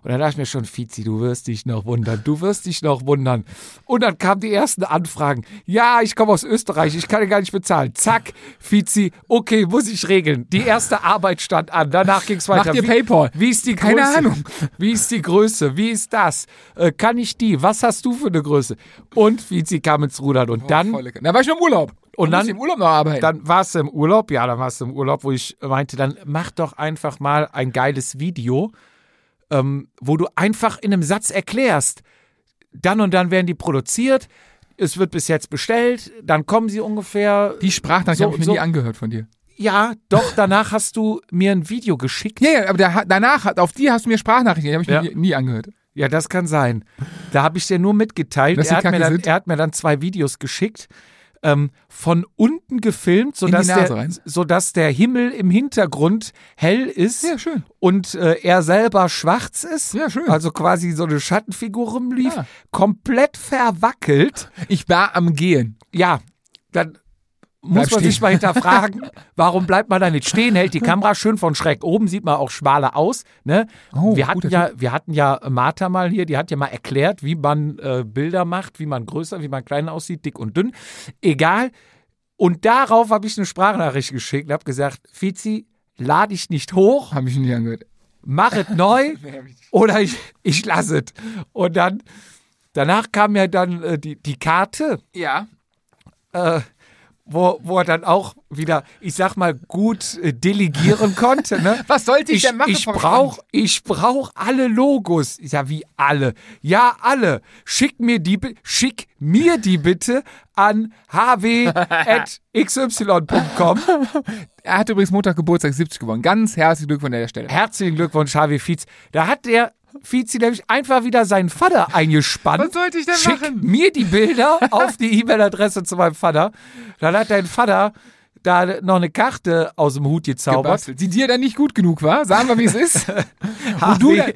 Speaker 1: Und dann dachte ich mir schon, Fizi, du wirst dich noch wundern, du wirst dich noch wundern. Und dann kamen die ersten Anfragen. Ja, ich komme aus Österreich, ich kann dir gar nicht bezahlen. Zack, Fizi, okay, muss ich regeln. Die erste Arbeit stand an, danach ging es weiter.
Speaker 2: dir
Speaker 1: Wie-
Speaker 2: PayPal.
Speaker 1: Wie ist die Größe?
Speaker 2: Keine Ahnung.
Speaker 1: Wie ist die Größe? Wie ist das? Äh, kann ich die? Was hast du für eine Größe? Und Fizi kam ins Rudern. Und dann
Speaker 2: Voll lecker. Da war ich noch im Urlaub.
Speaker 1: Und
Speaker 2: Da
Speaker 1: dann-
Speaker 2: muss ich im Urlaub noch arbeiten.
Speaker 1: dann warst du im Urlaub, ja, dann warst du im Urlaub, wo ich meinte, dann mach doch einfach mal ein geiles Video, ähm, wo du einfach in einem Satz erklärst, dann und dann werden die produziert, es wird bis jetzt bestellt, dann kommen sie ungefähr.
Speaker 2: die Sprachnachricht
Speaker 1: So-
Speaker 2: habe ich mir
Speaker 1: so-
Speaker 2: nie angehört von dir.
Speaker 1: ja, doch, danach hast du mir ein Video geschickt.
Speaker 2: Ja, ja, aber da, danach, hat- auf die hast du mir Sprachnachrichten, die habe ich
Speaker 1: Ja.
Speaker 2: mir nie, nie angehört.
Speaker 1: Ja, das kann sein. Da habe ich dir nur mitgeteilt,
Speaker 2: Dass sie
Speaker 1: er hat, mir
Speaker 2: kacke
Speaker 1: dann,
Speaker 2: sind?
Speaker 1: er hat mir dann zwei Videos geschickt. Ähm, von unten gefilmt, sodass
Speaker 2: Nase
Speaker 1: der,
Speaker 2: rein?
Speaker 1: sodass der Himmel im Hintergrund hell ist.
Speaker 2: Ja, schön.
Speaker 1: und äh, er selber schwarz ist,
Speaker 2: Ja, schön.
Speaker 1: also quasi so eine Schattenfigur rumlief,
Speaker 2: Ja.
Speaker 1: komplett verwackelt.
Speaker 2: Ich war am Gehen.
Speaker 1: Ja, dann muss
Speaker 2: Bleib
Speaker 1: man sich
Speaker 2: stehen.
Speaker 1: mal
Speaker 2: *laughs*
Speaker 1: hinterfragen, warum bleibt man da nicht stehen, hält die Kamera schön von Schreck. Oben sieht man auch schmaler aus. Ne?
Speaker 2: Oh,
Speaker 1: wir, hatten
Speaker 2: guter
Speaker 1: ja, wir hatten ja Martha mal hier, die hat ja mal erklärt, wie man äh, Bilder macht, wie man größer, wie man kleiner aussieht, dick und dünn. Egal. Und darauf habe ich eine Sprachnachricht geschickt und habe gesagt, Fizi, lade ich nicht hoch,
Speaker 2: Habe ich nie angehört.
Speaker 1: mach es
Speaker 2: *laughs*
Speaker 1: neu oder ich, ich lasse es. Und dann, danach kam ja dann äh, die, die Karte,
Speaker 2: Ja.
Speaker 1: wo, wo er dann auch wieder, ich sag mal, gut äh, delegieren konnte. Ne?
Speaker 2: *laughs* Was sollte ich denn machen,
Speaker 1: Ich
Speaker 2: Frau
Speaker 1: brauch, ich brauch alle Logos. Ja, wie alle? Ja, alle. Schick mir die, bi- schick mir die bitte an
Speaker 2: *laughs*
Speaker 1: hw.xy.com.
Speaker 2: Er hat übrigens Montag Geburtstag 70 gewonnen. Ganz herzlichen Glückwunsch an der Stelle.
Speaker 1: Herzlichen Glückwunsch, HW Fietz. Da hat der Fietz nämlich einfach wieder seinen Vater eingespannt.
Speaker 2: Was sollte ich denn
Speaker 1: Schick
Speaker 2: machen?
Speaker 1: mir die Bilder auf die E-Mail-Adresse zu meinem Vater. Dann hat dein Vater da noch eine Karte aus dem Hut gezaubert.
Speaker 2: Gebastelt. Die dir *laughs* Ah, dann nicht gut genug war. Sagen wir, wie es ist. wo, du,
Speaker 1: HW.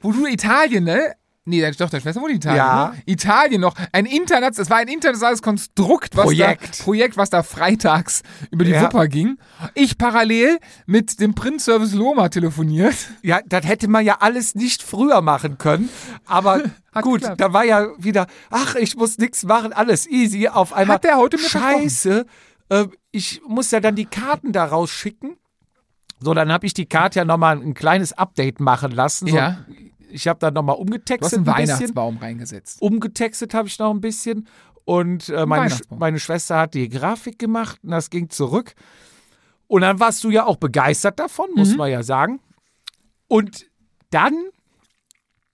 Speaker 2: wo du Italien, ne? Nee, deine- doch, deine Schwester wohnt in Italien.
Speaker 1: Ja.
Speaker 2: Ne? Italien noch. Ein internationales, es war ein internationales Konstrukt, was
Speaker 1: Projekt.
Speaker 2: da, Projekt, was da freitags über die
Speaker 1: Ja.
Speaker 2: Wupper ging. Ich parallel mit dem Printservice Loma telefoniert.
Speaker 1: Ja, das hätte man ja alles nicht früher machen können. Aber
Speaker 2: *laughs* Hat
Speaker 1: gut,
Speaker 2: geklappt.
Speaker 1: da war ja wieder, ach, ich muss nichts machen, alles easy. Auf einmal,
Speaker 2: Hat der heute Mittag
Speaker 1: Scheiße, äh, ich muss ja dann die Karten da rausschicken. So, dann habe ich die Karte ja nochmal ein kleines Update machen lassen. So,
Speaker 2: Ja.
Speaker 1: Ich habe dann nochmal
Speaker 2: Du hast
Speaker 1: umgetextet
Speaker 2: einen
Speaker 1: ein bisschen.
Speaker 2: Weihnachtsbaum reingesetzt.
Speaker 1: Umgetextet habe ich noch ein bisschen. Und äh, meine, Sch
Speaker 2: Weihnachtsbaum.
Speaker 1: meine Schwester hat die Grafik gemacht und das ging zurück. Und dann warst du ja auch begeistert davon, muss man ja sagen. Und dann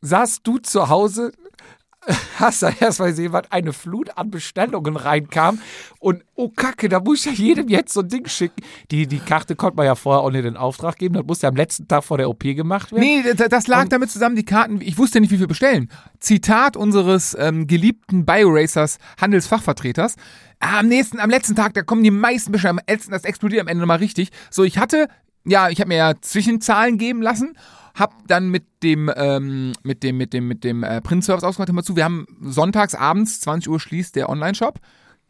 Speaker 1: saßt du zu Hause, *laughs* hast da erstmal gesehen, was eine Flut an Bestellungen reinkam. Und oh Kacke, da muss ich ja jedem jetzt so ein Ding schicken. Die, die Karte konnte man ja vorher auch nicht in Auftrag geben. Das musste ja am letzten Tag vor der OP gemacht werden.
Speaker 2: Nee, das, das lag damit zusammen, die Karten, ich wusste nicht, wie viel bestellen. Zitat unseres ähm, geliebten Bioracers Handelsfachvertreters. Ah, am nächsten, am letzten Tag, da kommen die meisten Bestellungen, am letzten, das explodiert am Ende nochmal richtig. So, ich hatte, ja, ich habe mir ja Zwischenzahlen geben lassen, hab dann mit dem, ähm, mit dem, mit dem, mit dem äh, Print-Service ausgemacht, hör mal zu, wir haben sonntags abends, 20 Uhr schließt der Online-Shop.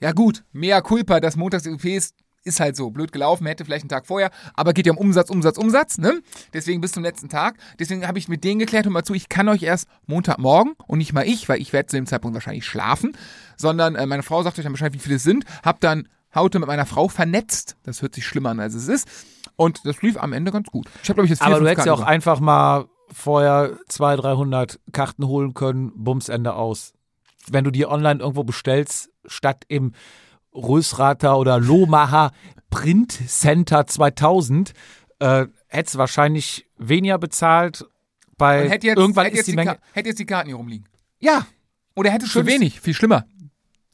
Speaker 2: Ja gut, mea culpa, das Montags-EP ist, ist halt so blöd gelaufen, hätte vielleicht einen Tag vorher, aber geht ja um Umsatz, Umsatz, Umsatz, ne? Deswegen bis zum letzten Tag. Deswegen habe ich mit denen geklärt, hör mal zu, ich kann euch erst Montagmorgen und nicht mal ich, weil ich werde zu dem Zeitpunkt wahrscheinlich schlafen, sondern äh, meine Frau sagt euch dann Bescheid, wie viele es sind, hab dann Haute mit meiner Frau vernetzt. Das hört sich schlimmer an, als es ist. Und das lief am Ende ganz gut. Ich habe, glaube ich, jetzt vier,
Speaker 1: Aber du
Speaker 2: fünf
Speaker 1: hättest ja
Speaker 2: Karten
Speaker 1: auch
Speaker 2: gemacht.
Speaker 1: einfach mal vorher 200, 300 Karten holen können, Bums, Ende aus. Wenn du die online irgendwo bestellst, statt im Rösrater oder Lohmacher Print Center 2000, äh, hättest du wahrscheinlich weniger bezahlt. Bei
Speaker 2: Und hätte jetzt,
Speaker 1: irgendwann
Speaker 2: hätte
Speaker 1: ist
Speaker 2: jetzt
Speaker 1: die
Speaker 2: die
Speaker 1: Menge.
Speaker 2: Ka- hätte jetzt die Karten hier rumliegen.
Speaker 1: ja,
Speaker 2: Oder hätte schon
Speaker 1: Schönes-
Speaker 2: wenig, viel schlimmer.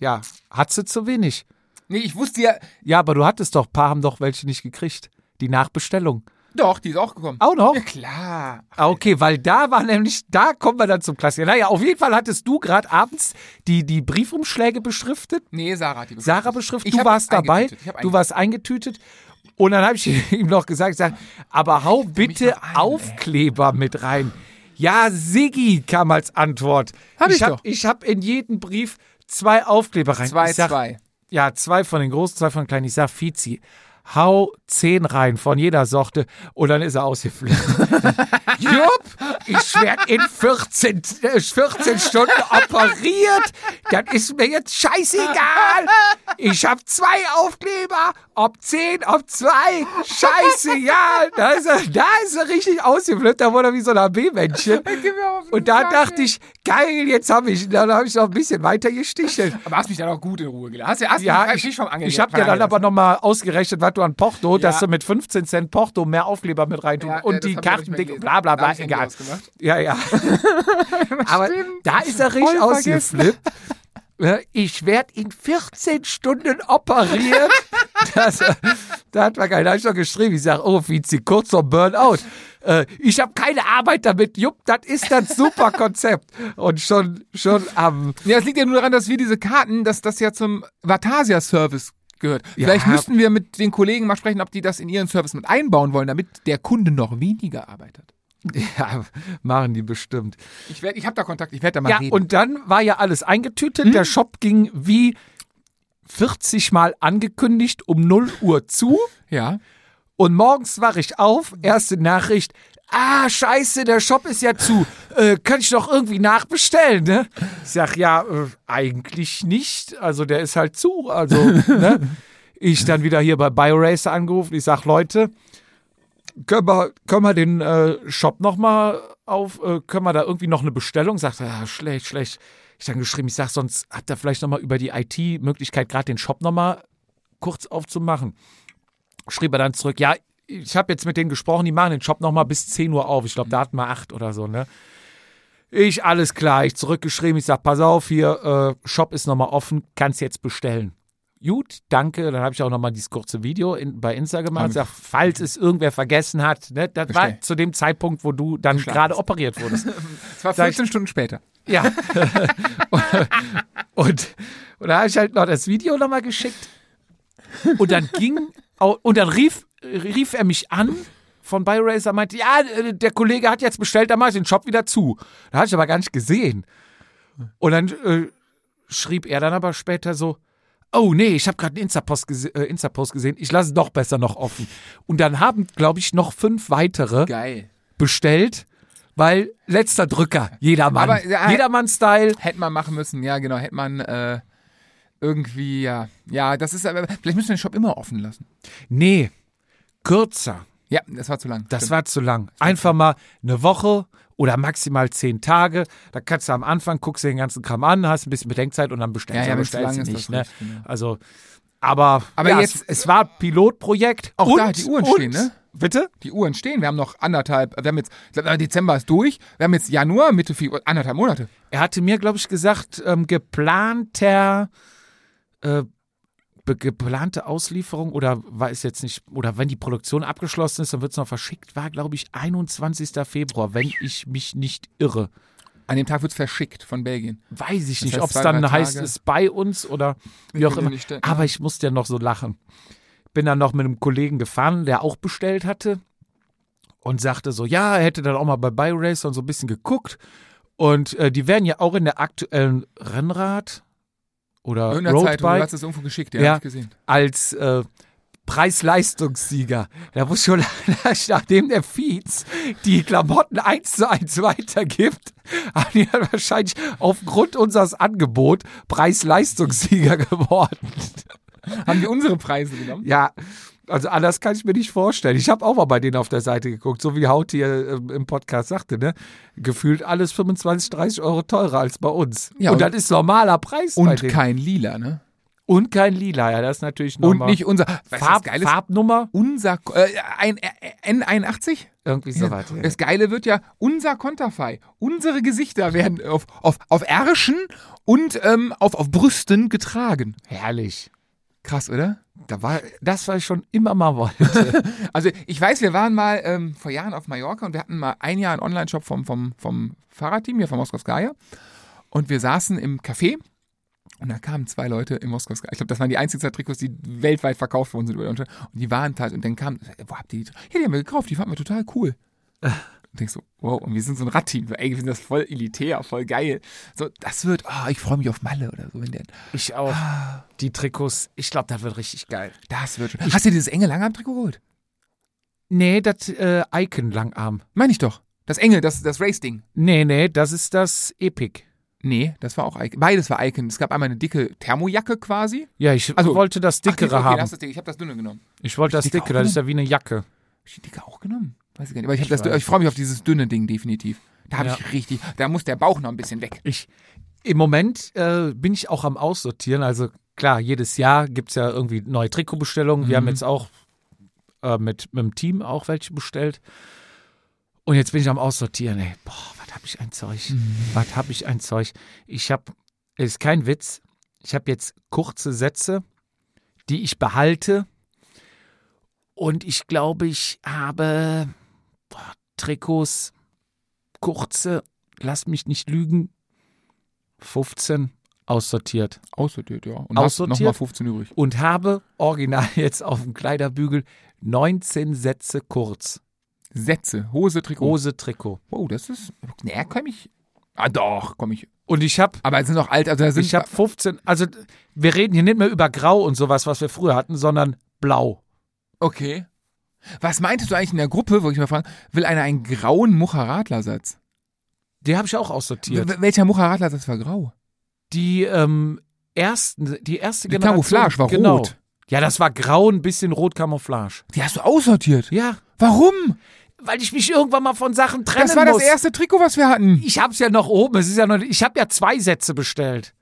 Speaker 1: ja, hattest du zu wenig.
Speaker 2: Nee, ich wusste ja,
Speaker 1: Ja, aber du hattest doch, paar haben doch welche nicht gekriegt. Die Nachbestellung.
Speaker 2: doch, die ist auch gekommen.
Speaker 1: Auch noch?
Speaker 2: Ja, klar.
Speaker 1: Ah, Okay, weil da war nämlich, da kommen wir dann zum Klassiker. Naja, auf jeden Fall hattest du gerade abends die, die Briefumschläge beschriftet,
Speaker 2: Nee, Sarah hat die bekommen.
Speaker 1: Sarah beschriftet,
Speaker 2: Ich
Speaker 1: du
Speaker 2: hab
Speaker 1: warst dabei,
Speaker 2: eingetütet, ich hab
Speaker 1: du warst eingetütet. Und dann habe ich *laughs* ihm noch gesagt, ich sag, aber hau bitte
Speaker 2: noch ein, ey.
Speaker 1: Aufkleber mit rein. Ja, Siggi kam als Antwort.
Speaker 2: Hab ich
Speaker 1: hab,
Speaker 2: doch.
Speaker 1: Ich habe in jeden Brief zwei Aufkleber rein.
Speaker 2: Zwei,
Speaker 1: ich sag,
Speaker 2: zwei.
Speaker 1: ja, zwei von den großen, zwei von den kleinen. Ich sag, Fizi, hau zehn rein von jeder Sorte und dann ist er ausgeflippt. Jupp, ich werde in 14, äh, 14 Stunden operiert. Das ist mir jetzt scheißegal. Ich habe zwei Aufkleber, ob zehn, ob zwei. Scheißegal. Da ist er, da ist er richtig ausgeflippt. Da wurde er wie so ein AB-Männchen.
Speaker 2: *laughs* Gib mir auf den
Speaker 1: Und da
Speaker 2: Sack,
Speaker 1: dachte
Speaker 2: ey.
Speaker 1: ich, geil, jetzt habe ich, dann habe ich noch ein bisschen weiter gestichelt.
Speaker 2: Aber hast mich dann auch gut in Ruhe gelassen. Hast du hast
Speaker 1: Ja,
Speaker 2: mich
Speaker 1: ich,
Speaker 2: nicht vom Angel
Speaker 1: ich habe dir dann aber nochmal ausgerechnet, was du an Porto, dass du mit 15 Cent Porto mehr Aufkleber mit reintun
Speaker 2: Ja, ja,
Speaker 1: und
Speaker 2: das
Speaker 1: die
Speaker 2: hab ich auch nicht
Speaker 1: Karten,
Speaker 2: mehr
Speaker 1: Ding-
Speaker 2: gelesen.
Speaker 1: bla bla
Speaker 2: Da
Speaker 1: bla,
Speaker 2: hab ich Handy
Speaker 1: egal.
Speaker 2: ausgemacht.
Speaker 1: *laughs* Ja,
Speaker 2: *laughs*
Speaker 1: ja. aber da ist er richtig
Speaker 2: Voll vergessen.
Speaker 1: *laughs* ausgeflippt. Ja, Ich werde in 14 Stunden operiert. *laughs* Das, äh, da hat man geil. Da hab ich noch geschrieben. Ich sage, oh, Vizi, kurz vor Burnout. Äh, Ich habe keine Arbeit damit. Jupp, das ist das super Konzept. Und schon, schon
Speaker 2: *laughs*
Speaker 1: am
Speaker 2: Ja, das liegt ja nur daran, dass wir diese Karten, dass das ja zum Vatasia-Service gehört. Vielleicht müssten wir mit den Kollegen mal sprechen, ob die das in ihren Service mit einbauen wollen, damit der Kunde noch weniger arbeitet.
Speaker 1: ja, machen die bestimmt.
Speaker 2: Ich, werd- ich habe da Kontakt, ich werde da mal
Speaker 1: Ja,
Speaker 2: reden. Hm?
Speaker 1: und dann war ja alles eingetütet. Der Shop ging wie 40 Mal angekündigt um 0 Uhr zu.
Speaker 2: ja.
Speaker 1: Und morgens wache ich auf, erste Nachricht. Ah, scheiße, der Shop ist ja zu. Äh, kann ich doch irgendwie nachbestellen, ne? Ich sag, ja, äh, eigentlich nicht. Also der ist halt zu. Also, ne? Ich dann wieder hier bei BioRacer angerufen. Ich sag, Leute, können wir, können wir den äh, Shop nochmal auf, äh, können wir da irgendwie noch eine Bestellung? Sagt er, ah, schlecht, schlecht. Ich dann geschrieben, ich sag, sonst habt ihr vielleicht nochmal über die IT-Möglichkeit, gerade den Shop nochmal kurz aufzumachen schrieb er dann zurück, ja, ich habe jetzt mit denen gesprochen, die machen den Shop nochmal bis 10 Uhr auf. Ich glaube, da hatten wir 8 oder so, ne? Ich, alles klar, ich zurückgeschrieben, ich sag, pass auf, hier, äh, Shop ist nochmal offen, kannst jetzt bestellen. Gut, danke. Dann habe ich auch nochmal dieses kurze Video in, bei Insta gemacht. Ich sag, falls es irgendwer vergessen hat, ne, das war
Speaker 2: Bestell.
Speaker 1: zu dem Zeitpunkt, wo du dann gerade operiert wurdest.
Speaker 2: Es war 15 Stunden später.
Speaker 1: Ja. *laughs* und, und da habe ich halt noch das Video nochmal geschickt. Und dann ging, au- und dann rief, rief er mich an von BioRacer meinte, ja, äh, der Kollege hat jetzt bestellt, dann mache ich den Shop wieder zu. Da hatte ich aber gar nicht gesehen. Und dann äh, schrieb er dann aber später so, oh nee, ich habe gerade einen Insta-Post gese äh, Insta gesehen, ich lasse es doch besser noch offen. Und dann haben, glaube ich, noch fünf weitere
Speaker 2: Geil.
Speaker 1: bestellt, weil letzter Drücker, jedermann.
Speaker 2: Aber, äh, ja,
Speaker 1: Jedermann-Style.
Speaker 2: Hätte man machen müssen, ja, genau, hätte man äh, irgendwie, ja. Ja, das ist aber, vielleicht müssen wir den Shop immer offen lassen.
Speaker 1: Nee, kürzer.
Speaker 2: Ja, das war zu lang.
Speaker 1: Das
Speaker 2: Stimmt.
Speaker 1: war zu lang. Einfach mal eine Woche oder maximal zehn Tage. Da kannst du am Anfang, guckst dir den ganzen Kram an, hast ein bisschen Bedenkzeit und dann bestellst
Speaker 2: Ja,
Speaker 1: du aber
Speaker 2: ja, wenn's zu
Speaker 1: bestellst
Speaker 2: lang
Speaker 1: du nicht.
Speaker 2: ist, das
Speaker 1: Ne?
Speaker 2: ist richtig, genau.
Speaker 1: Also, aber,
Speaker 2: Aber
Speaker 1: ja,
Speaker 2: jetzt-
Speaker 1: es, es war Pilotprojekt.
Speaker 2: Auch
Speaker 1: und,
Speaker 2: da hat die Uhren
Speaker 1: und,
Speaker 2: stehen, ne?
Speaker 1: Bitte?
Speaker 2: die Uhren stehen. Wir haben noch anderthalb, wir haben jetzt, ich glaube, Dezember ist durch. Wir haben jetzt Januar, Mitte, Februar, anderthalb Monate.
Speaker 1: Er hatte mir, glaube ich, gesagt, ähm, geplanter, äh, be- geplante Auslieferung oder weiß jetzt nicht, oder wenn die Produktion abgeschlossen ist, dann wird es noch verschickt, war, glaube ich, 21. Februar, wenn ich mich nicht irre.
Speaker 2: An dem Tag wird es verschickt von Belgien.
Speaker 1: Weiß ich
Speaker 2: Das
Speaker 1: nicht,
Speaker 2: heißt,
Speaker 1: ob es
Speaker 2: zwei,
Speaker 1: dann
Speaker 2: drei
Speaker 1: heißt,
Speaker 2: Tage.
Speaker 1: es ist bei uns oder wie auch
Speaker 2: können
Speaker 1: immer.
Speaker 2: den nicht stecken.
Speaker 1: Aber ich musste ja noch so lachen. Bin dann noch mit einem Kollegen gefahren, der auch bestellt hatte und sagte so, ja, er hätte dann auch mal bei BioRacer und so ein bisschen geguckt. Und äh, die werden ja auch in der aktuellen Rennrad oder
Speaker 2: Irgendeiner Zeitung, du
Speaker 1: Roadbike
Speaker 2: hast es irgendwo geschickt, ja,
Speaker 1: Ja.
Speaker 2: hab ich gesehen.
Speaker 1: als äh, Preis-Leistungssieger. Da muss schon, *laughs* nachdem der Fietz die Klamotten eins zu eins weitergibt, haben die dann wahrscheinlich aufgrund unseres Angebot Preis-Leistungssieger *laughs* geworden.
Speaker 2: Haben wir unsere Preise genommen?
Speaker 1: Ja, also anders kann ich mir nicht vorstellen. Ich habe auch mal bei denen auf der Seite geguckt, so wie Hauti äh, im Podcast sagte, ne? Gefühlt alles 25, 30 Euro teurer als bei uns.
Speaker 2: Ja,
Speaker 1: und,
Speaker 2: und-
Speaker 1: das ist normaler Preis bei
Speaker 2: Und
Speaker 1: denen.
Speaker 2: kein Lila, ne?
Speaker 1: und kein Lila, ja, das ist natürlich
Speaker 2: Und
Speaker 1: nochmal.
Speaker 2: nicht unser. Weißt du,
Speaker 1: Farb,
Speaker 2: das Geile ist?
Speaker 1: Farbnummer?
Speaker 2: Unser Ko- äh, ein, äh, N81?
Speaker 1: Irgendwie so weit.
Speaker 2: Das Geile wird ja, unser Konterfei, unsere Gesichter werden auf, auf, auf Ärschen und ähm, auf, auf Brüsten getragen.
Speaker 1: Herrlich.
Speaker 2: Krass, oder?
Speaker 1: Da war, das war ich schon immer mal wollte.
Speaker 2: Also ich weiß, wir waren mal ähm, vor Jahren auf Mallorca und wir hatten mal ein Jahr einen Online-Shop vom, vom, vom Fahrradteam hier von Moskowskaja. Und wir saßen im Café und da kamen zwei Leute im Moskowskaja. Ich glaube, das waren die einzigen zwei Trikots, die weltweit verkauft worden sind über Deutschland. Und die waren halt, und dann kamen, wo habt ihr die? Ja, die haben wir gekauft, die fanden wir total cool. Und denkst so, wow, und wir sind so ein Radteam. Ey, wir sind das voll elitär, voll geil. So, das wird, ah, ich freue mich auf Malle oder so. Wenn der,
Speaker 1: *laughs* Ich auch. Ah. Die Trikots, ich glaube, das wird richtig geil.
Speaker 2: das wird schon. Hast du dir dieses enge Langarm-Trikot geholt?
Speaker 1: Nee, das äh, Icon-Langarm.
Speaker 2: Meine ich doch. Das enge, das, das Race-Ding.
Speaker 1: Nee, nee, das ist das Epic.
Speaker 2: Nee, das war auch Icon. Beides war Icon. Es gab einmal eine dicke Thermojacke quasi.
Speaker 1: Ja, ich
Speaker 2: Also,
Speaker 1: wollte das
Speaker 2: Ach, die-
Speaker 1: dickere
Speaker 2: okay, das
Speaker 1: haben.
Speaker 2: ist das dicke. Ich habe das dünne genommen.
Speaker 1: Ich wollte das
Speaker 2: Dicker
Speaker 1: dickere, das
Speaker 2: auch
Speaker 1: ist ja wie eine Jacke.
Speaker 2: Hab ich die dicke auch genommen? Weiß ich gar nicht. Aber ich, hab das,
Speaker 1: weiß.
Speaker 2: ich freue mich auf dieses dünne Ding definitiv. Da habe
Speaker 1: Ja.
Speaker 2: ich richtig, da muss der Bauch noch ein bisschen weg.
Speaker 1: Ich, Im Moment äh, bin ich auch am Aussortieren. Also klar, jedes Jahr gibt es ja irgendwie neue Trikotbestellungen. Wir haben jetzt auch äh, mit, mit dem Team auch welche bestellt. Und jetzt bin ich am Aussortieren. Ey. Boah, was habe ich ein Zeug? Was habe ich ein Zeug? Ich habe, ist kein Witz, ich habe jetzt kurze Sätze, die ich behalte. Und ich glaube, ich habe boah, Trikots, kurze, lass mich nicht lügen, 15 aussortiert
Speaker 2: Aussortiert, ja. Und
Speaker 1: Aussortiert?
Speaker 2: hast nochmal 15 übrig.
Speaker 1: und habe original *laughs* jetzt auf dem Kleiderbügel 19 Sätze kurz.
Speaker 2: Sätze, Hose, Trikot.
Speaker 1: Hose, Trikot.
Speaker 2: Wow, das ist. Naja, komm ich. Ah, doch, komm ich.
Speaker 1: Und ich habe
Speaker 2: Aber es sind noch alt, also da sind.
Speaker 1: ich hab 15, also wir reden hier nicht mehr über Grau und sowas, was wir früher hatten, sondern Blau.
Speaker 2: okay. Was meintest du eigentlich in der Gruppe, wo ich mal fragen, will einer einen grauen Mucharadlersatz?
Speaker 1: Die habe ich auch aussortiert.
Speaker 2: W- Welcher Mucharadlersatz war grau?
Speaker 1: Die ähm, ersten, die erste
Speaker 2: Die
Speaker 1: Generation.
Speaker 2: Camouflage war
Speaker 1: genau.
Speaker 2: rot.
Speaker 1: Ja, das war grau, ein bisschen rot Camouflage.
Speaker 2: Die hast du aussortiert.
Speaker 1: Ja,
Speaker 2: Warum?
Speaker 1: weil ich mich irgendwann mal von Sachen trennen
Speaker 2: Das war
Speaker 1: muss.
Speaker 2: das erste Trikot, was wir hatten.
Speaker 1: Ich hab's ja noch oben. Es ist ja noch, ich habe ja zwei Sätze bestellt.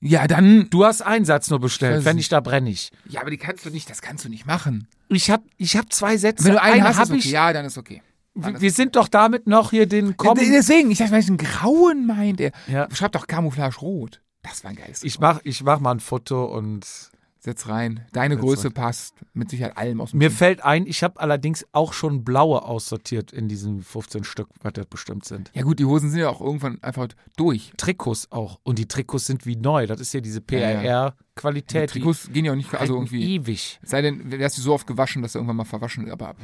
Speaker 2: Ja, dann.
Speaker 1: Du hast einen Satz nur
Speaker 2: Ich
Speaker 1: bestellt.
Speaker 2: weiß
Speaker 1: Wenn
Speaker 2: nicht.
Speaker 1: ich da brenne ich.
Speaker 2: Ja, aber die kannst du nicht, das kannst du nicht machen.
Speaker 1: Ich habe ich hab zwei Sätze.
Speaker 2: Wenn du einen, hast,
Speaker 1: hab
Speaker 2: ist okay.
Speaker 1: ich.
Speaker 2: ja, dann ist okay.
Speaker 1: Wir wir sind doch damit noch hier den Kommen.
Speaker 2: D- Deswegen, ich dachte, weil ich einen grauen meint er.
Speaker 1: Ja.
Speaker 2: Schreib doch Camouflage rot. Das war ein geiles.
Speaker 1: Ich mach, ich mach mal ein Foto und
Speaker 2: Setz rein. Deine
Speaker 1: Setz
Speaker 2: Größe
Speaker 1: rein.
Speaker 2: passt mit Sicherheit allem aus dem
Speaker 1: mir
Speaker 2: Team.
Speaker 1: fällt ein, ich habe allerdings auch schon blaue aussortiert in diesen 15 Stück, was das bestimmt sind.
Speaker 2: Ja gut, die Hosen sind ja auch irgendwann einfach durch.
Speaker 1: Trikots auch. Und die Trikots sind wie neu. Das ist ja diese
Speaker 2: ja. Die
Speaker 1: PRR-Qualität.
Speaker 2: Trikots gehen ja auch nicht, also irgendwie.
Speaker 1: Ewig.
Speaker 2: Sei denn, wärst du so oft gewaschen, dass du irgendwann mal verwaschen, aber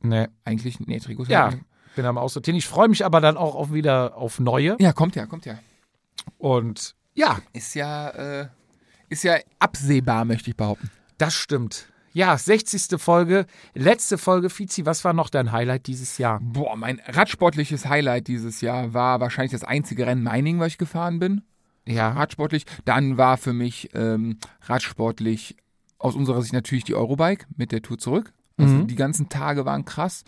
Speaker 1: Nee.
Speaker 2: Eigentlich, nee, Trikots.
Speaker 1: Ne, Ja,
Speaker 2: hab ich-
Speaker 1: bin am Aussortieren. Ich freue mich aber dann auch auf wieder auf neue.
Speaker 2: Ja, kommt ja, kommt ja.
Speaker 1: Und ja,
Speaker 2: Ist ja, äh, ist ja absehbar, möchte ich behaupten.
Speaker 1: das stimmt. Ja, 60. Folge, letzte Folge. Fizi, was war noch dein Highlight dieses Jahr?
Speaker 2: Boah, mein radsportliches Highlight dieses Jahr war wahrscheinlich das einzige Rennen Meining, was ich gefahren bin.
Speaker 1: Ja,
Speaker 2: Radsportlich. Dann war für mich ähm, radsportlich aus unserer Sicht natürlich die Eurobike mit der Tour zurück. Also Die ganzen Tage waren krass.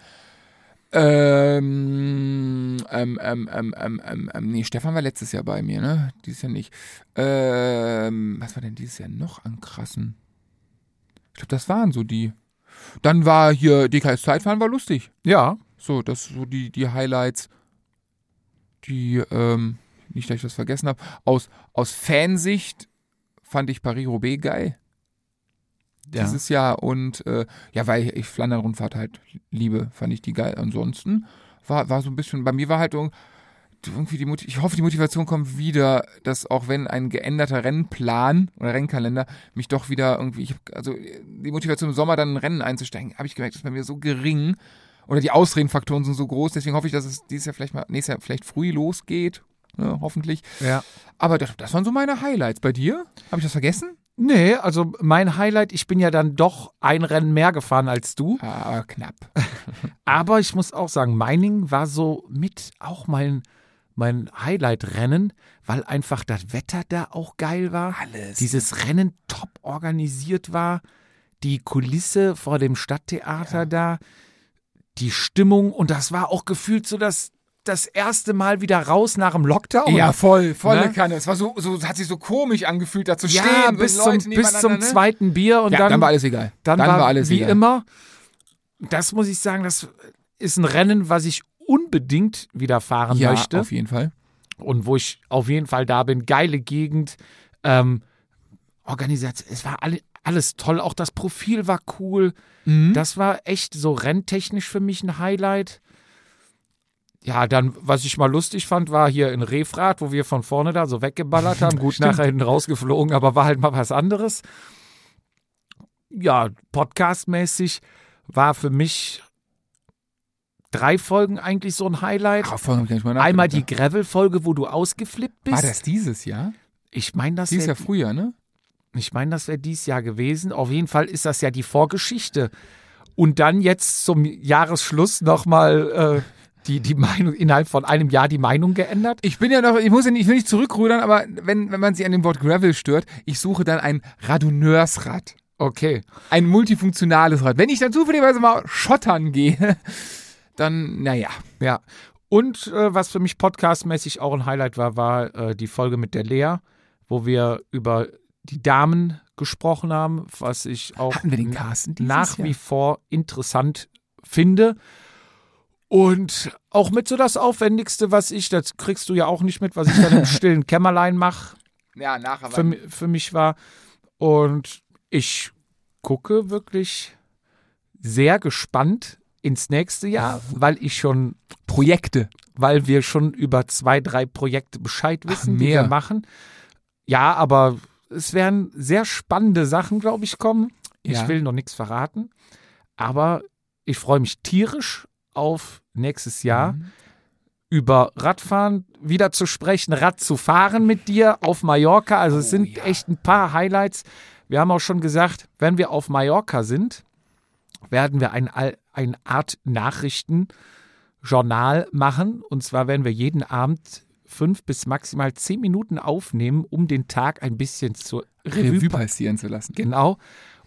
Speaker 2: Ähm, ähm, ähm, ähm, ähm, ähm, ähm, nee, Stefan war letztes Jahr bei mir, ne? Dieses Jahr nicht. Ähm, was war denn dieses Jahr noch an krassen? Ich glaube, das waren so die. Dann war hier DKS Zeitfahren war lustig.
Speaker 1: ja.
Speaker 2: So, das so die, die Highlights, die, ähm, nicht, dass ich das vergessen habe. Aus, aus Fansicht fand ich Paris-Roubaix geil
Speaker 1: ja.
Speaker 2: dieses Jahr und äh, ja, weil ich Flandern-Rundfahrt halt liebe, fand ich die geil. Ansonsten war, war so ein bisschen, bei mir war halt irg- irgendwie die Motivation, ich hoffe, die Motivation kommt wieder, dass auch wenn ein geänderter Rennplan oder Rennkalender mich doch wieder irgendwie, ich hab, also äh, die Motivation im Sommer dann in Rennen einzusteigen, habe ich gemerkt, ist bei mir so gering oder die Ausredenfaktoren sind so groß, deswegen hoffe ich, dass es dieses Jahr vielleicht mal, nächstes Jahr vielleicht früh losgeht, ne, hoffentlich.
Speaker 1: ja.
Speaker 2: Aber das, das waren so meine Highlights. Bei dir? Habe ich das vergessen?
Speaker 1: Nee, also mein Highlight, ich bin ja dann doch ein Rennen mehr gefahren als du.
Speaker 2: Ah, knapp.
Speaker 1: Aber ich muss auch sagen, Meining war so mit auch mein, mein Highlight-Rennen, weil einfach das Wetter da auch geil war.
Speaker 2: Alles.
Speaker 1: Dieses Rennen top organisiert war. Die Kulisse vor dem Stadttheater da. Die Stimmung. Und das war auch gefühlt so das, das erste Mal wieder raus nach dem Lockdown.
Speaker 2: Ja, voll, volle
Speaker 1: Ne?
Speaker 2: Kanne. Es war so, so, es hat sich so komisch angefühlt, da zu
Speaker 1: Ja,
Speaker 2: stehen.
Speaker 1: bis
Speaker 2: so Leute
Speaker 1: zum, bis
Speaker 2: nebeneinander,
Speaker 1: zum
Speaker 2: ne?
Speaker 1: zweiten Bier. Und
Speaker 2: Ja, dann, war alles egal.
Speaker 1: dann, war,
Speaker 2: alles
Speaker 1: wie
Speaker 2: egal.
Speaker 1: immer. Das muss ich sagen, das ist ein Rennen, was ich unbedingt wieder fahren
Speaker 2: Ja,
Speaker 1: möchte
Speaker 2: auf jeden Fall.
Speaker 1: und wo ich auf jeden Fall da bin. Geile Gegend, ähm, Organisation, es war alle, alles toll, auch das Profil war cool.
Speaker 2: Mhm.
Speaker 1: Das war echt so renntechnisch für mich ein Highlight. Ja, dann, was ich mal lustig fand, war hier in Refrat, wo wir von vorne da so weggeballert haben. Gut, nachher hinten rausgeflogen, aber war halt mal was anderes. Ja, podcastmäßig war für mich drei Folgen eigentlich so ein Highlight.
Speaker 2: Ach, voll, hab ich gar nicht mal
Speaker 1: Einmal die
Speaker 2: nachgedacht.
Speaker 1: Gravel-Folge, wo du ausgeflippt bist.
Speaker 2: War das dieses Jahr?
Speaker 1: Ich meine, das
Speaker 2: Dieses
Speaker 1: wäre
Speaker 2: Jahr früher, ne?
Speaker 1: ich mein, das wär dieses Jahr gewesen. Auf jeden Fall ist das ja die Vorgeschichte. Und dann jetzt zum Jahresschluss nochmal äh, die, die Meinung, innerhalb von einem Jahr die Meinung geändert.
Speaker 2: Ich bin ja noch, ich muss ja nicht, ich will nicht zurückrudern, aber wenn, wenn man sich an dem Wort Gravel stört, ich suche dann ein Radonneursrad.
Speaker 1: Okay.
Speaker 2: Ein multifunktionales Rad. Wenn ich dann zufälligerweise mal schottern gehe, *laughs* dann, naja.
Speaker 1: Ja. Und äh, was für mich podcastmäßig auch ein Highlight war, war äh, die Folge mit der Lea, wo wir über die Damen gesprochen haben, was ich auch
Speaker 2: Hatten wir den Carsten dieses
Speaker 1: nach
Speaker 2: Jahr?
Speaker 1: wie vor interessant finde. Und auch mit so das Aufwendigste, was ich, das kriegst du ja auch nicht mit, was ich
Speaker 2: *laughs*
Speaker 1: dann im stillen Kämmerlein mache,
Speaker 2: Ja, nachher.
Speaker 1: für, mi- für mich war. Und ich gucke wirklich sehr gespannt ins nächste Jahr, weil ich schon
Speaker 2: Projekte.
Speaker 1: weil wir schon über zwei, drei Projekte Bescheid wissen, die
Speaker 2: mehr.
Speaker 1: wir machen. Ja, aber es werden sehr spannende Sachen, glaube ich, kommen.
Speaker 2: Ja.
Speaker 1: Ich will noch nichts verraten, aber ich freue mich tierisch auf nächstes
Speaker 2: Mhm.
Speaker 1: Jahr. Über Radfahren wieder zu sprechen, Rad zu fahren mit dir auf Mallorca. Also es
Speaker 2: Oh,
Speaker 1: sind
Speaker 2: ja.
Speaker 1: echt ein paar Highlights. Wir haben auch schon gesagt, wenn wir auf Mallorca sind, werden wir ein, Al- eine Art Nachrichten Journal machen. Und zwar werden wir jeden Abend fünf bis maximal zehn Minuten aufnehmen, um den Tag ein bisschen zu Revue,
Speaker 2: Revue passieren zu lassen.
Speaker 1: Genau.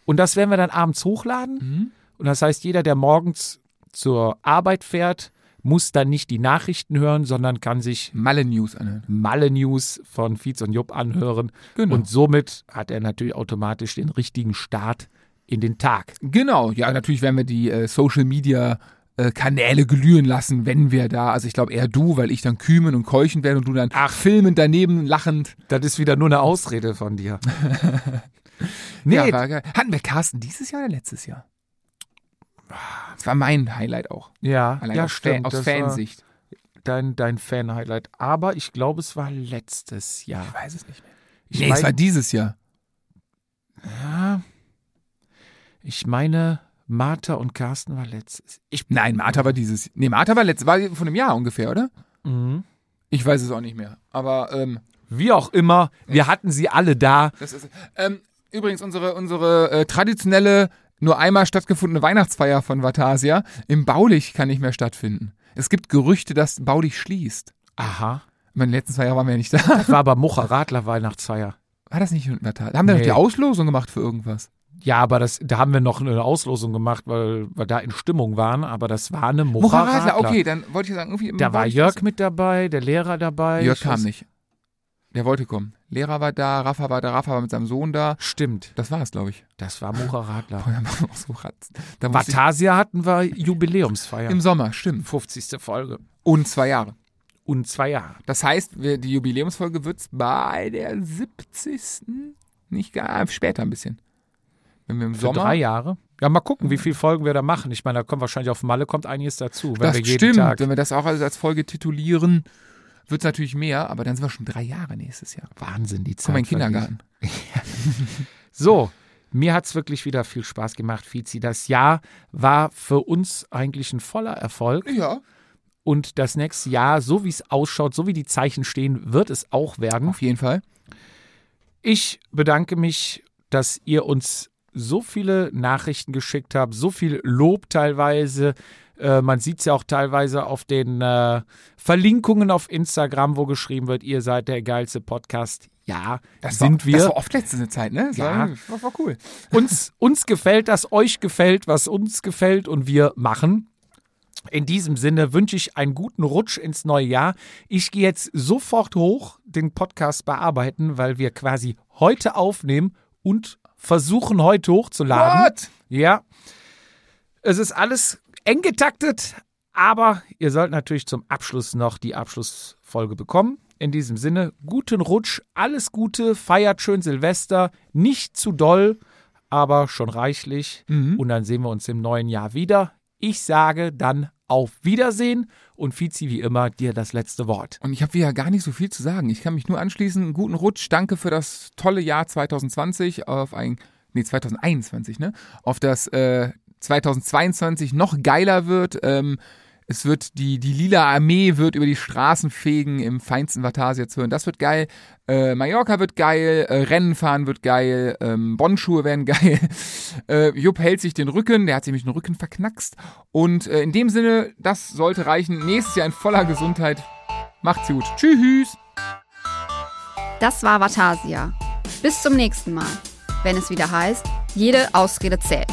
Speaker 1: Und das werden wir dann abends hochladen. Und das heißt, jeder, der morgens zur Arbeit fährt, muss dann nicht die Nachrichten hören, sondern kann sich
Speaker 2: Malle News anhören.
Speaker 1: Malle News von Fietz und Jupp anhören.
Speaker 2: Genau.
Speaker 1: Und somit hat er natürlich automatisch den richtigen Start in den Tag.
Speaker 2: Genau, ja, natürlich werden wir die äh, Social Media äh, Kanäle glühen lassen, wenn wir da, also ich glaube eher du, weil ich dann kümen und keuchen werde und du dann
Speaker 1: Ach.
Speaker 2: filmend daneben lachend.
Speaker 1: Das ist wieder nur eine Ausrede von dir. *laughs* nee,
Speaker 2: Ja, war geil. Hatten wir Carsten dieses Jahr oder letztes Jahr? Das war mein Highlight auch.
Speaker 1: ja,
Speaker 2: Allein
Speaker 1: Ah. ja
Speaker 2: aus,
Speaker 1: stimmt.
Speaker 2: Fan, aus
Speaker 1: das war-
Speaker 2: Fansicht.
Speaker 1: dein, dein Fan-Highlight. Aber ich glaube, es war letztes Jahr.
Speaker 2: Ich weiß es nicht mehr.
Speaker 1: Ich,
Speaker 2: nee, es war
Speaker 1: mein,
Speaker 2: dieses Jahr.
Speaker 1: ich meine, Martha und Carsten war letztes. Ich,
Speaker 2: Nein, Martha war dieses. Nee, Martha war letztes, war von einem Jahr ungefähr, oder?
Speaker 1: Mhm.
Speaker 2: Ich weiß es auch nicht mehr. Aber ähm,
Speaker 1: wie auch immer, wir hatten sie alle da.
Speaker 2: das ist. Ähm, übrigens, unsere, unsere äh, traditionelle, nur einmal stattgefundene Weihnachtsfeier von Vatasia im Baulich kann nicht mehr stattfinden. Es gibt Gerüchte, dass Baulich schließt.
Speaker 1: Aha.
Speaker 2: Ich meine, die letzten zwei Jahre waren wir ja nicht *laughs* da.
Speaker 1: Das war aber Mucher Radler Weihnachtsfeier.
Speaker 2: War das nicht in Vatasia? Haben wir noch
Speaker 1: Nee.
Speaker 2: die Auslosung gemacht für irgendwas?
Speaker 1: Ja, aber das, da haben wir noch eine Auslosung gemacht, weil wir da in Stimmung waren, aber das war eine Mucher
Speaker 2: Mucha
Speaker 1: Radler.
Speaker 2: Radler, okay, dann wollte ich sagen, irgendwie. im
Speaker 1: Da war
Speaker 2: Baulich-
Speaker 1: Jörg mit dabei, der Lehrer dabei.
Speaker 2: Jörg
Speaker 1: Ich
Speaker 2: kam
Speaker 1: weiß-
Speaker 2: nicht. Der wollte kommen. Lehrer war da, Rafa war da, Rafa war mit seinem Sohn da.
Speaker 1: Stimmt,
Speaker 2: Das war's, glaube ich. *laughs*
Speaker 1: das war Mucher Radler.
Speaker 2: Boah, da waren wir auch so Ratzen. Da musste ich,
Speaker 1: Batasia hatten wir Jubiläumsfeier.
Speaker 2: Im Sommer, stimmt.
Speaker 1: 50. Folge.
Speaker 2: Und zwei Jahre.
Speaker 1: Und zwei Jahre.
Speaker 2: Das heißt, wir, die Jubiläumsfolge wird's bei der 70. Nicht gar, später ein bisschen. Wenn wir im
Speaker 1: Für
Speaker 2: Sommer.
Speaker 1: drei Jahre. Ja, mal gucken, wie viele Folgen wir da machen. Ich meine, da kommt wahrscheinlich auf Malle kommt einiges dazu, wenn
Speaker 2: das
Speaker 1: wir jeden
Speaker 2: stimmt.
Speaker 1: Tag.
Speaker 2: Wenn wir das auch als als Folge titulieren, wird's natürlich mehr, aber dann sind wir schon drei Jahre nächstes Jahr.
Speaker 1: Wahnsinn, die Zeit.
Speaker 2: Guck mal, in den
Speaker 1: vergeht.
Speaker 2: Kindergarten.
Speaker 1: So, mir hat's wirklich wieder viel Spaß gemacht, Fizi. Das Jahr war für uns eigentlich ein voller Erfolg.
Speaker 2: Ja.
Speaker 1: Und das nächste Jahr, so wie es ausschaut, so wie die Zeichen stehen, wird es auch werden.
Speaker 2: Auf jeden Fall.
Speaker 1: Ich bedanke mich, dass ihr uns so viele Nachrichten geschickt habt, so viel Lob teilweise. Äh, man sieht es ja auch teilweise auf den äh, Verlinkungen auf Instagram, wo geschrieben wird, ihr seid der geilste Podcast. Ja,
Speaker 2: Das
Speaker 1: sind
Speaker 2: war,
Speaker 1: wir.
Speaker 2: Das war oft letzte Zeit, ne? Das
Speaker 1: Ja.
Speaker 2: war, das war cool.
Speaker 1: uns, uns gefällt das, euch gefällt, was uns gefällt und wir machen. In diesem Sinne wünsche ich einen guten Rutsch ins neue Jahr. Ich gehe jetzt sofort hoch, den Podcast bearbeiten, weil wir quasi heute aufnehmen und versuchen heute hochzuladen.
Speaker 2: What?
Speaker 1: Ja. Es ist alles eng getaktet, aber ihr sollt natürlich zum Abschluss noch die Abschlussfolge bekommen. In diesem Sinne, guten Rutsch, alles Gute, feiert schön Silvester, nicht zu doll, aber schon reichlich. Und dann sehen wir uns im neuen Jahr wieder. Ich sage dann auf Wiedersehen und Fizi, wie immer, dir das letzte Wort.
Speaker 2: Und ich habe wieder gar nicht so viel zu sagen. Ich kann mich nur anschließen. Guten Rutsch. Danke für das tolle Jahr 2020 auf ein, nee, 2021, ne? Auf das äh, 2022 noch geiler wird. Ähm, es wird die, die lila Armee wird über die Straßen fegen im feinsten Vatasia zu hören. Das wird geil. Äh, Mallorca wird geil. Äh, Rennen fahren wird geil. Ähm, Bonnschuhe werden *laughs* geil. Äh, Jupp hält sich den Rücken. Der hat sich nämlich den Rücken verknackst. Und äh, in dem Sinne, das sollte reichen. Nächstes Jahr in voller Gesundheit. Macht's gut. Tschüss.
Speaker 3: Das war Vatasia. Bis zum nächsten Mal, wenn es wieder heißt, jede Ausrede zählt.